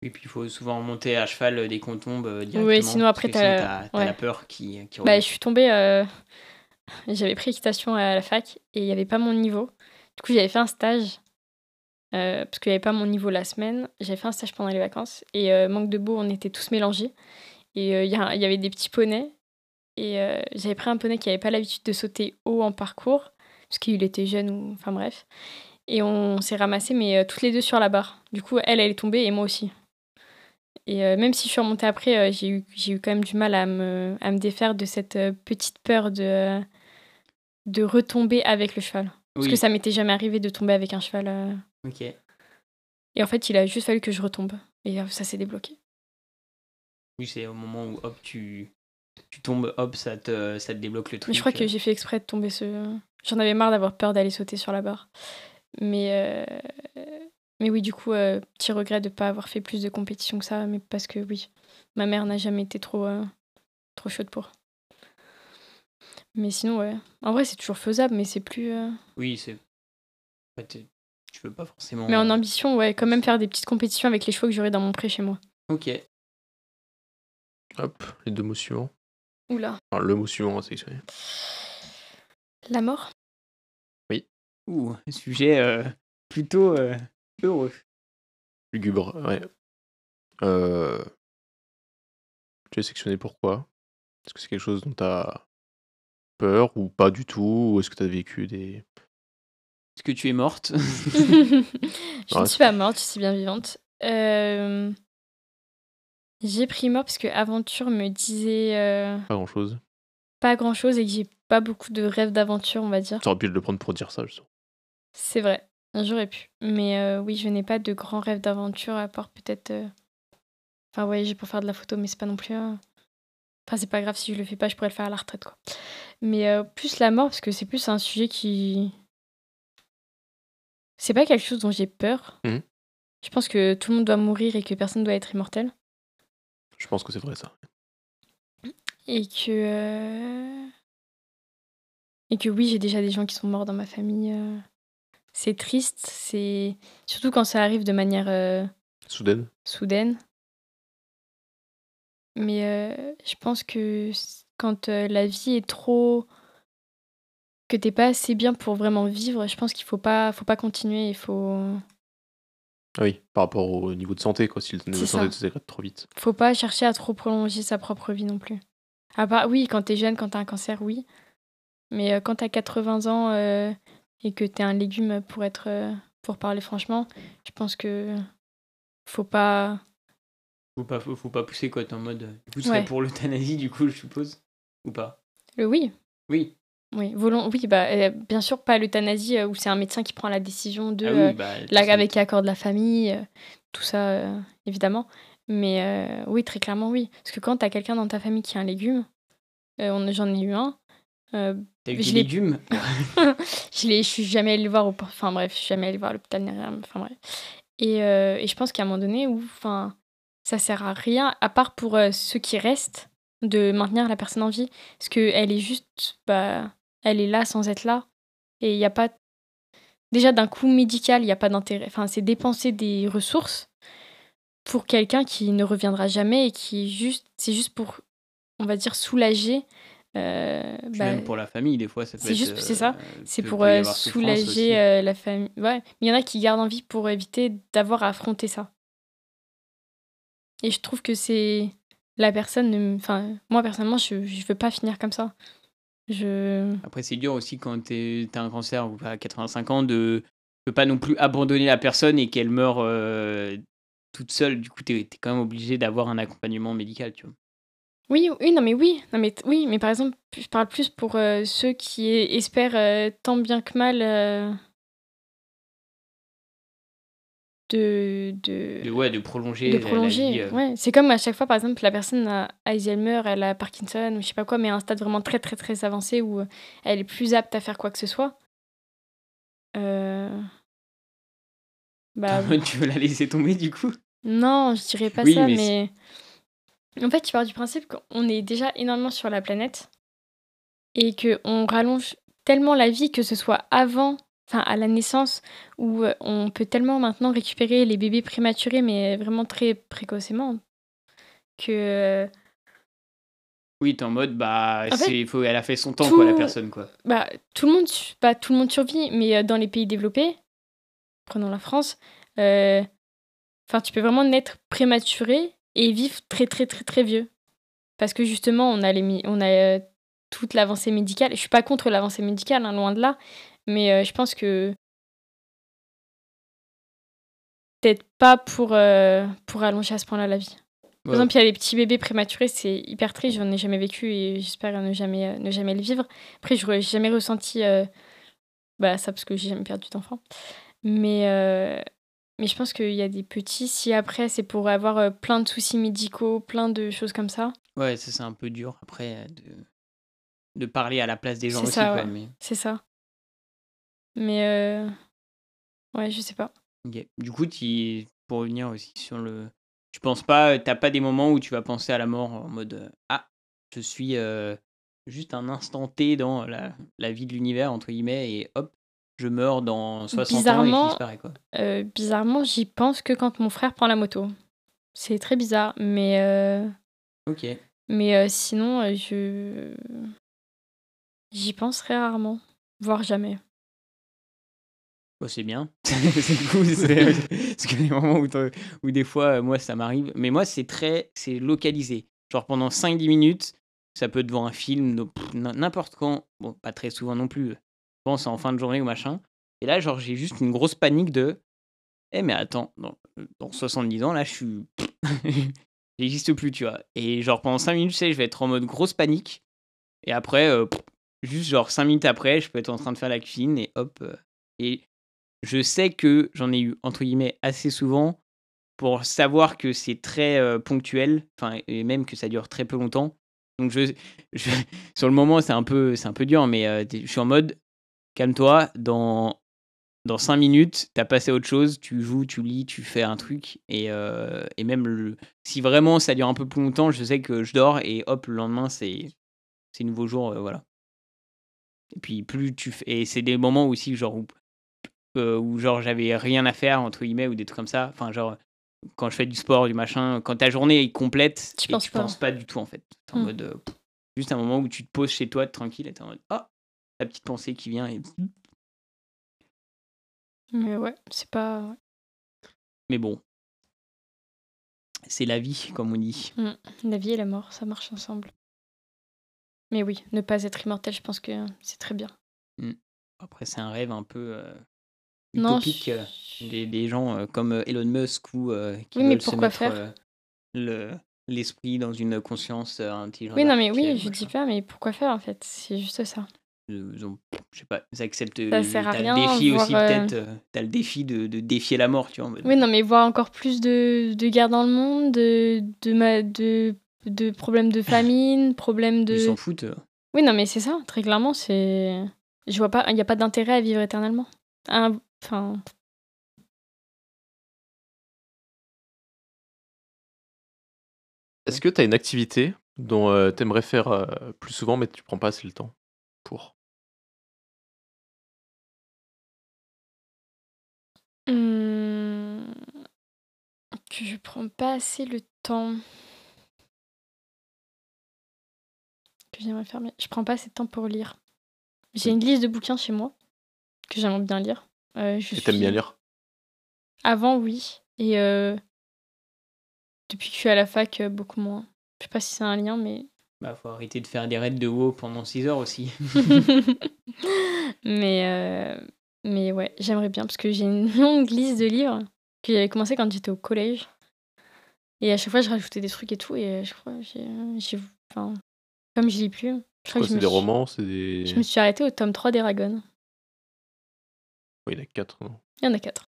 Et puis il faut souvent remonter à cheval euh, dès qu'on tombe euh, directement.
sinon,
parce
après,
que
t'as
sinon,
la-
t'as t'as
ouais.
la peur qui, qui
Bah,
revient.
je suis tombée. euh, J'avais pris équitation à la fac et il n'y avait pas mon niveau. Du coup, j'avais fait un stage. euh, parce qu'il n'y avait pas mon niveau la semaine. J'avais fait un stage pendant les vacances. Et euh, manque de beau, on était tous mélangés. Et euh, il y, a un- il y avait des petits poneys. Et euh, j'avais pris un poney qui n'avait pas l'habitude de sauter haut en parcours. Parce qu'il était jeune ou. Enfin bref. Et on s'est ramassés, mais euh, toutes les deux sur la barre. Du coup, elle, elle est tombée et moi aussi. Et euh, même si je suis remontée après, euh, j'ai eu, j'ai eu quand même du mal à me, à me défaire de cette euh, petite peur de, euh, de retomber avec le cheval. Parce
Oui,
que ça m'était jamais arrivé de tomber avec un cheval. euh.
ok.
Et en fait, il a juste fallu que je retombe. Et euh, ça s'est débloqué.
Oui, c'est au moment où hop, tu, tu tombes, hop, ça te, ça te débloque le truc.
Mais je crois que
euh,
j'ai fait exprès de tomber ce. J'en avais marre d'avoir peur d'aller sauter sur la barre. Mais, euh, mais oui, du coup, euh, petit regret de ne pas avoir fait plus de compétition que ça. Mais parce que oui, ma mère n'a jamais été trop, euh, trop chaude pour. Mais sinon, ouais. En vrai, c'est toujours faisable, mais c'est plus. euh,
Oui, c'est. ouais, t'es- tu peux pas forcément.
Mais en ambition, ouais, quand même faire des petites compétitions avec les chevaux que j'aurais dans mon pré chez moi.
Ok.
Hop, les deux mots suivants.
Oula.
Enfin, le mot suivant à sélectionner.
La mort
Ouh, un sujet euh, plutôt euh, heureux.
Lugubre, ouais. Euh... Tu as sectionné pourquoi Est-ce que c'est quelque chose dont tu as peur ou pas du tout Ou est-ce que tu as vécu des.
Est-ce que tu es morte <laughs>
<laughs> Je
Ouais.
ne suis pas morte, je suis bien vivante. Euh, J'ai pris mort parce que Aventure me disait euh,
Pas grand-chose
pas grand chose et que j'ai pas beaucoup de rêves d'aventure, on va dire.
Tu aurais pu le prendre pour dire ça, je sais.
C'est vrai, j'aurais pu. Mais euh, oui, je n'ai pas de grands rêves d'aventure à part peut-être. euh, Enfin, ouais, j'ai pour faire de la photo, mais c'est pas non plus. euh, Enfin, c'est pas grave si je le fais pas, je pourrais le faire à la retraite, quoi. Mais euh, plus la mort, parce que c'est plus un sujet qui. C'est pas quelque chose dont j'ai peur.
Mhm.
Je pense que tout le monde doit mourir et que personne doit être immortel.
Je pense que c'est vrai ça.
Et que. euh, Et que oui, j'ai déjà des gens qui sont morts dans ma famille. euh, C'est triste, c'est. Surtout quand ça arrive de manière euh,
Soudaine
soudaine. Mais euh, je pense que c- quand euh, la vie est trop. que t'es pas assez bien pour vraiment vivre, je pense qu'il faut pas, faut pas continuer, il faut.
Ah oui, par rapport au niveau de santé, quoi. Si le niveau de
C'est
santé
ça.
se dégrade trop vite.
faut pas chercher à trop prolonger sa propre vie non plus. À part, oui, quand t'es jeune, quand t'as un cancer, oui. Mais euh, quand t'as 80 ans euh, et que t'es un légume pour être, euh, pour parler franchement, je pense que faut pas.
Faut pas, faut, faut pas pousser quoi, t'es en mode. euh, Du coup, ce serait
Ouais.
pour l'euthanasie, du coup, je suppose. Ou pas
Le oui,
Oui.
Oui, volon- oui bah, euh, bien sûr, pas l'euthanasie euh, où c'est un médecin qui prend la décision de.
Ah
euh,
oui, bah,
la,
tout
avec qui accorde la famille, euh, tout ça, euh, évidemment. Mais euh, oui, très clairement, oui. Parce que quand t'as quelqu'un dans ta famille qui a un légume, euh, on- j'en ai eu un, euh,
ça. T'as eu
je
des
l'ai- bah,
légumes
je l'ai- je suis jamais allée le voir au por- enfin bref je suis jamais allée voir à l'hôpital ni rien enfin bref et, euh, et je pense qu'à un moment donné où enfin ça sert à rien à part pour euh, ceux qui restent de maintenir la personne en vie parce que elle est juste bah elle est là sans être là et il n'y a pas déjà d'un coût médical il n'y a pas d'intérêt enfin c'est dépenser des ressources pour quelqu'un qui ne reviendra jamais et qui est juste c'est juste pour on va dire soulager euh,
Puis
bah,
Même pour la famille, des fois, ça peut
c'est
être,
juste- c'est
euh,
ça.
peut-
c'est
peut
pour
y
euh,
avoir souffrance aussi.
soulager euh, la famille. Ouais, mais il y en a qui gardent en vie pour éviter d'avoir à affronter ça. Et je trouve que c'est la personne. ne m- Enfin, moi personnellement, je je veux pas finir comme ça. Je
Après, c'est dur aussi quand t'es- t'as un cancer ou à 85 ans de ne pas non plus abandonner la personne et qu'elle meurt euh, toute seule. Du coup, t'es t'es quand même obligé d'avoir un accompagnement médical, tu vois.
oui, oui, non mais oui, non mais t- oui, mais par exemple, je parle plus pour euh, ceux qui espèrent euh, tant bien que mal euh, de de
De, ouais, de prolonger,
de
la- la
prolonger.
vie, euh, <laughs>
ouais. C'est comme à chaque fois, par exemple, la personne a Alzheimer, elle a Parkinson, ou je sais pas quoi, mais à un stade vraiment très très très avancé où euh, elle est plus apte à faire quoi que ce soit. Euh, Bah
tu veux la laisser tomber, du coup
non, je dirais pas
Oui,
ça,
mais
mais... En fait, tu pars du principe qu'on est déjà énormément sur la planète et qu'on rallonge tellement la vie que ce soit avant, enfin à la naissance, où euh, on peut tellement maintenant récupérer les bébés prématurés, mais vraiment très précocement, que... euh,
Oui, t'es en mode, bah,
En fait,
c'est- faut, elle a fait son temps, quoi, la
tout-
personne, quoi.
bah, tout le monde, su- pas tout le monde survit, mais euh, dans les pays développés, prenons la France, euh, enfin, tu peux vraiment naître prématuré et vivre très très très très vieux. Parce que justement, on a, les, mi- on a euh, toute l'avancée médicale. Je suis pas contre l'avancée médicale, hein, loin de là, mais euh, je pense que peut-être pas pour, euh, pour allonger à ce point-là la vie. Par
Ouais.
exemple, il y a les petits bébés prématurés, c'est hyper triste, j'en ai jamais vécu et j'espère ne jamais, euh, ne jamais le vivre. Après, je n'ai jamais ressenti euh, bah, ça parce que j'ai jamais perdu d'enfant. Mais, euh, mais je pense qu'il y a des petits, si après c'est pour avoir euh, plein de soucis médicaux, plein de choses comme ça,
Ouais, ça, c'est un peu dur, après, euh, de, de parler à la place des gens
C'est
aussi,
ça,
quoi.
ouais.
mais-
c'est ça. Mais euh, ouais, je sais pas.
Ok. Du coup, t'y- pour revenir aussi sur le. Tu penses pas, t'as pas des moments où tu vas penser à la mort en mode euh, Ah, je suis euh, juste un instant T dans la, la vie de l'univers, entre guillemets, et hop, je meurs dans 60 ans et
Bizarrement-
je disparais, quoi.
Euh, bizarrement, j'y pense que quand mon frère prend la moto. C'est très bizarre, mais, euh,
Ok.
mais euh, sinon, euh, je. J'y pense très rarement, voire jamais.
Bon, Bah, c'est bien. <laughs> c'est cool. <laughs> c'est- Parce que les moments où, t'en- où des fois, euh, moi, ça m'arrive. Mais moi, c'est très. C'est localisé. Genre pendant 5-10 minutes, ça peut être devant un film, no- pff, n- n'importe quand. Bon, pas très souvent non plus. Je pense en fin de journée ou machin. Et là, genre, j'ai juste une grosse panique de. Eh, mais attends, dans, dans 70 ans, là, je suis. <laughs> J'existe plus, tu vois. Et genre pendant 5 minutes, tu sais, je vais être en mode grosse panique. Et après, euh, pff, juste genre 5 minutes après, je peux être en train de faire la cuisine et hop. euh, et je sais que j'en ai eu, entre guillemets, assez souvent pour savoir que c'est très euh, ponctuel, enfin, et même que ça dure très peu longtemps. Donc, je, je- <laughs> sur le moment, c'est un, peu- c'est un peu dur, mais euh, t'es- je suis en mode, calme-toi, dans, dans 5 minutes, t'as passé à autre chose, tu joues, tu lis, tu fais un truc, et, euh, et même le- si vraiment ça dure un peu plus longtemps, je sais que je dors, et hop, le lendemain, c'est c'est nouveau jour, euh, voilà. Et puis, plus tu fais, et c'est des moments aussi, genre, où euh, où genre j'avais rien à faire entre guillemets ou des trucs comme ça enfin genre quand je fais du sport du machin quand ta journée est complète
Tu
et
penses
tu
pas.
penses pas du tout en fait T'es en
Mm.
mode euh, pff, juste un moment où tu te poses chez toi tranquille et t'es en mode oh la petite pensée qui vient
Mmh.
et...
Mais ouais, c'est pas.
mais bon c'est la vie comme on dit
La vie et la mort, ça marche ensemble. Mais oui, ne pas être immortel, je pense que c'est très bien.
après c'est un rêve un peu euh,
Non,
utopique
je-
euh, des, des gens euh, comme euh, Elon Musk ou euh, qui
Oui, mais
veulent se
pourquoi
mettre,
faire
euh, le l'esprit dans une conscience euh, intelligente
Oui, non, mais
artificielle,
oui, je dis
machin.
pas, mais pourquoi faire en fait C'est juste ça.
euh, ils ont- je sais pas, ils acceptent.
Ça
euh,
sert à
t'as
rien,
le défi
voir,
aussi,
euh,
peut-être. euh, T'as le défi de, de défier la mort, tu vois. en mode-
Oui, non, mais voir encore plus de, de guerres dans le monde, de, de, ma- de, de problèmes
<coughs>
de famine, problèmes
Ils
de.
s'en foutent. euh.
Oui, non, mais c'est ça, très clairement, c'est. Je vois pas, il n'y a pas d'intérêt à vivre éternellement. Un- Enfin.
Est-ce que tu as une activité dont tu aimerais faire euh, plus souvent, mais tu prends pas assez le temps pour
hum, que je prends pas assez le temps. Que j'aimerais faire, mais je prends pas assez de temps pour lire. J'ai une liste de bouquins chez moi que j'aimerais bien lire. Euh, je
Et t'aimes
suis-
bien lire
Avant, oui. Et euh, depuis que je suis à la fac, euh, beaucoup moins. Je sais pas si c'est un lien, mais.
Bah, faut arrêter de faire des raids de WoW pendant 6 heures aussi.
<laughs> mais, euh, mais ouais, j'aimerais bien parce que j'ai une <laughs> longue liste de livres que j'avais commencé quand j'étais au collège. Et à chaque fois, je rajoutais des trucs et tout. Et euh, je crois, que j'ai. j'ai- Enfin, comme je lis plus, je crois
Quoi,
que je
C'est
me,
des
suis,
romans, c'est des.
je me suis arrêtée au tome 3 d'Eragon.
Ouais, il y en a quatre, non
Il y en a 4.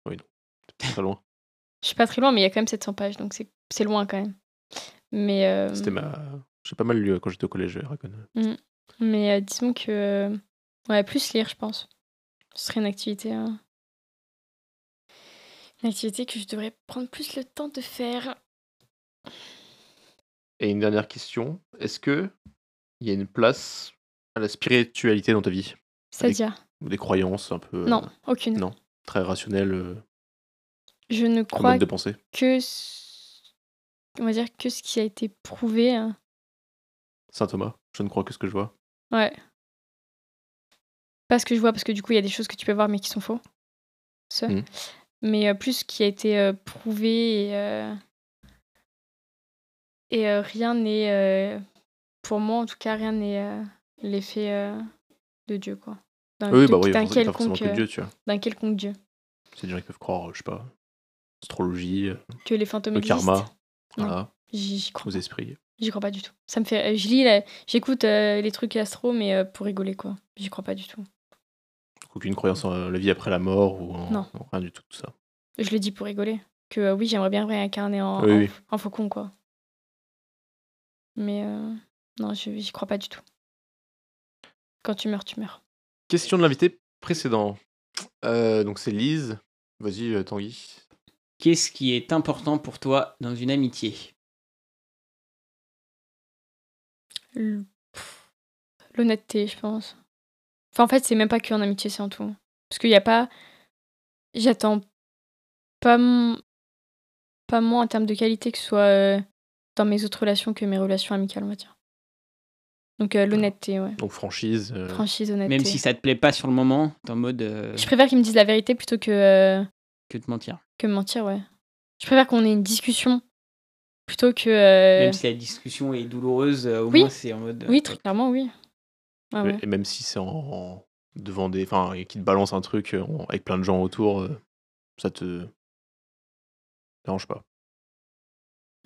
C'est pas très loin.
Je suis pas très loin, mais il y a quand même 700 pages, donc c'est c'est loin quand même. Mais. euh,
C'était ma. J'ai pas mal lu euh, quand j'étais au collège, Eragon.
Mais euh, disons que. euh, ouais, plus lire, je pense. Ce serait une activité. euh, Une activité que je devrais prendre plus le temps de faire.
Et une dernière question. Est-ce que il y a une place à la spiritualité dans ta vie
C'est-à-dire
Ou Des croyances un peu euh,
Non, aucune.
non. très rationnelles, euh,
Je ne
comme
crois
mode de pensée
que. ce- On va dire que ce qui a été prouvé. hein.
Saint Thomas, je ne crois que ce que je vois.
Ouais. Pas ce que je vois, parce que du coup, il y a des choses que tu peux voir mais qui sont faux. Ça.
Mhm.
Mais euh, plus ce qui a été euh, prouvé et, euh, et, euh, rien n'est. euh, Pour moi, en tout cas, rien n'est euh, l'effet euh, de Dieu, quoi. D'un-
oui,
de-
bah oui, forcément-
d'un
pas forcément
quelconque,
que Dieu, tu vois.
euh, d'un quelconque Dieu.
C'est des gens qui peuvent croire, euh, je sais pas, astrologie, euh,
Que les fantômes
le
existent.
karma,
Non.
voilà,
J'y j'y crois.
aux esprits.
J'y crois pas du tout. Ça me fait. euh, Je lis, la- j'écoute euh, les trucs astro, mais euh, pour rigoler, quoi. J'y crois pas du tout.
Aucune croyance en euh, la vie après la mort ou en,
Non.
en rien du tout, tout ça.
Je le dis pour rigoler. Que euh, oui, j'aimerais bien réincarner en,
Oui,
en-
oui.
en faucon, quoi. Mais euh, non, je- j'y crois pas du tout. Quand tu meurs, tu meurs.
Question de l'invité précédent. Euh, donc c'est Lise. Vas-y, euh, Tanguy.
Qu'est-ce qui est important pour toi dans une amitié
L- pff, L'honnêteté, je pense. Enfin, en fait, c'est même pas qu'en amitié, c'est en tout. Parce qu'il n'y a pas. J'attends pas, m- pas moins en termes de qualité que ce soit euh, dans mes autres relations que mes relations amicales, on va dire. Donc, euh, l'honnêteté, ouais.
Donc franchise. euh,
Franchise, honnêteté.
Même si ça te plaît pas sur le moment, t'es en mode euh,
Je préfère qu'ils me disent la vérité plutôt que, euh,
que te mentir.
que me mentir, ouais. Je préfère qu'on ait une discussion plutôt que. euh,
Même si la discussion est douloureuse, euh, au
Oui.
moins c'est en mode. euh,
Oui, très clairement, oui. Ah ouais.
Et même si c'est en, en- devant des. Enfin, et qui te balance un truc euh, en- avec plein de gens autour, euh, ça te. dérange pas.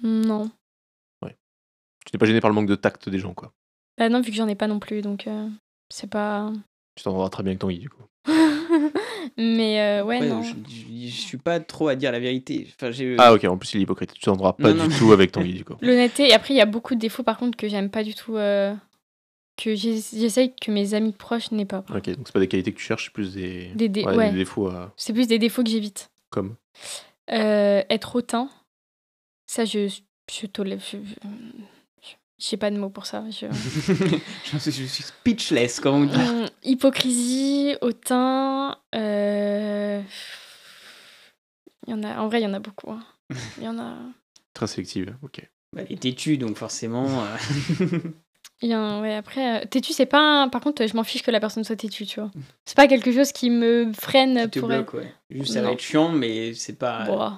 Non.
Tu n'es pas gêné par le manque de tact des gens, quoi.
Bah non, vu que j'en ai pas non plus, donc euh, c'est pas.
Tu t'entendras très bien avec Tanguy, du coup.
Mais euh, ouais,
après,
non.
Je, je- je suis pas trop à dire la vérité. Enfin, j'ai. euh, <laughs>
Ah, ok, en plus il est hypocrite. Tu t'entendras pas
Non, non,
du
mais-
tout avec
<laughs>
Tanguy, du coup.
L'honnêteté, et après, il y a beaucoup de défauts par contre que j'aime pas du tout. euh, que j'ess- j'essaye que mes amis proches n'aient pas.
Ok, donc c'est pas des qualités que tu cherches, c'est plus des.
Des dé-
ouais,
ouais.
des défauts à.
C'est plus des défauts que j'évite.
Comme.
Euh, être hautain, ça, je, je tolère. je- je- J'ai pas de mots pour ça. Je...
je suis- je suis speechless, comme on dit.
Hum, hypocrisie, hautain. euh, Il y en a. En vrai, il y en a beaucoup. hein. Il y en a.
Très sélective, ok.
Bah, elle est têtue, donc forcément. euh,
il y en- ouais, après, euh, têtu, c'est pas. un- Par contre, je m'en fiche que la personne soit têtue, tu vois. C'est pas quelque chose qui me freine
<laughs> qui te
pour
bloque, ouais. Juste, ça va
Non.
être chiant, mais c'est pas,
être. Bon,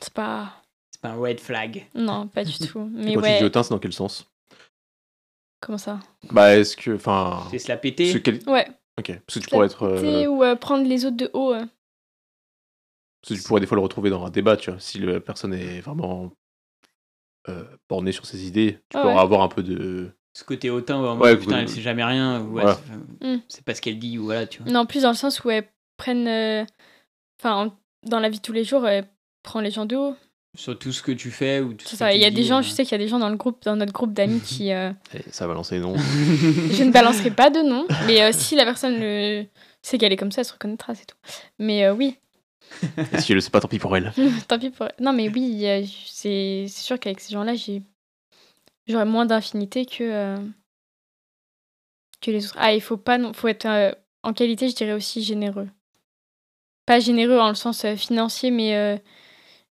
c'est pas.
c'est pas un red flag.
Non, pas du tout.
Et
Mais
quand tu dis
ouais.
hautain, c'est dans quel sens
Comment ça
Bah, est-ce que. Enfin.
C'est se la
ce
péter.
quali-
Ouais.
Ok, parce que tu pourrais être. euh,
T'sais, Ou euh, prendre les autres de haut. euh.
Parce que tu pourrais des fois le retrouver dans un débat, tu vois. Si la personne est vraiment euh, bornée sur ses idées, tu
Ah
pourras
ouais.
avoir un peu de
ce côté hautain, vraiment,
Ouais,
putain,
que-
elle sait jamais rien, ou ouais,
Voilà.
c'est- euh,
Mm.
c'est pas ce qu'elle dit, ou voilà, tu vois.
Non, plus dans le sens où elles prennent. euh, Enfin, en- dans la vie de tous les jours, elles prennent les gens de haut.
Sur tout ce que tu fais, ou tout
Mm. C'est
ce
ça.
que
Il y a
tu
des
dis,
gens,
euh,
je sais qu'il y a des gens dans, le groupe, dans notre groupe d'amis qui. euh,
Allez, eh, ça va lancer
<laughs>
les noms.
Je ne balancerai pas de nom, mais euh, si la personne le... sait qu'elle est comme ça, elle se reconnaîtra, c'est tout. Mais euh, oui,
Et si elle le sait pas, tant pis pour elle.
tant pis pour. Non, mais oui, euh, c'est c'est sûr qu'avec ces gens-là, j'ai j'aurais moins d'infinité que euh, que les autres. Ah, il faut pas, non... faut être euh, en qualité, je dirais aussi généreux. Pas généreux en le sens euh, financier, mais euh,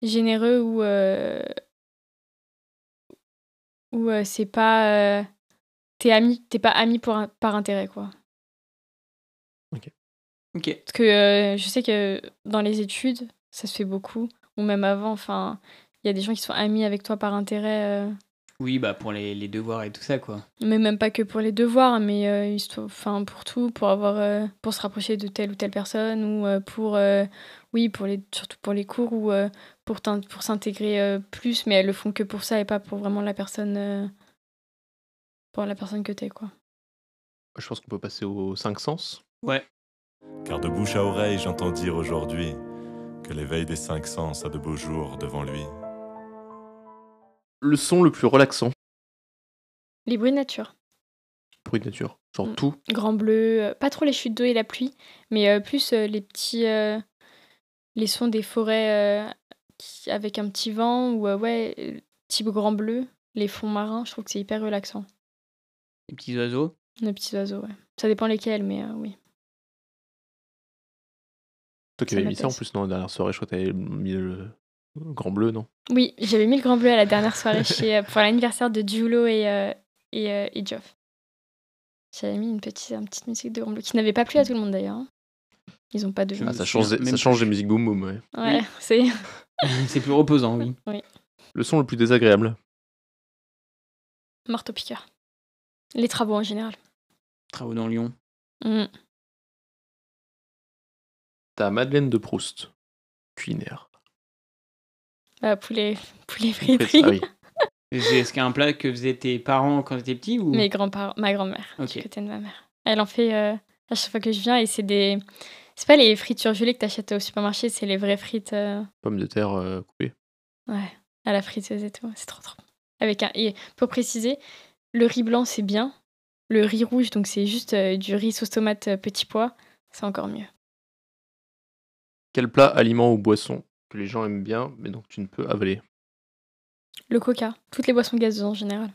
généreux où euh, où euh, c'est pas euh, t'es ami, t'es pas ami pour un- par intérêt quoi.
<laughs> Ok.
Parce que euh, je sais que dans les études, ça se fait beaucoup, ou même avant, enfin, il y a des gens qui sont amis avec toi par intérêt, euh,
Oui, bah, pour les, les devoirs et tout ça, quoi.
mais même pas que pour les devoirs, mais euh, histo- enfin, pour tout, pour avoir, euh, pour se rapprocher de telle ou telle personne, ou euh, pour, euh, oui, pour les, surtout pour les cours, ou euh, pour, t'in- pour s'intégrer euh, plus, mais elles le font que pour ça et pas pour vraiment la personne, euh, pour la personne que t'es, quoi.
Je pense qu'on peut passer aux cinq sens.
Car de bouche à oreille, j'entends dire aujourd'hui que l'éveil des cinq sens a de beaux jours devant lui.
Le son le plus relaxant
Les bruits de nature.
pour une nature. Genre
Mm.
tout.
Grand bleu, euh, pas trop les chutes d'eau et la pluie, mais euh, plus euh, les petits. euh, les sons des forêts euh, qui- avec un petit vent ou, euh, ouais, euh, type grand bleu, les fonds marins, je trouve que c'est hyper relaxant.
Les petits oiseaux. <laughs>
Les petits oiseaux, ouais. Ça dépend lesquels, mais euh, oui.
Toi qui
Ça
avais mis ça en
m'apaise.
plus, non, la dernière soirée, je crois que t'avais mis le... le grand bleu, non
Oui, j'avais mis le grand bleu à la dernière soirée chez, euh, pour l'anniversaire de Julo et, euh, et, euh, et Geoff. J'avais mis une petite, une petite musique de grand bleu qui n'avait pas plu à tout le monde d'ailleurs. hein. Ils ont pas de
Je
goût.
Ah, ça
me
change,
souviens
des- ça
même
change
plus.
des musiques boom boom, ouais.
Ouais, c'est. <laughs>
c'est plus reposant, oui.
Le son le plus désagréable.
Marteau piqueur. Les travaux en général.
Travaux dans Lyon.
Mm.
T'as Madeleine de Proust, culinaire.
Bah, poulet, poulet
Ah
frit.
oui.
Et c'est- Est-ce qu'il y a un plat que faisaient tes parents quand t'étais petit ou...
<laughs> Mes grands-parents, ma grand-mère,
Ok.
du côté de ma mère. Elle en fait euh, à chaque fois que je viens et c'est des. C'est pas les frites surgelées que t'achètes au supermarché, c'est les vraies frites euh,
<laughs> Pommes de terre euh, coupées.
à la friteuse et tout. C'est trop trop. bon. Avec un et pour préciser, le riz blanc c'est bien, le riz rouge donc c'est juste euh, du riz sauce tomate euh, petit pois, c'est encore mieux.
Quel plat, aliment ou boisson que les gens aiment bien, mais donc tu ne peux avaler
Le coca, toutes les boissons gazeuses en général.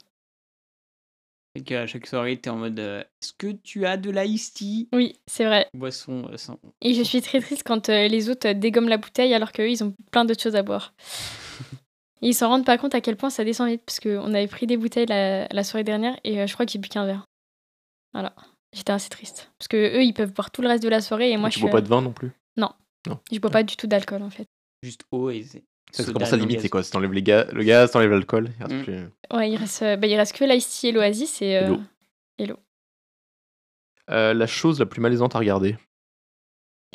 Et qu'à chaque soirée, t'es en mode euh, Est-ce que tu as de la tea
Oui, c'est vrai.
Boisson euh, sans.
Et je suis très triste quand euh, les autres euh, dégomment la bouteille alors qu'eux, ils ont plein d'autres choses
<laughs>
à boire. Et ils s'en rendent pas compte à quel point ça descend vite, parce qu'on avait pris des bouteilles la, la soirée dernière et euh, je crois que j'ai bu qu'un verre. Voilà. J'étais assez triste. Parce que eux, ils peuvent boire tout le reste de la soirée et moi,
Et tu
je,
bois
suis,
pas de vin non plus.
euh, je bois pas du tout d'alcool en fait.
Juste eau et. Ça
Ça commence à limiter quoi. Si t'enlèves les ga- le gaz, t'enlèves l'alcool. il reste
Mm.
plus-
Ouais, il reste, euh, bah, il reste que l'ice tea et l'oasis et. euh,
L'eau. Euh, la chose la plus malaisante à regarder.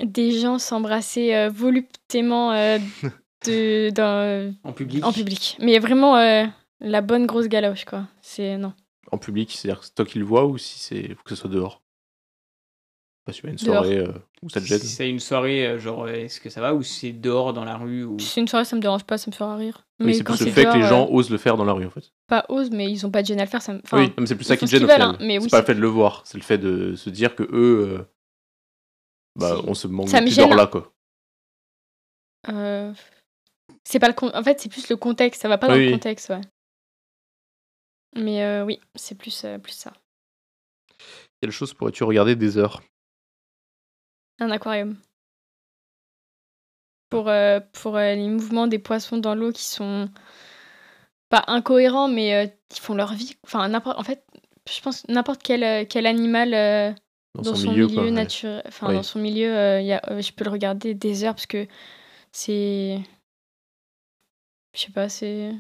des gens s'embrasser euh, voluptément euh,
<laughs>
de, dans-
En public.
en public. Mais vraiment, euh, la bonne grosse galoche quoi. C'est. Non.
En public, c'est-à-dire que c'est toi qui le vois ou si c'est faut que ce soit dehors Pas si y a une
Dehors.
soirée euh, où ça te
Si
gêne.
c'est une soirée, euh, genre, euh, est-ce que ça va Ou c'est dehors dans la rue ou...
Si c'est une soirée, ça me dérange pas, ça me fera rire.
Oui, c'est plus le fait
dehors,
que les
euh,
gens osent le faire dans la rue en fait.
pas osent, mais ils ont pas de gêne à le faire. Ça me...
oui,
enfin,
non, mais c'est plus
ils
ça qui
font
te
ce qu'ils
gêne au final.
veulent, hein, mais
c'est
oui,
pas
c'est-
le fait de le voir, c'est le fait de se dire que eux, euh, bah,
Si.
on se manque
Ça me
plus
gêne,
d'or
hein.
là quoi.
euh, c'est pas le con- En fait, c'est plus le contexte. Ça va pas dans
Oui.
le contexte, ouais. Mais euh, oui, c'est plus euh, plus ça.
Quelle chose pourrais-tu regarder des heures
Un aquarium. Pour euh, pour euh, les mouvements des poissons dans l'eau qui sont pas incohérents, mais euh, qui font leur vie. Enfin, n'importe. En fait, je pense n'importe quel euh, quel animal. euh,
dans,
dans
son milieu, quoi, ouais.
naturel enfin
Oui.
dans son milieu euh, il y a- euh, je peux le regarder des heures parce que c'est je sais pas c'est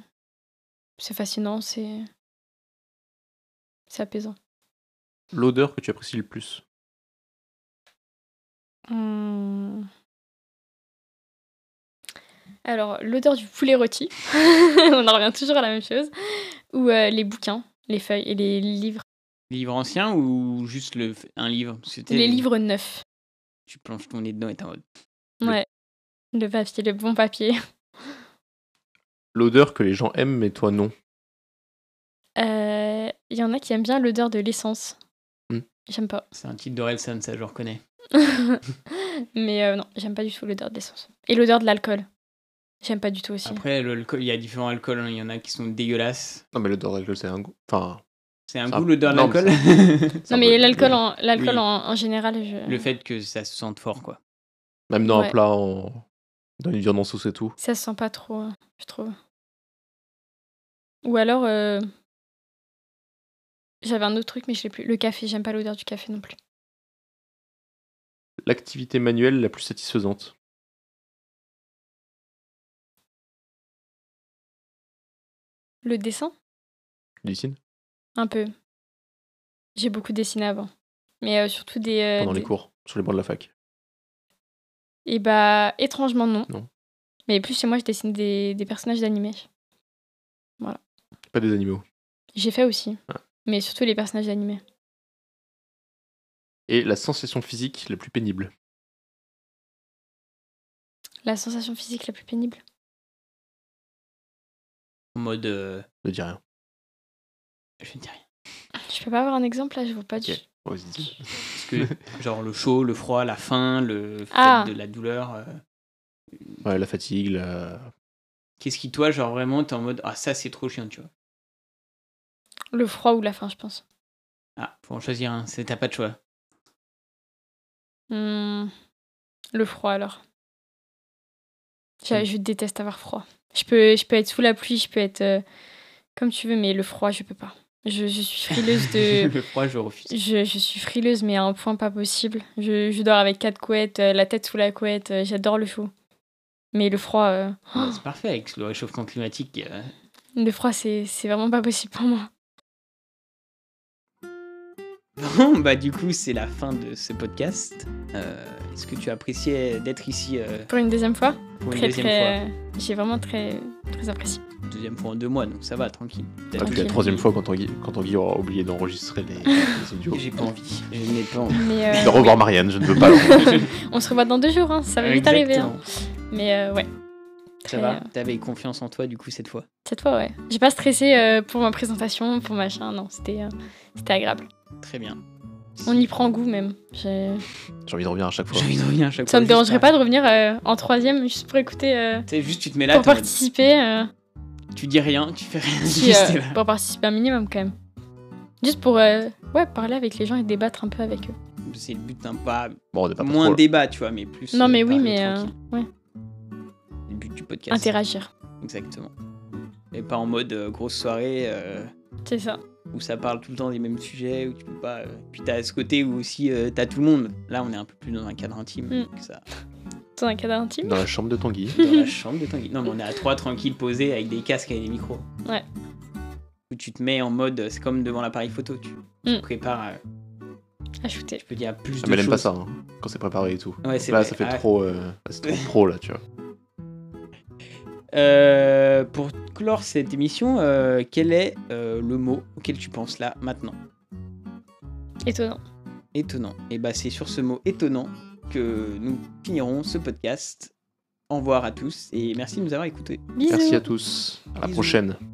c'est fascinant c'est c'est apaisant
L'odeur que tu apprécies le plus
Hum. alors l'odeur du poulet <laughs> rôti on en revient toujours à la même chose ou euh, les bouquins les feuilles et les livres
Livre ancien ou juste le, un livre C'était-
Les livres neufs.
Tu plonges ton nez dedans et t'es en mode.
Le-
Ouais. Le papier, le bon papier.
L'odeur que les gens aiment, mais toi non.
Euh, Il y en a qui aiment bien l'odeur de l'essence.
Hmm.
J'aime pas. <laughs>
C'est un titre d'Orelsan, ça, je reconnais.
Mais euh, non, j'aime pas du tout l'odeur de l'essence. Et l'odeur de l'alcool. J'aime pas du tout aussi.
Après, l'alcool, il y a différents alcools. hein. Il y en a qui sont dégueulasses.
Non, mais l'odeur d'alcool, c'est un goût. Enfin,
C'est un
Ça-
goût l'odeur de
non, mais
l'alcool.
c'est
<laughs>
un
non, mais
peu-
l'alcool en, l'alcool
Oui.
en, en général, je-
le fait que ça se sente fort, quoi.
Même dans un
Ouais.
plat, en... dans une viande en sauce et tout.
ça se sent pas trop, hein, je trouve. Ou alors, euh, j'avais un autre truc, mais je l'ai plus. Le café, j'aime pas l'odeur du café non plus.
L'activité manuelle la plus satisfaisante.
Le dessin,
Tu dessines
un peu. J'ai beaucoup dessiné avant. Mais euh, surtout des. euh,
Pendant les
des-
cours, sur les bancs de la fac.
Et bah, étrangement, non.
Non.
Mais plus chez moi, je dessine des, des personnages d'animés.
Pas des animaux.
J'ai fait aussi.
Ah.
Mais surtout les personnages d'animés.
Et la sensation physique la plus pénible.
La sensation physique la plus pénible.
En mode. euh,
Ne dis rien.
je ne dis rien.
Je peux pas avoir un exemple là, je vois pas du.
Ok. Oh, Vas-y, dis.
Parce <laughs> que, genre, le chaud, le froid, la faim, le fait
Ah.
de la douleur. euh,
Ouais, la fatigue, la...
Qu'est-ce qui, toi, genre, vraiment, t'es en mode. Ah, ça, c'est trop chiant, tu vois.
Le froid ou la faim, je pense.
Ah, faut en choisir un. c'est- T'as pas de choix.
Hmm, Le froid alors. Je,
Hmm.
je déteste avoir froid. Je peux, je peux être sous la pluie, je peux être euh, comme tu veux, mais le froid, je peux pas. Je, je suis frileuse
<laughs>
de.
<laughs> le froid, je refuse.
Je, je suis frileuse, mais à un point pas possible. Je, je dors avec quatre couettes, euh, la tête sous la couette, euh, j'adore le chaud. Mais le froid, euh,
Bah, c'est parfait avec le réchauffement climatique. euh, <laughs>
le froid, c'est c'est vraiment pas possible pour moi.
Bon, bah du coup, c'est la fin de ce podcast. Euh, Est-ce que tu appréciais d'être ici euh,
Pour une deuxième fois,
pour une
très,
deuxième
très, euh, J'ai vraiment très, très apprécié.
fois Deuxième fois en deux mois, donc ça va, tranquille. T'as
Ah, puis
Ok.
tout
la
appris.
troisième fois quand Tanguy, quand Tanguy aura oublié d'enregistrer les, les audios.
J'ai pas envie. Je n'ai <laughs> pas envie.
Mais, euh,
De revoir Marianne, je ne veux
<laughs>
pas le revoir.
On se revoit dans deux jours, hein, ça va vite arriver. hein.
Exactement.
Mais euh, ouais.
Ça
Très,
va
euh,
T'avais confiance en toi du coup cette fois
Cette fois, ouais. J'ai pas stressé euh, pour ma présentation, pour machin, non, c'était euh, c'était agréable.
Très bien.
On y prend goût même. Je-
J'ai envie de revenir à chaque fois.
J'ai envie de revenir à chaque fois.
Ça me
juste
dérangerait
par-
pas de revenir euh, en troisième juste pour écouter, euh,
Tu sais, juste tu te mets là,
pour
t'es en mode,
participer,
<laughs>
euh,
tu dis rien, tu fais rien.
puis,
juste,
euh,
t'es là.
pour participer un minimum quand même. Juste pour euh, ouais, parler avec les gens et débattre un peu avec eux.
C'est le but d'un pas.
Bon, on n'est pas
Moins
trop, là.
débat, tu vois, mais plus.
Non
euh,
mais oui,
parler
mais euh,
tranquille.
ouais,
C'est Le but du podcast.
interagir,
Exactement. Et pas en mode euh, grosse soirée. euh,
c'est ça.
où ça parle tout le temps des mêmes sujets, où tu peux pas. euh, Puis t'as ce côté où aussi euh, t'as tout le monde. Là, on est un peu plus dans un cadre intime
Mm.
que ça.
Dans un cadre intime.
Dans la chambre de Tanguy.
Dans
<laughs>
la chambre de Tanguy. Non, mais on est à trois tranquilles posés avec des casques et des micros.
Ouais.
Où tu te mets en mode, euh, c'est comme devant l'appareil photo, tu, tu
Mm.
prépares. euh,
À shooter.
je peux dire plus
Ah,
de
mais elle aime pas
choses.
ça, hein, quand c'est préparé et tout.
Ouais, c'est
Là,
vrai.
ça fait
Ah,
trop, euh, là, c'est trop pro, là, tu vois.
euh, pour clore cette émission, euh, quel est euh, le mot auquel tu penses là maintenant
Étonnant.
étonnant. Et bah c'est sur ce mot étonnant que nous finirons ce podcast. Au revoir à tous et merci de nous avoir écoutés.
Bisous.
Merci à tous. À la
Bisous.
prochaine.